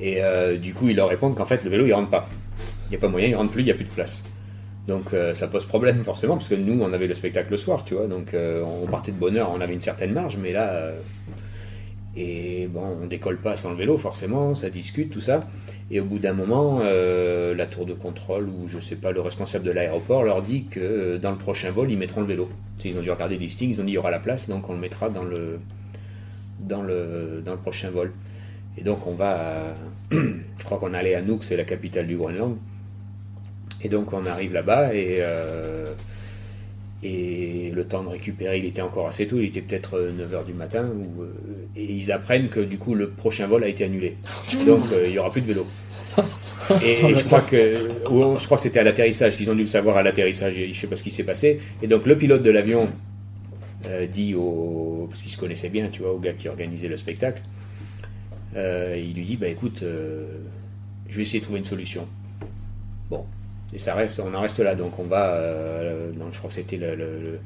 Et euh, du coup, ils leur répondent qu'en fait, le vélo, il rentre pas. Il n'y a pas moyen, il rentre plus, il n'y a plus de place. Donc euh, ça pose problème forcément, parce que nous, on avait le spectacle le soir, tu vois. Donc euh, on partait de bonne heure, on avait une certaine marge, mais là. euh, et bon, on décolle pas sans le vélo, forcément, ça discute, tout ça. Et au bout d'un moment, euh, la tour de contrôle ou je sais pas, le responsable de l'aéroport leur dit que euh, dans le prochain vol, ils mettront le vélo. Tu sais, Ils ont dû regarder les listings, ils ont dit il y aura la place, donc on le mettra dans le, dans le, dans le prochain vol. Et donc on va, à- je crois qu'on allait à Nuuk, c'est la capitale du Groenland. Et donc on arrive là-bas et euh, et le temps de récupérer, il était encore assez tôt, il était peut-être 9h du matin, ou, euh, et ils apprennent que du coup le prochain vol a été annulé. Donc euh, il n'y aura plus de vélo. Et je crois que, ou, je crois que c'était à l'atterrissage, qu'ils ont dû le savoir à l'atterrissage, et je ne sais pas ce qui s'est passé. Et donc le pilote de l'avion euh, dit au. parce qu'il se connaissait bien, tu vois, au gars qui organisait le spectacle, euh, il lui dit bah écoute, euh, je vais essayer de trouver une solution. Bon, et ça reste, on en reste là. Donc on va, euh, dans, je crois que c'était le, le- le-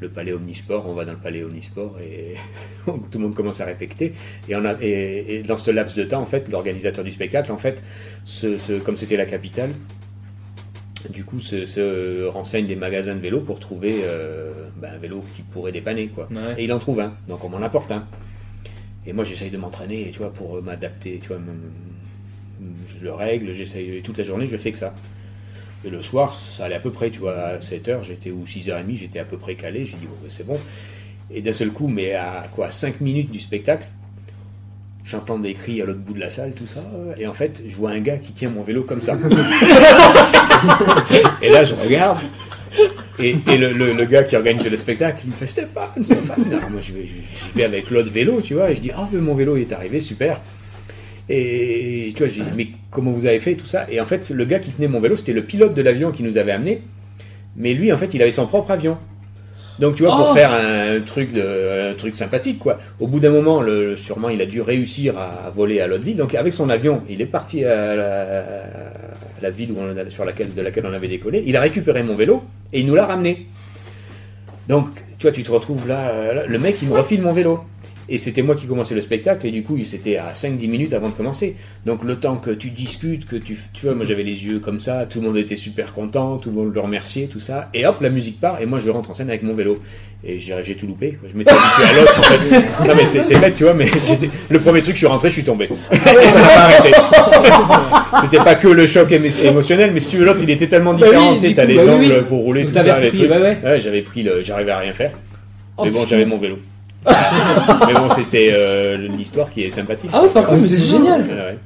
le palais Omnisport, on va dans le palais Omnisport et tout le monde commence à répéter. Et, on a, et, et dans ce laps de temps, en fait, l'organisateur du spectacle, en fait, se- se- comme c'était la capitale, du coup, se, se renseigne des magasins de vélos pour trouver euh, ben, un vélo qui pourrait dépanner. Quoi. Ouais. Et il en trouve un, donc on m'en apporte un. Et moi, j'essaye de m'entraîner, tu vois, pour euh, m'adapter, tu vois, me- me- je le règle, j'essaye, et toute la journée, je fais que ça. Et le soir, ça allait à peu près, tu vois, à 7h, j'étais, ou 6h30, j'étais à peu près calé, j'ai dit, bon, ben, c'est bon. Et d'un seul coup, mais à quoi, 5 minutes du spectacle, j'entends des cris à l'autre bout de la salle, tout ça, et en fait, je vois un gars qui tient mon vélo comme ça. et là, je regarde, et, et le, le- le gars qui organise le spectacle, il me fait Stéphane, Stéphane. Non, moi, je vais, je- j'y vais avec l'autre vélo, tu vois, et je dis, ah, mais mon vélo il est arrivé, super. Et tu vois, j'ai dit, mais comment vous avez fait tout ça Et en fait, c'est le gars qui tenait mon vélo, c'était le pilote de l'avion qui nous avait amené. Mais lui, en fait, il avait son propre avion. Donc, tu vois, pour faire un truc, de, un truc sympathique, quoi. Au bout d'un moment, le, sûrement, il a dû réussir à, à voler à l'autre ville. Donc, avec son avion, il est parti à la, à la ville où on a- sur laquelle, de laquelle on avait décollé. Il a récupéré mon vélo et il nous l'a ramené. Donc, tu vois, tu te retrouves là, euh, là, le mec, il me refile mon vélo. Et c'était moi qui commençais le spectacle, et du coup, c'était à 5-10 minutes avant de commencer. Donc, le temps que tu discutes, que tu. Tu vois, moi j'avais les yeux comme ça, tout le monde était super content, tout le monde le remerciait, tout ça. Et hop, la musique part, et moi je rentre en scène avec mon vélo. Et j'ai j'ai tout loupé, quoi. je m'étais habitué à l'autre. en fait. Non, mais c'est c'est bête, tu vois, mais j'étais- le premier truc, je suis rentré, je suis tombé. Ah Et ça m'a pas arrêté. C'était pas que le choc émo- émotionnel, mais si tu veux, l'autre, il était tellement Bah oui, différent, tu sais, du t'as coup, les bah oui, angles oui. pour rouler, Donc, tout t'avais ça, les repris, trucs. bah ouais. Ouais, j'avais pris le. J'arrivais à rien faire. Oh, mais bon, putain. j'avais mon vélo. mais bon, c'était euh, l'histoire qui est sympathique. Ah ouais, par contre, mais c'est génial. Ouais, ouais.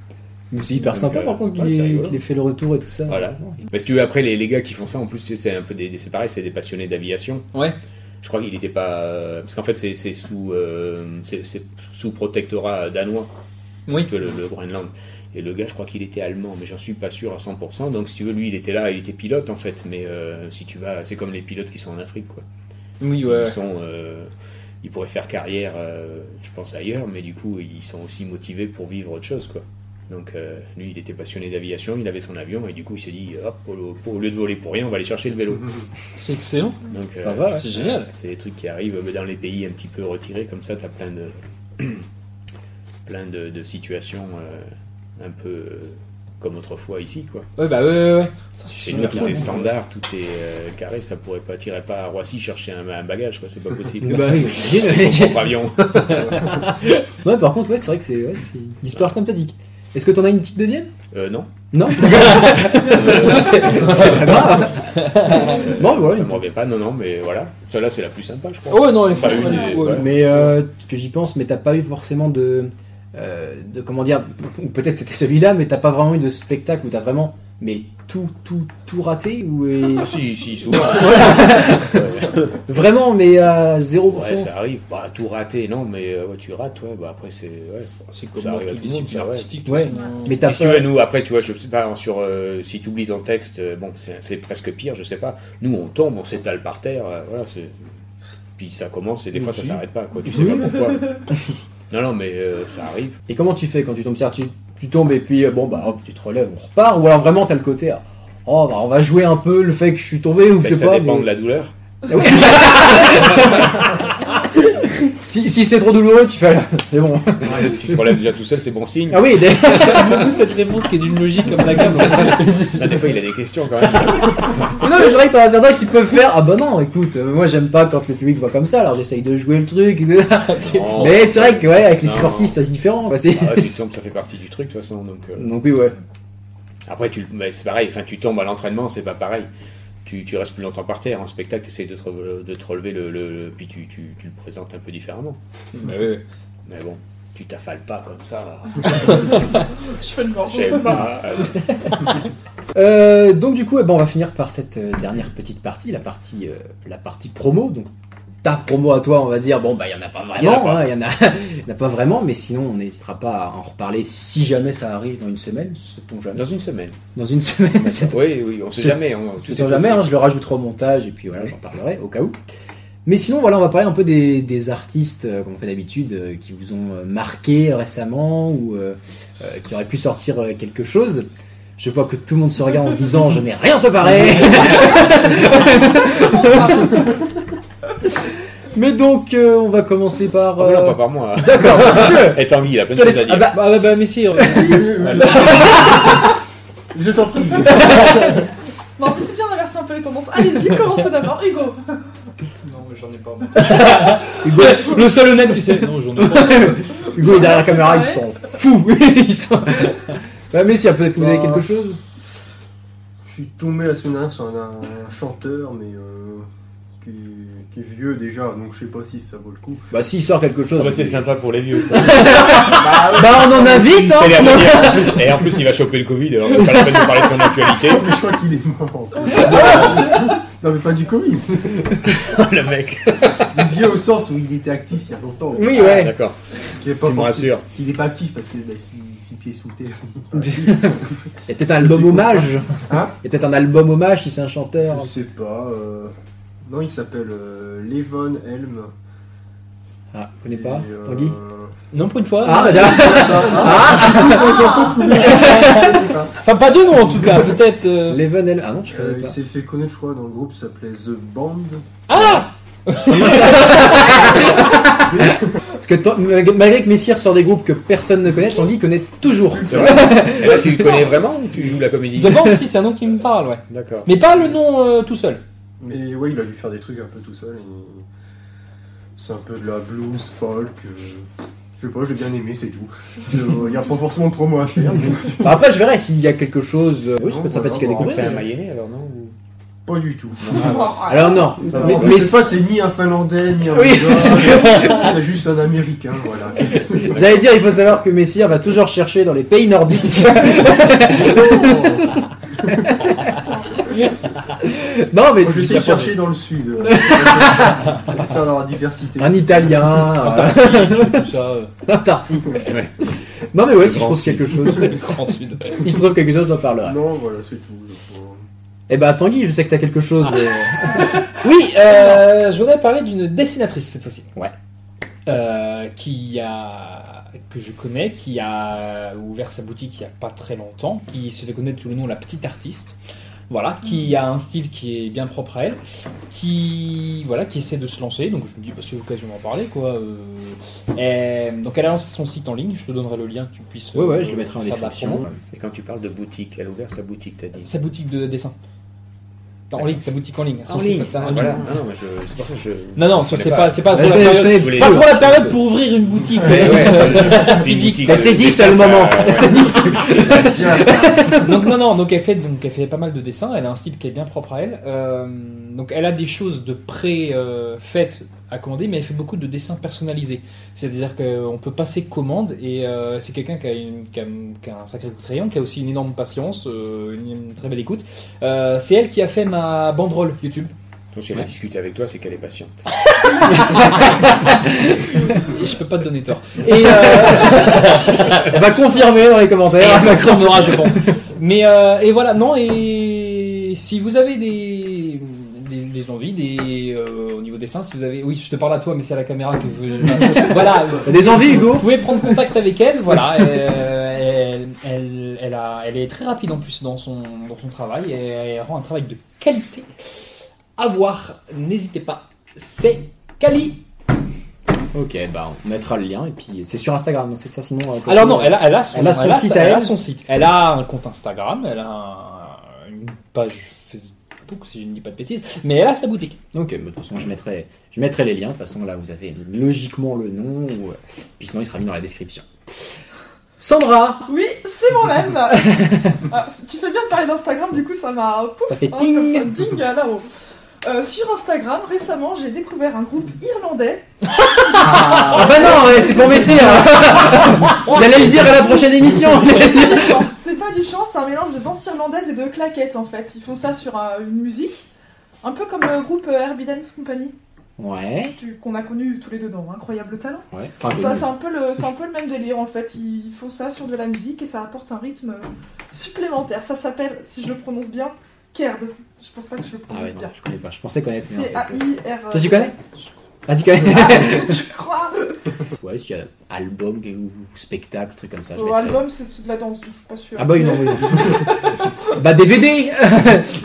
Mais c'est hyper Donc, sympa euh, par contre qu'il ouais, c'est ait, rigolo. qu'il ait fait le retour et tout ça. Voilà. Mais si tu veux, après, les, les gars qui font ça, en plus, tu sais, c'est un peu des, des- c'est pareil, c'est des passionnés d'aviation. Ouais. Je crois qu'il n'était pas. euh, parce qu'en fait, c'est c'est sous, euh, c'est- c'est sous protectorat danois. Oui. Tu vois, le, le Groenland. Et le gars, je crois qu'il était allemand, mais j'en suis pas sûr à 100%. Donc, si tu veux, lui, il était là, il était pilote, en fait. Mais euh, si tu vas, c'est comme les pilotes qui sont en Afrique, quoi. Oui, ouais. Ils sont. euh, ils pourraient faire carrière, euh, je pense, ailleurs, mais du coup, ils sont aussi motivés pour vivre autre chose, quoi. Donc, euh, lui, il était passionné d'aviation, il avait son avion, et du coup, il s'est dit, hop, au, au lieu de voler pour rien, on va aller chercher le vélo. C'est excellent. Donc, Mm-hmm. Ça euh, va, ouais. C'est génial. C'est des trucs qui arrivent mais dans les pays un petit peu retirés, comme ça, t'as plein de. plein de, de situations euh, un peu euh, comme autrefois ici, quoi. Ouais, bah ouais, ouais, ouais. Putain, C'est c'est nous, super tout carré. est standard, tout est euh, carré, ça pourrait pas, tirer pas à Roissy chercher un, un bagage, quoi, c'est pas possible. Bah, j'imagine. Son propre avion. Ouais, par contre, ouais, c'est vrai que c'est ouais, c'est une histoire sympathique. Est-ce que t'en as une petite deuxième Euh, non. Non C'est c'est pas grave. Non, mais voilà. ça me revient pas, non, non, mais voilà. Celle-là, c'est la plus sympa, je crois. Oh non, les Enfin, franchement, Bah, une du des- coup, ouais. euh, Mais euh, que j'y pense, mais t'as pas eu forcément de, euh, de comment dire, ou peut-être c'était celui-là, mais t'as pas vraiment eu de spectacle où t'as vraiment, mais tout, tout, tout raté ou et- Ah, si, si, souvent. vraiment, mais à 0%. Ouais, ça arrive. Bah, tout raté, non, mais euh, ouais, tu rates, ouais. Bah, après, c'est. Ouais. C'est Ça comme arrive à tout dans toute le monde, discipline ça, ouais. artistique. tout Ouais. ça, non. mais t'as Et si tu pas- veux, nous, après, tu vois, je sais pas, sur, euh, si tu oublies ton texte, euh, bon, c'est c'est presque pire, je sais pas. Nous, on tombe, on s'étale par terre, euh, voilà, c'est. Puis ça commence et des fois ça s'arrête pas, quoi. Tu sais pas pourquoi. Non, non, mais euh, ça arrive. Et comment tu fais quand tu tombes C'est-à-dire, tu, tu tombes et puis euh, bon bah hop, tu te relèves, on repart, ou alors vraiment t'as le côté, ah, oh bah on va jouer un peu le fait que je suis tombé ou Ben, je sais ça pas. dépend mais- de la douleur. Ah oui. si si c'est trop douloureux, tu fais, c'est bon. si tu te relèves déjà tout seul, c'est bon signe. Ah oui, d'ailleurs, J'aime beaucoup cette réponse qui est d'une logique comme la gamme. Bah, Là, des fois, il a des questions quand même. Mais non, mais c'est vrai que t'en as certains qui peuvent faire. Ah bah non, écoute, euh, moi j'aime pas quand le public voit comme ça, alors j'essaye de jouer le truc. Non. mais c'est vrai que ouais, avec les Oh. Non. sportifs, ça, Mm. c'est différent. quoi, c'est- Ah ouais, tu tombes, ça fait partie du truc, de toute façon. Donc, euh, Donc oui, ouais. Après, tu, mais c'est pareil, enfin, tu tombes à l'entraînement, c'est pas pareil. Tu, tu restes plus longtemps par terre. En spectacle, tu essayes de te, re- de te relever, le, le- le- puis tu, tu- tu le présentes un peu différemment. Mais bon, tu t'affales pas comme ça. Je fais le mort. J'aime pas. Euh, donc du coup, eh ben, on va finir par cette euh, dernière petite partie, la partie, euh, la partie promo. Donc ta promo à toi, on va dire. Bon bah il y en a pas Y en a vraiment, pas. hein, il y en a, il y en a pas vraiment. Mais sinon, on n'hésitera pas à en reparler si jamais ça arrive dans une semaine. Sait-on jamais Dans une semaine. Dans une semaine. c'est- Oui, oui, on sait C'est- jamais. On, Je sais jamais, hein, je le rajouterai au montage et puis voilà, j'en parlerai au cas où. Mais sinon, voilà, on va parler un peu des, des artistes, euh, comme on fait d'habitude, euh, qui vous ont euh, marqué récemment ou euh, euh, qui auraient pu sortir euh, quelque chose. Je vois que tout le monde se regarde en se disant Je n'ai rien préparé Mais donc, euh, on va commencer par. Ah, mais non, euh, pas par moi. D'accord, si tu veux. Et t'as envie, il a plein de Je te choses laisse- à ah dire. bah, Bah, bah, bah, mais si, euh, Je t'en prie. Non, mais c'est bien d'inverser un peu les tendances. Allez-y, commencez d'abord, Hugo. Non, j'en ai pas. moi. Hugo, Le seul honnête, tu sais. Non, j'en ai pas. Hugo est derrière la caméra, il s'en fout Il s'en- Bah, mais si, peut-être que vous avez quelque chose Je suis tombé la semaine dernière sur un, un chanteur, mais euh, qui, est- qui est vieux déjà, donc je sais pas si ça vaut le coup. Bah s'il sort quelque chose. Ah bah, c'est sympa pour les vieux. ça. Bah, Ah, on en invite Ça a l'air de hein dire, en plus- et en plus, il va choper le Covid, alors c'est pas la peine de parler de son actualité. Je crois qu'il est mort. en plus. non, mais pas du Covid. le mec. Ah, Il est vieux au sens où il était actif il y a longtemps. Oui Ah, ouais D'accord. Qu'il est pas Tu me forcé- rassures. Qu'il est pas actif parce que bah, six, six pieds sous terre. Il y a peut-être un album hommage. Hein Il y a peut-être un album hommage si c'est un Je chanteur. sais pas. euh, Non, il s'appelle euh, Levon Helm. Ah, je connais pas. Et, euh, Ah Tanguy Non, pour une fois. Ah bah tiens Enfin, pas de nom en tout cas, peut-être. euh. Leven L. Ah non, je Euh, connais il pas. s'est fait connaître, je crois, dans le groupe, ça s'appelait The Band. Ah Parce que tant- malgré que Messire sort des groupes que personne ne connaît, Tanguy connaît toujours. C'est vrai. Et là, tu le connais vraiment ou tu joues la comédie The Band, si, c'est un nom qui me parle, ouais. D'accord. Mais pas le nom euh, tout seul. Et ouais, il a dû faire des trucs un peu tout seul. et C'est un peu de la blues, folk. euh, Je sais pas, j'ai bien aimé, c'est tout. Euh, Il n'y a pas forcément de promo à faire, mais Bah, après je verrai s'il y a quelque chose. euh, Oui, ça peut être Non, bah, sympathique à voilà, C'est un découvrir. Mayennais alors, non ou- pas du tout. Alors non. Non, Mais, en mais plus, c'est pas, c'est ni un Finlandais, ni un Oui. Bulgare, c'est juste un Américain, voilà. j'allais dire, il faut savoir que Messire va toujours chercher dans les pays nordiques. non mais Moi, je sais chercher dans le sud. euh, C'est dans la diversité. un Italien, un Tout ça, euh, Antarctique. Ouais. Non mais ouais, Le si je Grand trouve Sud. quelque chose, le Grand Sud. si je trouve quelque chose, j'en parlera. Non, voilà, c'est tout. Donc, euh, Eh ben Tanguy, je sais que t'as quelque chose. euh, Oui, euh, je voudrais parler d'une dessinatrice cette fois-ci. Ouais. Euh, qui a que je connais, qui a ouvert sa boutique il y a pas très longtemps, qui se fait connaître sous le nom la petite artiste. Voilà, Mm. qui a un style qui est bien propre à elle, qui voilà, qui essaie de se lancer. Donc je me dis, bah, c'est l'occasion d'en parler quoi. euh. Et donc elle a lancé son site en ligne. Je te donnerai le lien que tu puisses. Ouais ouais, euh, je le mettrai en faire de la description. promo. Et quand tu parles de boutique, elle a ouvert sa boutique, t'as dit. Sa boutique de dessin. en ligne, sa boutique en ligne. En ligne. Voilà, Ah non, non, mais je, c'est pour ça que je. Non, non, ça, je c'est connais pas, c'est pas Mais trop la je connais- je période. connais- c'est je Pas connais. trop la période pour ouvrir une boutique. Mais Eh ouais, je- Physique. physique, Bah, c'est euh, 10 ça, à le ça- moment. C'est 10. donc non, non, donc elle fait, donc elle fait pas mal de dessins. Elle a un style qui est bien propre à elle. Euh, donc elle a des choses de pré euh, faites à commander, mais elle fait beaucoup de dessins personnalisés. C'est-à-dire qu'on peut passer commande et euh, c'est quelqu'un qui, a une- qui a- qui a un sacré coup de crayon, qui a aussi une énorme patience, euh, une, une très belle écoute. Euh, c'est elle qui a fait ma banderole YouTube. Donc, si elle a discuté avec toi, c'est qu'elle est patiente. Et je peux pas te donner tort. Et euh, Elle va confirmer dans les commentaires. Elle confirmera, je pense. Mais euh, et voilà, non, et si vous avez des, des, des envies, des, euh, au niveau dessin, si vous avez. Oui, je te parle à toi, mais c'est à la caméra que je. voilà, T'as des envies, vous Hugo pouvez prendre contact avec elle, voilà. euh, elle, elle, elle a, elle est très rapide en plus dans son, dans son travail et elle rend un travail de qualité. À voir, n'hésitez pas, c'est Kali. Ok, bah on mettra le lien et puis c'est sur Instagram, c'est ça sinon. euh, quand Alors on- non, elle a, elle a son, Elle a son site à elle. a elle. son site. Elle a un compte Instagram, elle a un- une page Facebook, si je ne dis pas de bêtises, mais elle a sa boutique. Ok, mais de toute façon, je mettrai, je mettrai les liens. De toute façon, là, vous avez logiquement le nom, ou... euh, puis sinon, il sera mis dans la description. Sandra, Oui, c'est moi-même. Ah, tu fais bien de parler d'Instagram, du coup ça m'a pouf, Ça fait hein, ting. comme ça, ding euh, là-haut. Euh, sur Instagram, récemment, j'ai découvert un groupe irlandais. Ah bah non, ouais, c'est pour Messé hein. Il allait le dire à la prochaine émission C'est pas du chant, C'est pas du chant, c'est un mélange de danse irlandaise et de claquettes en fait. Ils font ça sur euh, une musique, un peu comme le groupe euh, Herbie Dance Company, Ouais, tu- qu'on a connu tous les deux dans Incroyable Talent. ouais. Enfin, Ça, c'est un, peu le, c'est un peu le même délire en fait. Ils font ça sur de la musique et ça apporte un rythme euh, supplémentaire. Ça s'appelle, si je le prononce bien, Kerd. Je pense pas que je le Ah prononce ouais, non, bien. je connais pas, je pensais connaître, mais en C'est fait, c'est- A-I-R. Toi, tu connais Ah, tu connais Je crois. Ouais, s'il y a album ou spectacle, truc comme ça, je Au mettrai. album, c'est c'est de la danse, je suis pas sûre. Ah bah oui, non, Mais- oui. bah DVD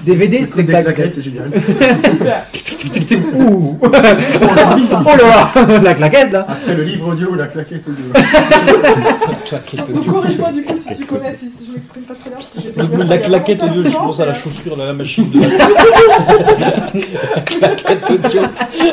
DVD, Des spectacle. claquettes, c'est génial. Super. Ouh Oh là là La claquette, là Après le livre audio ou la claquette audio. Claquette Donc, corrige-moi du coup si tu connais, si si je m'exprime pas très bien. parce que j'ai pas joué à ça La il y a claquette longtemps, audio, je pense à la mais- chaussure, là, la machine de la claquette audio.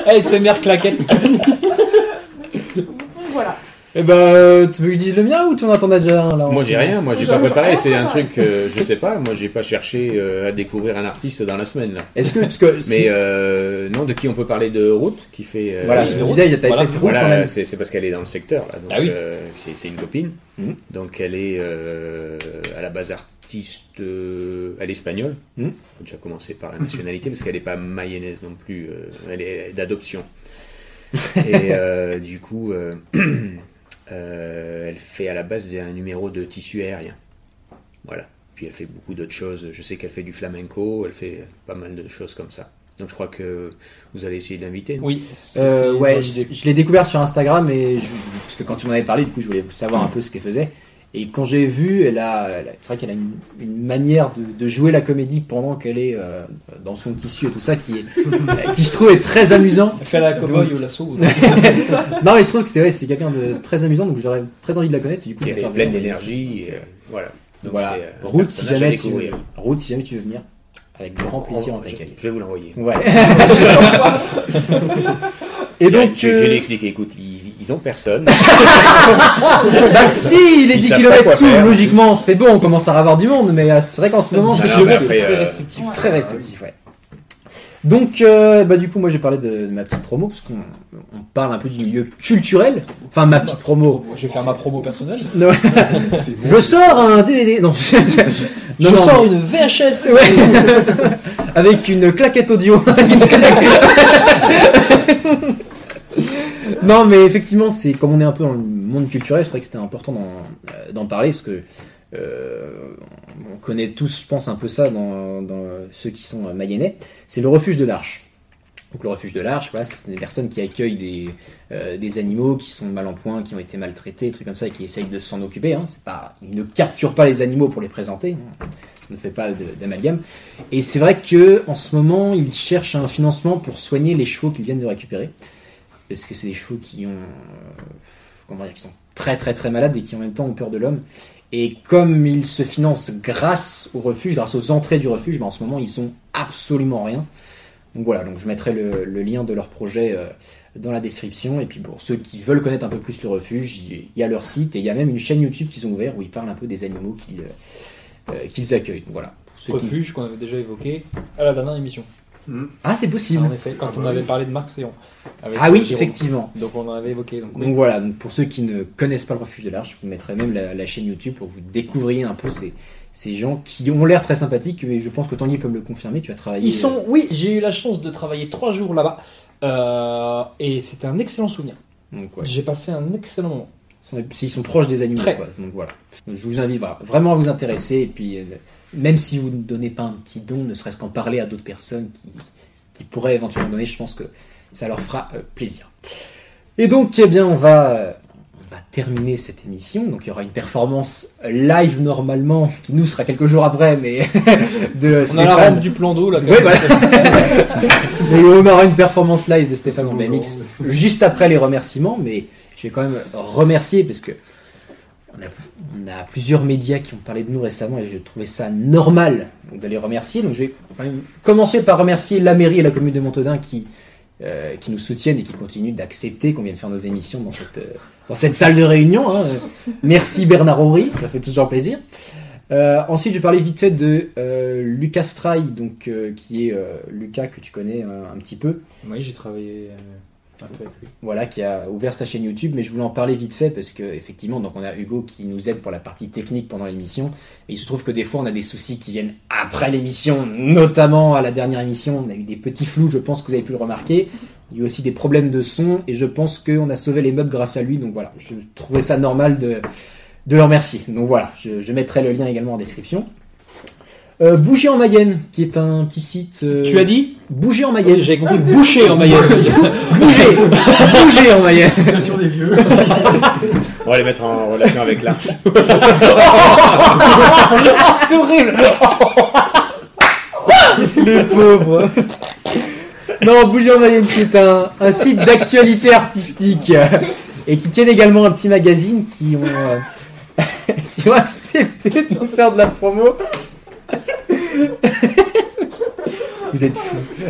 ASMR claquette. Donc, Voilà. Eh ben, tu veux que je dise le mien ou tu en attendais déjà hein, un, là en Moi ce j'ai moment rien, moi j'ai J'ai- pas j'ai rien préparé, c'est un préparé. truc, euh, je sais pas, moi j'ai pas cherché euh, à découvrir un artiste dans la semaine là. Est-ce que, parce que, Mais si- euh, non, de qui on peut parler de Ruth qui fait. euh, voilà, euh, je de disais, il y a ta voilà, tête rouge quand voilà, euh, même. c'est c'est parce qu'elle est dans le secteur là. Donc, Ah oui. euh, c'est c'est une copine. Mhm. Donc elle est euh, à la base artiste, euh, elle est espagnole. Mhm. Faut déjà commencer par la nationalité parce qu'elle n'est pas mayonnaise non plus, euh, elle est d'adoption. Et euh, du coup, euh, euh, elle fait à la base un numéro de tissu aérien. Voilà. Puis elle fait beaucoup d'autres choses. Je sais qu'elle fait du flamenco, elle fait pas mal de choses comme ça. Donc je crois que vous allez essayer de l'inviter. non Oui. Euh, c'était ouais, dans je, l'idée. je l'ai découvert sur Instagram et je- parce que quand tu m'en avais parlé, du coup, je voulais savoir un peu ce qu'elle faisait. Et quand j'ai vu, elle a, elle a- c'est vrai qu'elle a une, une manière de, de jouer la comédie pendant qu'elle est euh, dans son tissu et tout ça, qui, est, qui je trouve est très amusant. Elle fait la cowboy au lasso. ou- Non, mais je trouve que c'est ouais, c'est quelqu'un de très amusant, donc j'aurais très envie de la connaître. Du coup, qui je vais est faire pleine venir. d'énergie. et, euh, voilà. Donc Voilà. c'est, euh, un Ruth, si personnage à jamais tu, découvrir. Ruth, si jamais tu veux venir, avec grand plaisir, On- on t'accueille. Oh, Je vais vous l'envoyer. Ouais. et donc, je, je euh, l'ai expliqué. Écoute, ils, ils ont personne. Bah si, les Ils 10 savent pas km quoi s'ouvrent, faire. logiquement, c'est bon, on commence à avoir du monde, mais euh, c'est vrai qu'en ce moment, Non, c'est non, le mais monde, après, c'est très euh, restrictif. Ouais. Très restrictif, ouais. Donc, euh, bah, du coup, moi j'ai parlé de, de ma petite promo, parce qu'on on parle un peu du milieu culturel. Enfin, ma petite promo. Je vais faire ma promo personnelle. Non, C'est bon. je sors un DVD. Non, je sors mais- une VHS. Ouais. Avec une claquette audio. Une claque. non, mais effectivement, c'est comme on est un peu dans le monde culturel, c'est vrai que c'était important d'en- euh, d'en parler parce que euh, on connaît tous, je pense, un peu ça dans, dans ceux qui sont euh, mayennais. C'est le refuge de l'Arche. Donc le refuge de l'Arche, voilà, c'est des personnes qui accueillent des, euh, des animaux qui sont mal en point, qui ont été maltraités, des trucs comme ça, et qui essayent de s'en occuper. Hein. C'est pas, ils ne capturent pas les animaux pour les présenter. hein. On ne fait pas de- d'amalgame. Et c'est vrai que en ce moment, ils cherchent un financement pour soigner les chevaux qu'ils viennent de récupérer, parce que c'est des chevaux qui ont, euh, comment dire, qui sont très très très malades et qui en même temps ont peur de l'homme. Et comme ils se financent grâce au refuge, grâce aux entrées du refuge, bah, en ce moment ils ont absolument rien. Donc voilà, donc je mettrai le, le lien de leur projet euh, dans la description. Et puis pour ceux qui veulent connaître un peu plus le refuge, il y a leur site et il y a même une chaîne YouTube qu'ils ont ouvert où ils parlent un peu des animaux qu'ils euh, qu'ils accueillent. Donc voilà. Pour ceux qui- Refuge qu'on avait déjà évoqué à la dernière émission. Ah, c'est possible. En effet, quand on avait parlé de Marc Séon. avec Ah oui, Jérôme. effectivement. Donc on en avait évoqué. Donc, oui. Donc voilà, donc pour ceux qui ne connaissent pas le refuge de l'Arche, je vous mettrai même la, la chaîne YouTube pour vous découvrir un peu ces, ces gens qui ont l'air très sympathiques, mais je pense que Tanguy peut me le confirmer, tu as travaillé. Ils sont, oui, j'ai eu la chance de travailler trois jours là-bas. Euh, et c'était un excellent souvenir. euh, Donc, ouais. J'ai passé un excellent moment. Ils sont, ils sont proches des animaux. Très. quoi. Donc voilà. Je vous invite voilà, vraiment à vous intéresser. Et puis, euh, même si vous ne donnez pas un petit don, ne serait-ce qu'en parler à d'autres personnes qui, qui pourraient éventuellement donner, je pense que ça leur fera euh, plaisir. Et donc, eh bien, on va, euh, on va terminer cette émission. Donc, il y aura une performance live normalement, qui nous sera quelques jours après, mais de On a la rampe Stéphane. du plan d'eau là. Ouais, bah. voilà. Et on aura une performance live de Stéphane en BMX juste après les remerciements, mais je vais quand même remercier parce que on a, on a plusieurs médias qui ont parlé de nous récemment et je trouvais ça normal de les remercier. Donc je vais quand même commencer par remercier la mairie et la commune de Montaudin qui, euh, qui nous soutiennent et qui continuent d'accepter qu'on vienne faire nos émissions dans cette, euh, dans cette salle de réunion. hein. Merci Bernard Horry, ça fait toujours plaisir. Euh, ensuite, je parlais vite fait de euh, Lucas Stray, donc euh, qui est euh, Lucas que tu connais euh, un petit peu, Oui, j'ai travaillé euh, un peu avec lui. voilà, qui a ouvert sa chaîne YouTube, mais je voulais en parler vite fait parce que effectivement, donc on a Hugo qui nous aide pour la partie technique pendant l'émission, et il se trouve que des fois on a des soucis qui viennent après l'émission, notamment à la dernière émission, on a eu des petits flous, je pense que vous avez pu le remarquer, il y a eu aussi des problèmes de son, et je pense qu'on a sauvé les meubles grâce à lui, donc voilà, je trouvais ça normal de, de le remercier. Donc voilà, je, je mettrai le lien également en description. Euh, Bouger en Mayenne, qui est un petit site. euh, Tu as dit Bouger en Mayenne. J'avais compris boucher en Mayenne. Bouger Bouger en Mayenne Association des vieux. On va les mettre en relation avec l'arche. C'est horrible Les pauvres Non, Bouger en Mayenne, qui est un, un site d'actualité artistique et qui tiennent également un petit magazine qui ont, euh, qui ont accepté de nous faire de la promo. Vous êtes fous.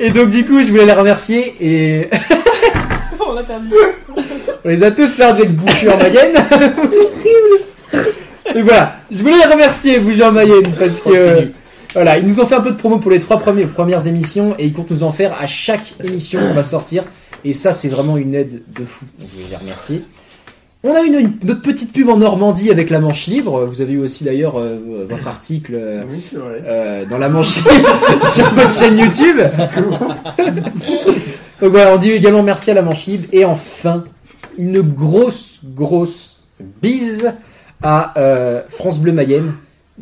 Et donc, du coup, je voulais les remercier et On l'a perdu. On les a tous perdus avec Boucher en Mayenne. Et voilà, je voulais les remercier, Boucher en Mayenne, parce que. euh, Voilà, ils nous ont fait un peu de promo pour les trois premières, premières émissions et ils comptent nous en faire à chaque émission qu'on va sortir. Et ça, c'est vraiment une aide de fou. Donc, je vais les remercier. On a eu une, une- notre petite pub en Normandie avec la Manche Libre. Vous avez eu aussi d'ailleurs euh, votre article euh, Oui, c'est vrai. euh, dans la manche sur votre chaîne YouTube. Donc voilà, on dit également merci à la manche libre. Et enfin, une grosse, grosse bise à euh, France Bleu Mayenne.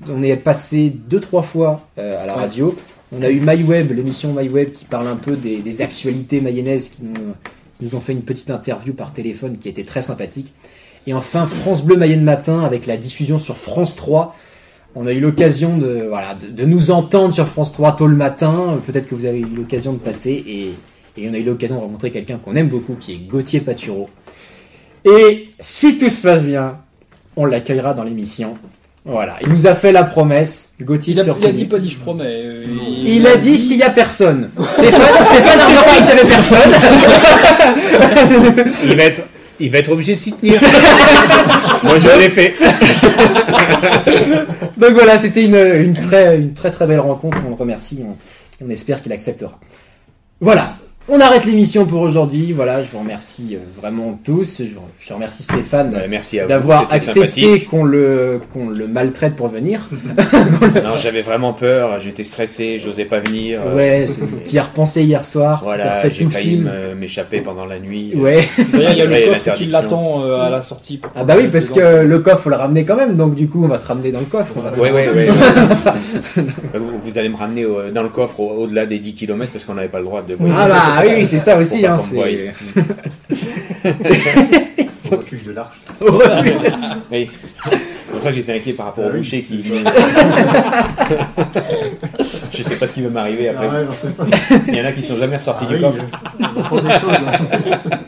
On est passé deux, trois fois euh, à la radio. On a eu MyWeb, l'émission MyWeb qui parle un peu des, des actualités mayonnaises qui nous, qui nous ont fait une petite interview par téléphone qui était très sympathique. Et enfin, France Bleu Mayenne Matin avec la diffusion sur France 3 on a eu l'occasion de, voilà, de, de nous entendre sur France 3 tôt le matin. Peut-être que vous avez eu l'occasion de passer et, et on a eu l'occasion de rencontrer quelqu'un qu'on aime beaucoup qui est Gauthier Patureau. Et si tout se passe bien, on l'accueillera dans l'émission. Voilà, il nous a fait la promesse. Gauthier Il a, se il a dit retenait. pas dit, je promets. euh, Il a dit s'il y a personne. Stéphane, Stéphane a remarqué qu'il y avait personne. Il va être, il va être obligé de s'y tenir. Moi, je l'ai fait. Donc voilà, c'était une, une très, une très très belle rencontre. On le remercie on, on espère qu'il acceptera. Voilà, on arrête l'émission pour aujourd'hui. Voilà, je vous remercie euh, vraiment tous. Je, je remercie Stéphane Ouais, merci à vous. d'avoir c'était accepté sympathique. qu'on le, qu'on le maltraite pour venir. Non, j'avais vraiment peur. J'étais stressé. J'osais pas venir. euh, Ouais, c'est- t'y as repensé hier soir, t'as Voilà, fait tout j'ai le failli film. me- m'échapper pendant la nuit. Ouais. D'ailleurs, il y a Ouais, le coffre qui l'interdiction. l'attend euh, à la sortie. pour- Ah bah oui, parce que le coffre, faut le ramener quand même, donc du coup, on va te ramener dans le coffre. on va te- Ouais, ouais, ouais. vous, vous allez me ramener au- dans le coffre au- au-delà des 10 km parce qu'on n'avait pas le droit de. Ah bah oui, oui, c'est ça aussi. Pour pas Hein, qu'on me voie. c'est Au refuge de l'arche. au refuge. Oui. C'est pour ça que j'étais inquiet par rapport au Ah oui, boucher qui. c'est Je sais pas ce qui va m'arriver Ah après. ouais, non, c'est pas. Il y en a qui sont jamais ressortis Ah du oui, coffre. euh, on entend des choses. hein.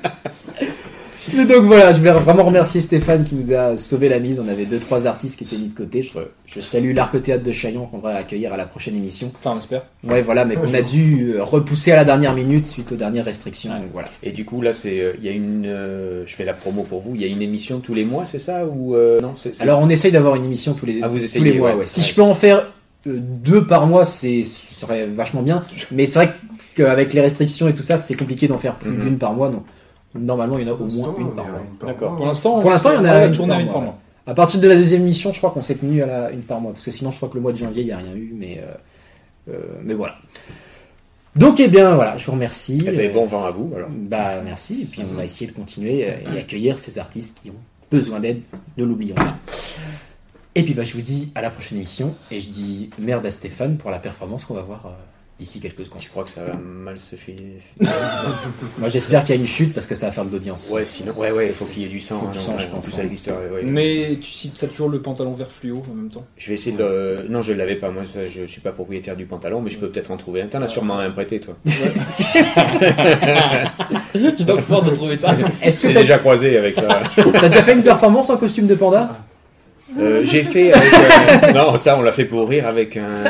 Mais donc voilà, je voulais vraiment remercier Stéphane qui nous a sauvé la mise. On avait deux trois artistes qui étaient mis de côté. Je, je salue l'arc théâtre de Chaillon qu'on va accueillir à la prochaine émission. Enfin, on espère. Ouais, voilà, mais qu'on a dû euh, repousser à la dernière minute suite aux dernières restrictions. Donc voilà. Et du coup, là, c'est, euh, il y a une, euh, je fais la promo pour vous. Il y a une émission tous les mois, c'est ça ou euh, non c'est- c'est- Alors on essaye d'avoir une émission tous les Ah, vous tous essayez, les mois. ouais. ouais. Si Ouais. je peux en faire euh, deux par mois, c'est ce serait vachement bien. Mais c'est vrai qu'avec les restrictions et tout ça, c'est compliqué d'en faire plus Mhm. d'une par mois. Donc normalement, il y en a au moins une par mois. D'accord. Pour l'instant, Pour l'instant, il y en a une tourné par une mois, par ouais. mois. À partir de la deuxième émission, je crois qu'on s'est tenu à la, une par mois, parce que sinon, je crois que le mois de janvier, il n'y a rien eu, mais, euh, euh, mais voilà. Donc, eh bien, voilà, je vous remercie. Eh ben, Euh, bon vent à vous. Alors. Bah, merci, et puis on va essayer de continuer euh, et accueillir ces artistes qui ont besoin d'aide, ne l'oublions pas. Et puis, bah, je vous dis à la prochaine émission, et je dis merde à Stéphane pour la performance qu'on va voir euh, d'ici quelques secondes. Tu crois que ça va mal se finir Moi, j'espère qu'il y a une chute, parce que ça va faire de l'audience. Ouais, sinon, ouais, ouais, faut C'est- qu'il y ait du sang. faut hein, du non, sang, ouais, je en pense, plus, hein. avec l'histoire, ouais, ouais. Mais tu si t'as toujours le pantalon vert fluo en même temps. Je vais essayer de. le- Non, je l'avais pas. Moi, ça, je suis pas propriétaire du pantalon, mais je peux peut-être en trouver un. T'en as sûrement un prêté, toi. Tu dois pouvoir te trouver ça. Est-ce que C'est t'as déjà croisé avec ça. t'as déjà fait une performance en costume de panda Euh, J'ai fait. Avec, euh, Non, ça, on l'a fait pour rire avec un.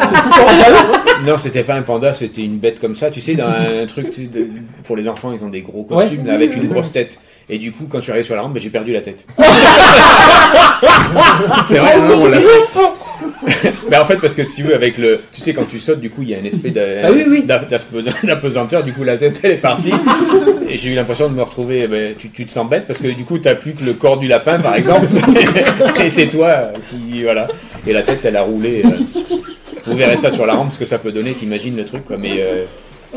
Non, c'était pas un panda, c'était une bête comme ça. Tu sais, dans un truc tu sais, de- pour les enfants, ils ont des gros costumes là, avec une grosse tête. Et du coup, quand je suis arrivé sur la rampe, ben, j'ai perdu la tête. C'est vrai, non, on l'a fait. Mais en fait, parce que si tu veux, avec le. Tu sais, quand tu sautes, du coup, il y a une espèce d'a- Ah oui, oui. d'a- d'aspe- d'apesanteur. Du coup, la tête, elle est partie. Et j'ai eu l'impression de me retrouver. ben, tu, tu te sens bête parce que du coup, t'as plus que le corps du lapin, par exemple. Et c'est toi qui. Voilà. Et la tête, elle a roulé. euh, vous verrez ça sur la rampe, ce que ça peut donner, t'imagines le truc, quoi. Mais euh,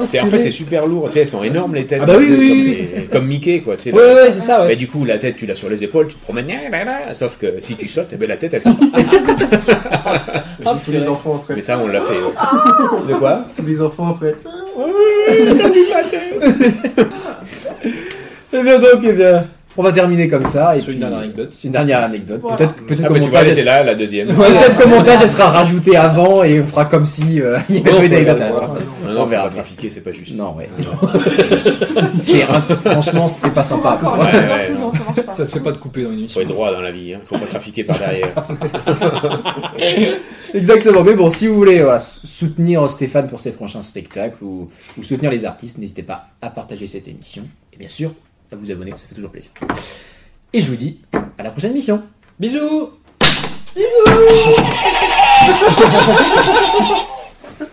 c'est, en fait, c'est super lourd, tu sais, elles sont énormes les têtes. Ah bah oui, tu sais, oui, comme, oui, les- comme Mickey, quoi, tu sais. Ouais, ouais, ouais, c'est ça, ouais. Mais du coup, la tête, tu l'as sur les épaules, tu te promènes, gna, gna, gna, sauf que si tu sautes, eh ben, la tête, elle saute. Ah, Tous les enfants après. Mais ça, on l'a fait. Ah. ouais. De quoi Tous les enfants après. Eh bien, donc, eh bien, on va terminer comme ça. Et Sur une puis- dernière anecdote. C'est une dernière anecdote. Voilà. Peut-être peut qu'au Ah, bah, tu vas montage, arrêter elle... là, la deuxième. peut-être qu'au montage, elle sera rajoutée avant et on fera comme si euh, il y avait Non, pas eu faut d'anecdote. regarder, à la voilà. fin. Non, On non, faut verra pas après. trafiquer, c'est pas juste. Non, ouais, c'est c'est un- Franchement, c'est pas Encore sympa. encore Ouais, une fois, ouais, tout le non. monde, ça marche pas. Ça se fait pas de couper dans une Faut émission. être droit dans la vie, hein. faut pas trafiquer par derrière. Exactement. Mais bon, si vous voulez voilà, soutenir Stéphane pour ses prochains spectacles ou, ou soutenir les artistes, n'hésitez pas à partager cette émission. Et bien sûr, à vous abonner, ça fait toujours plaisir. Et je vous dis à la prochaine émission. Bisous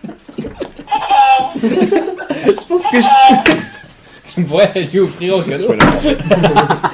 Je pense que je... Tu pourrais lui offrir en cadeau. Sois là.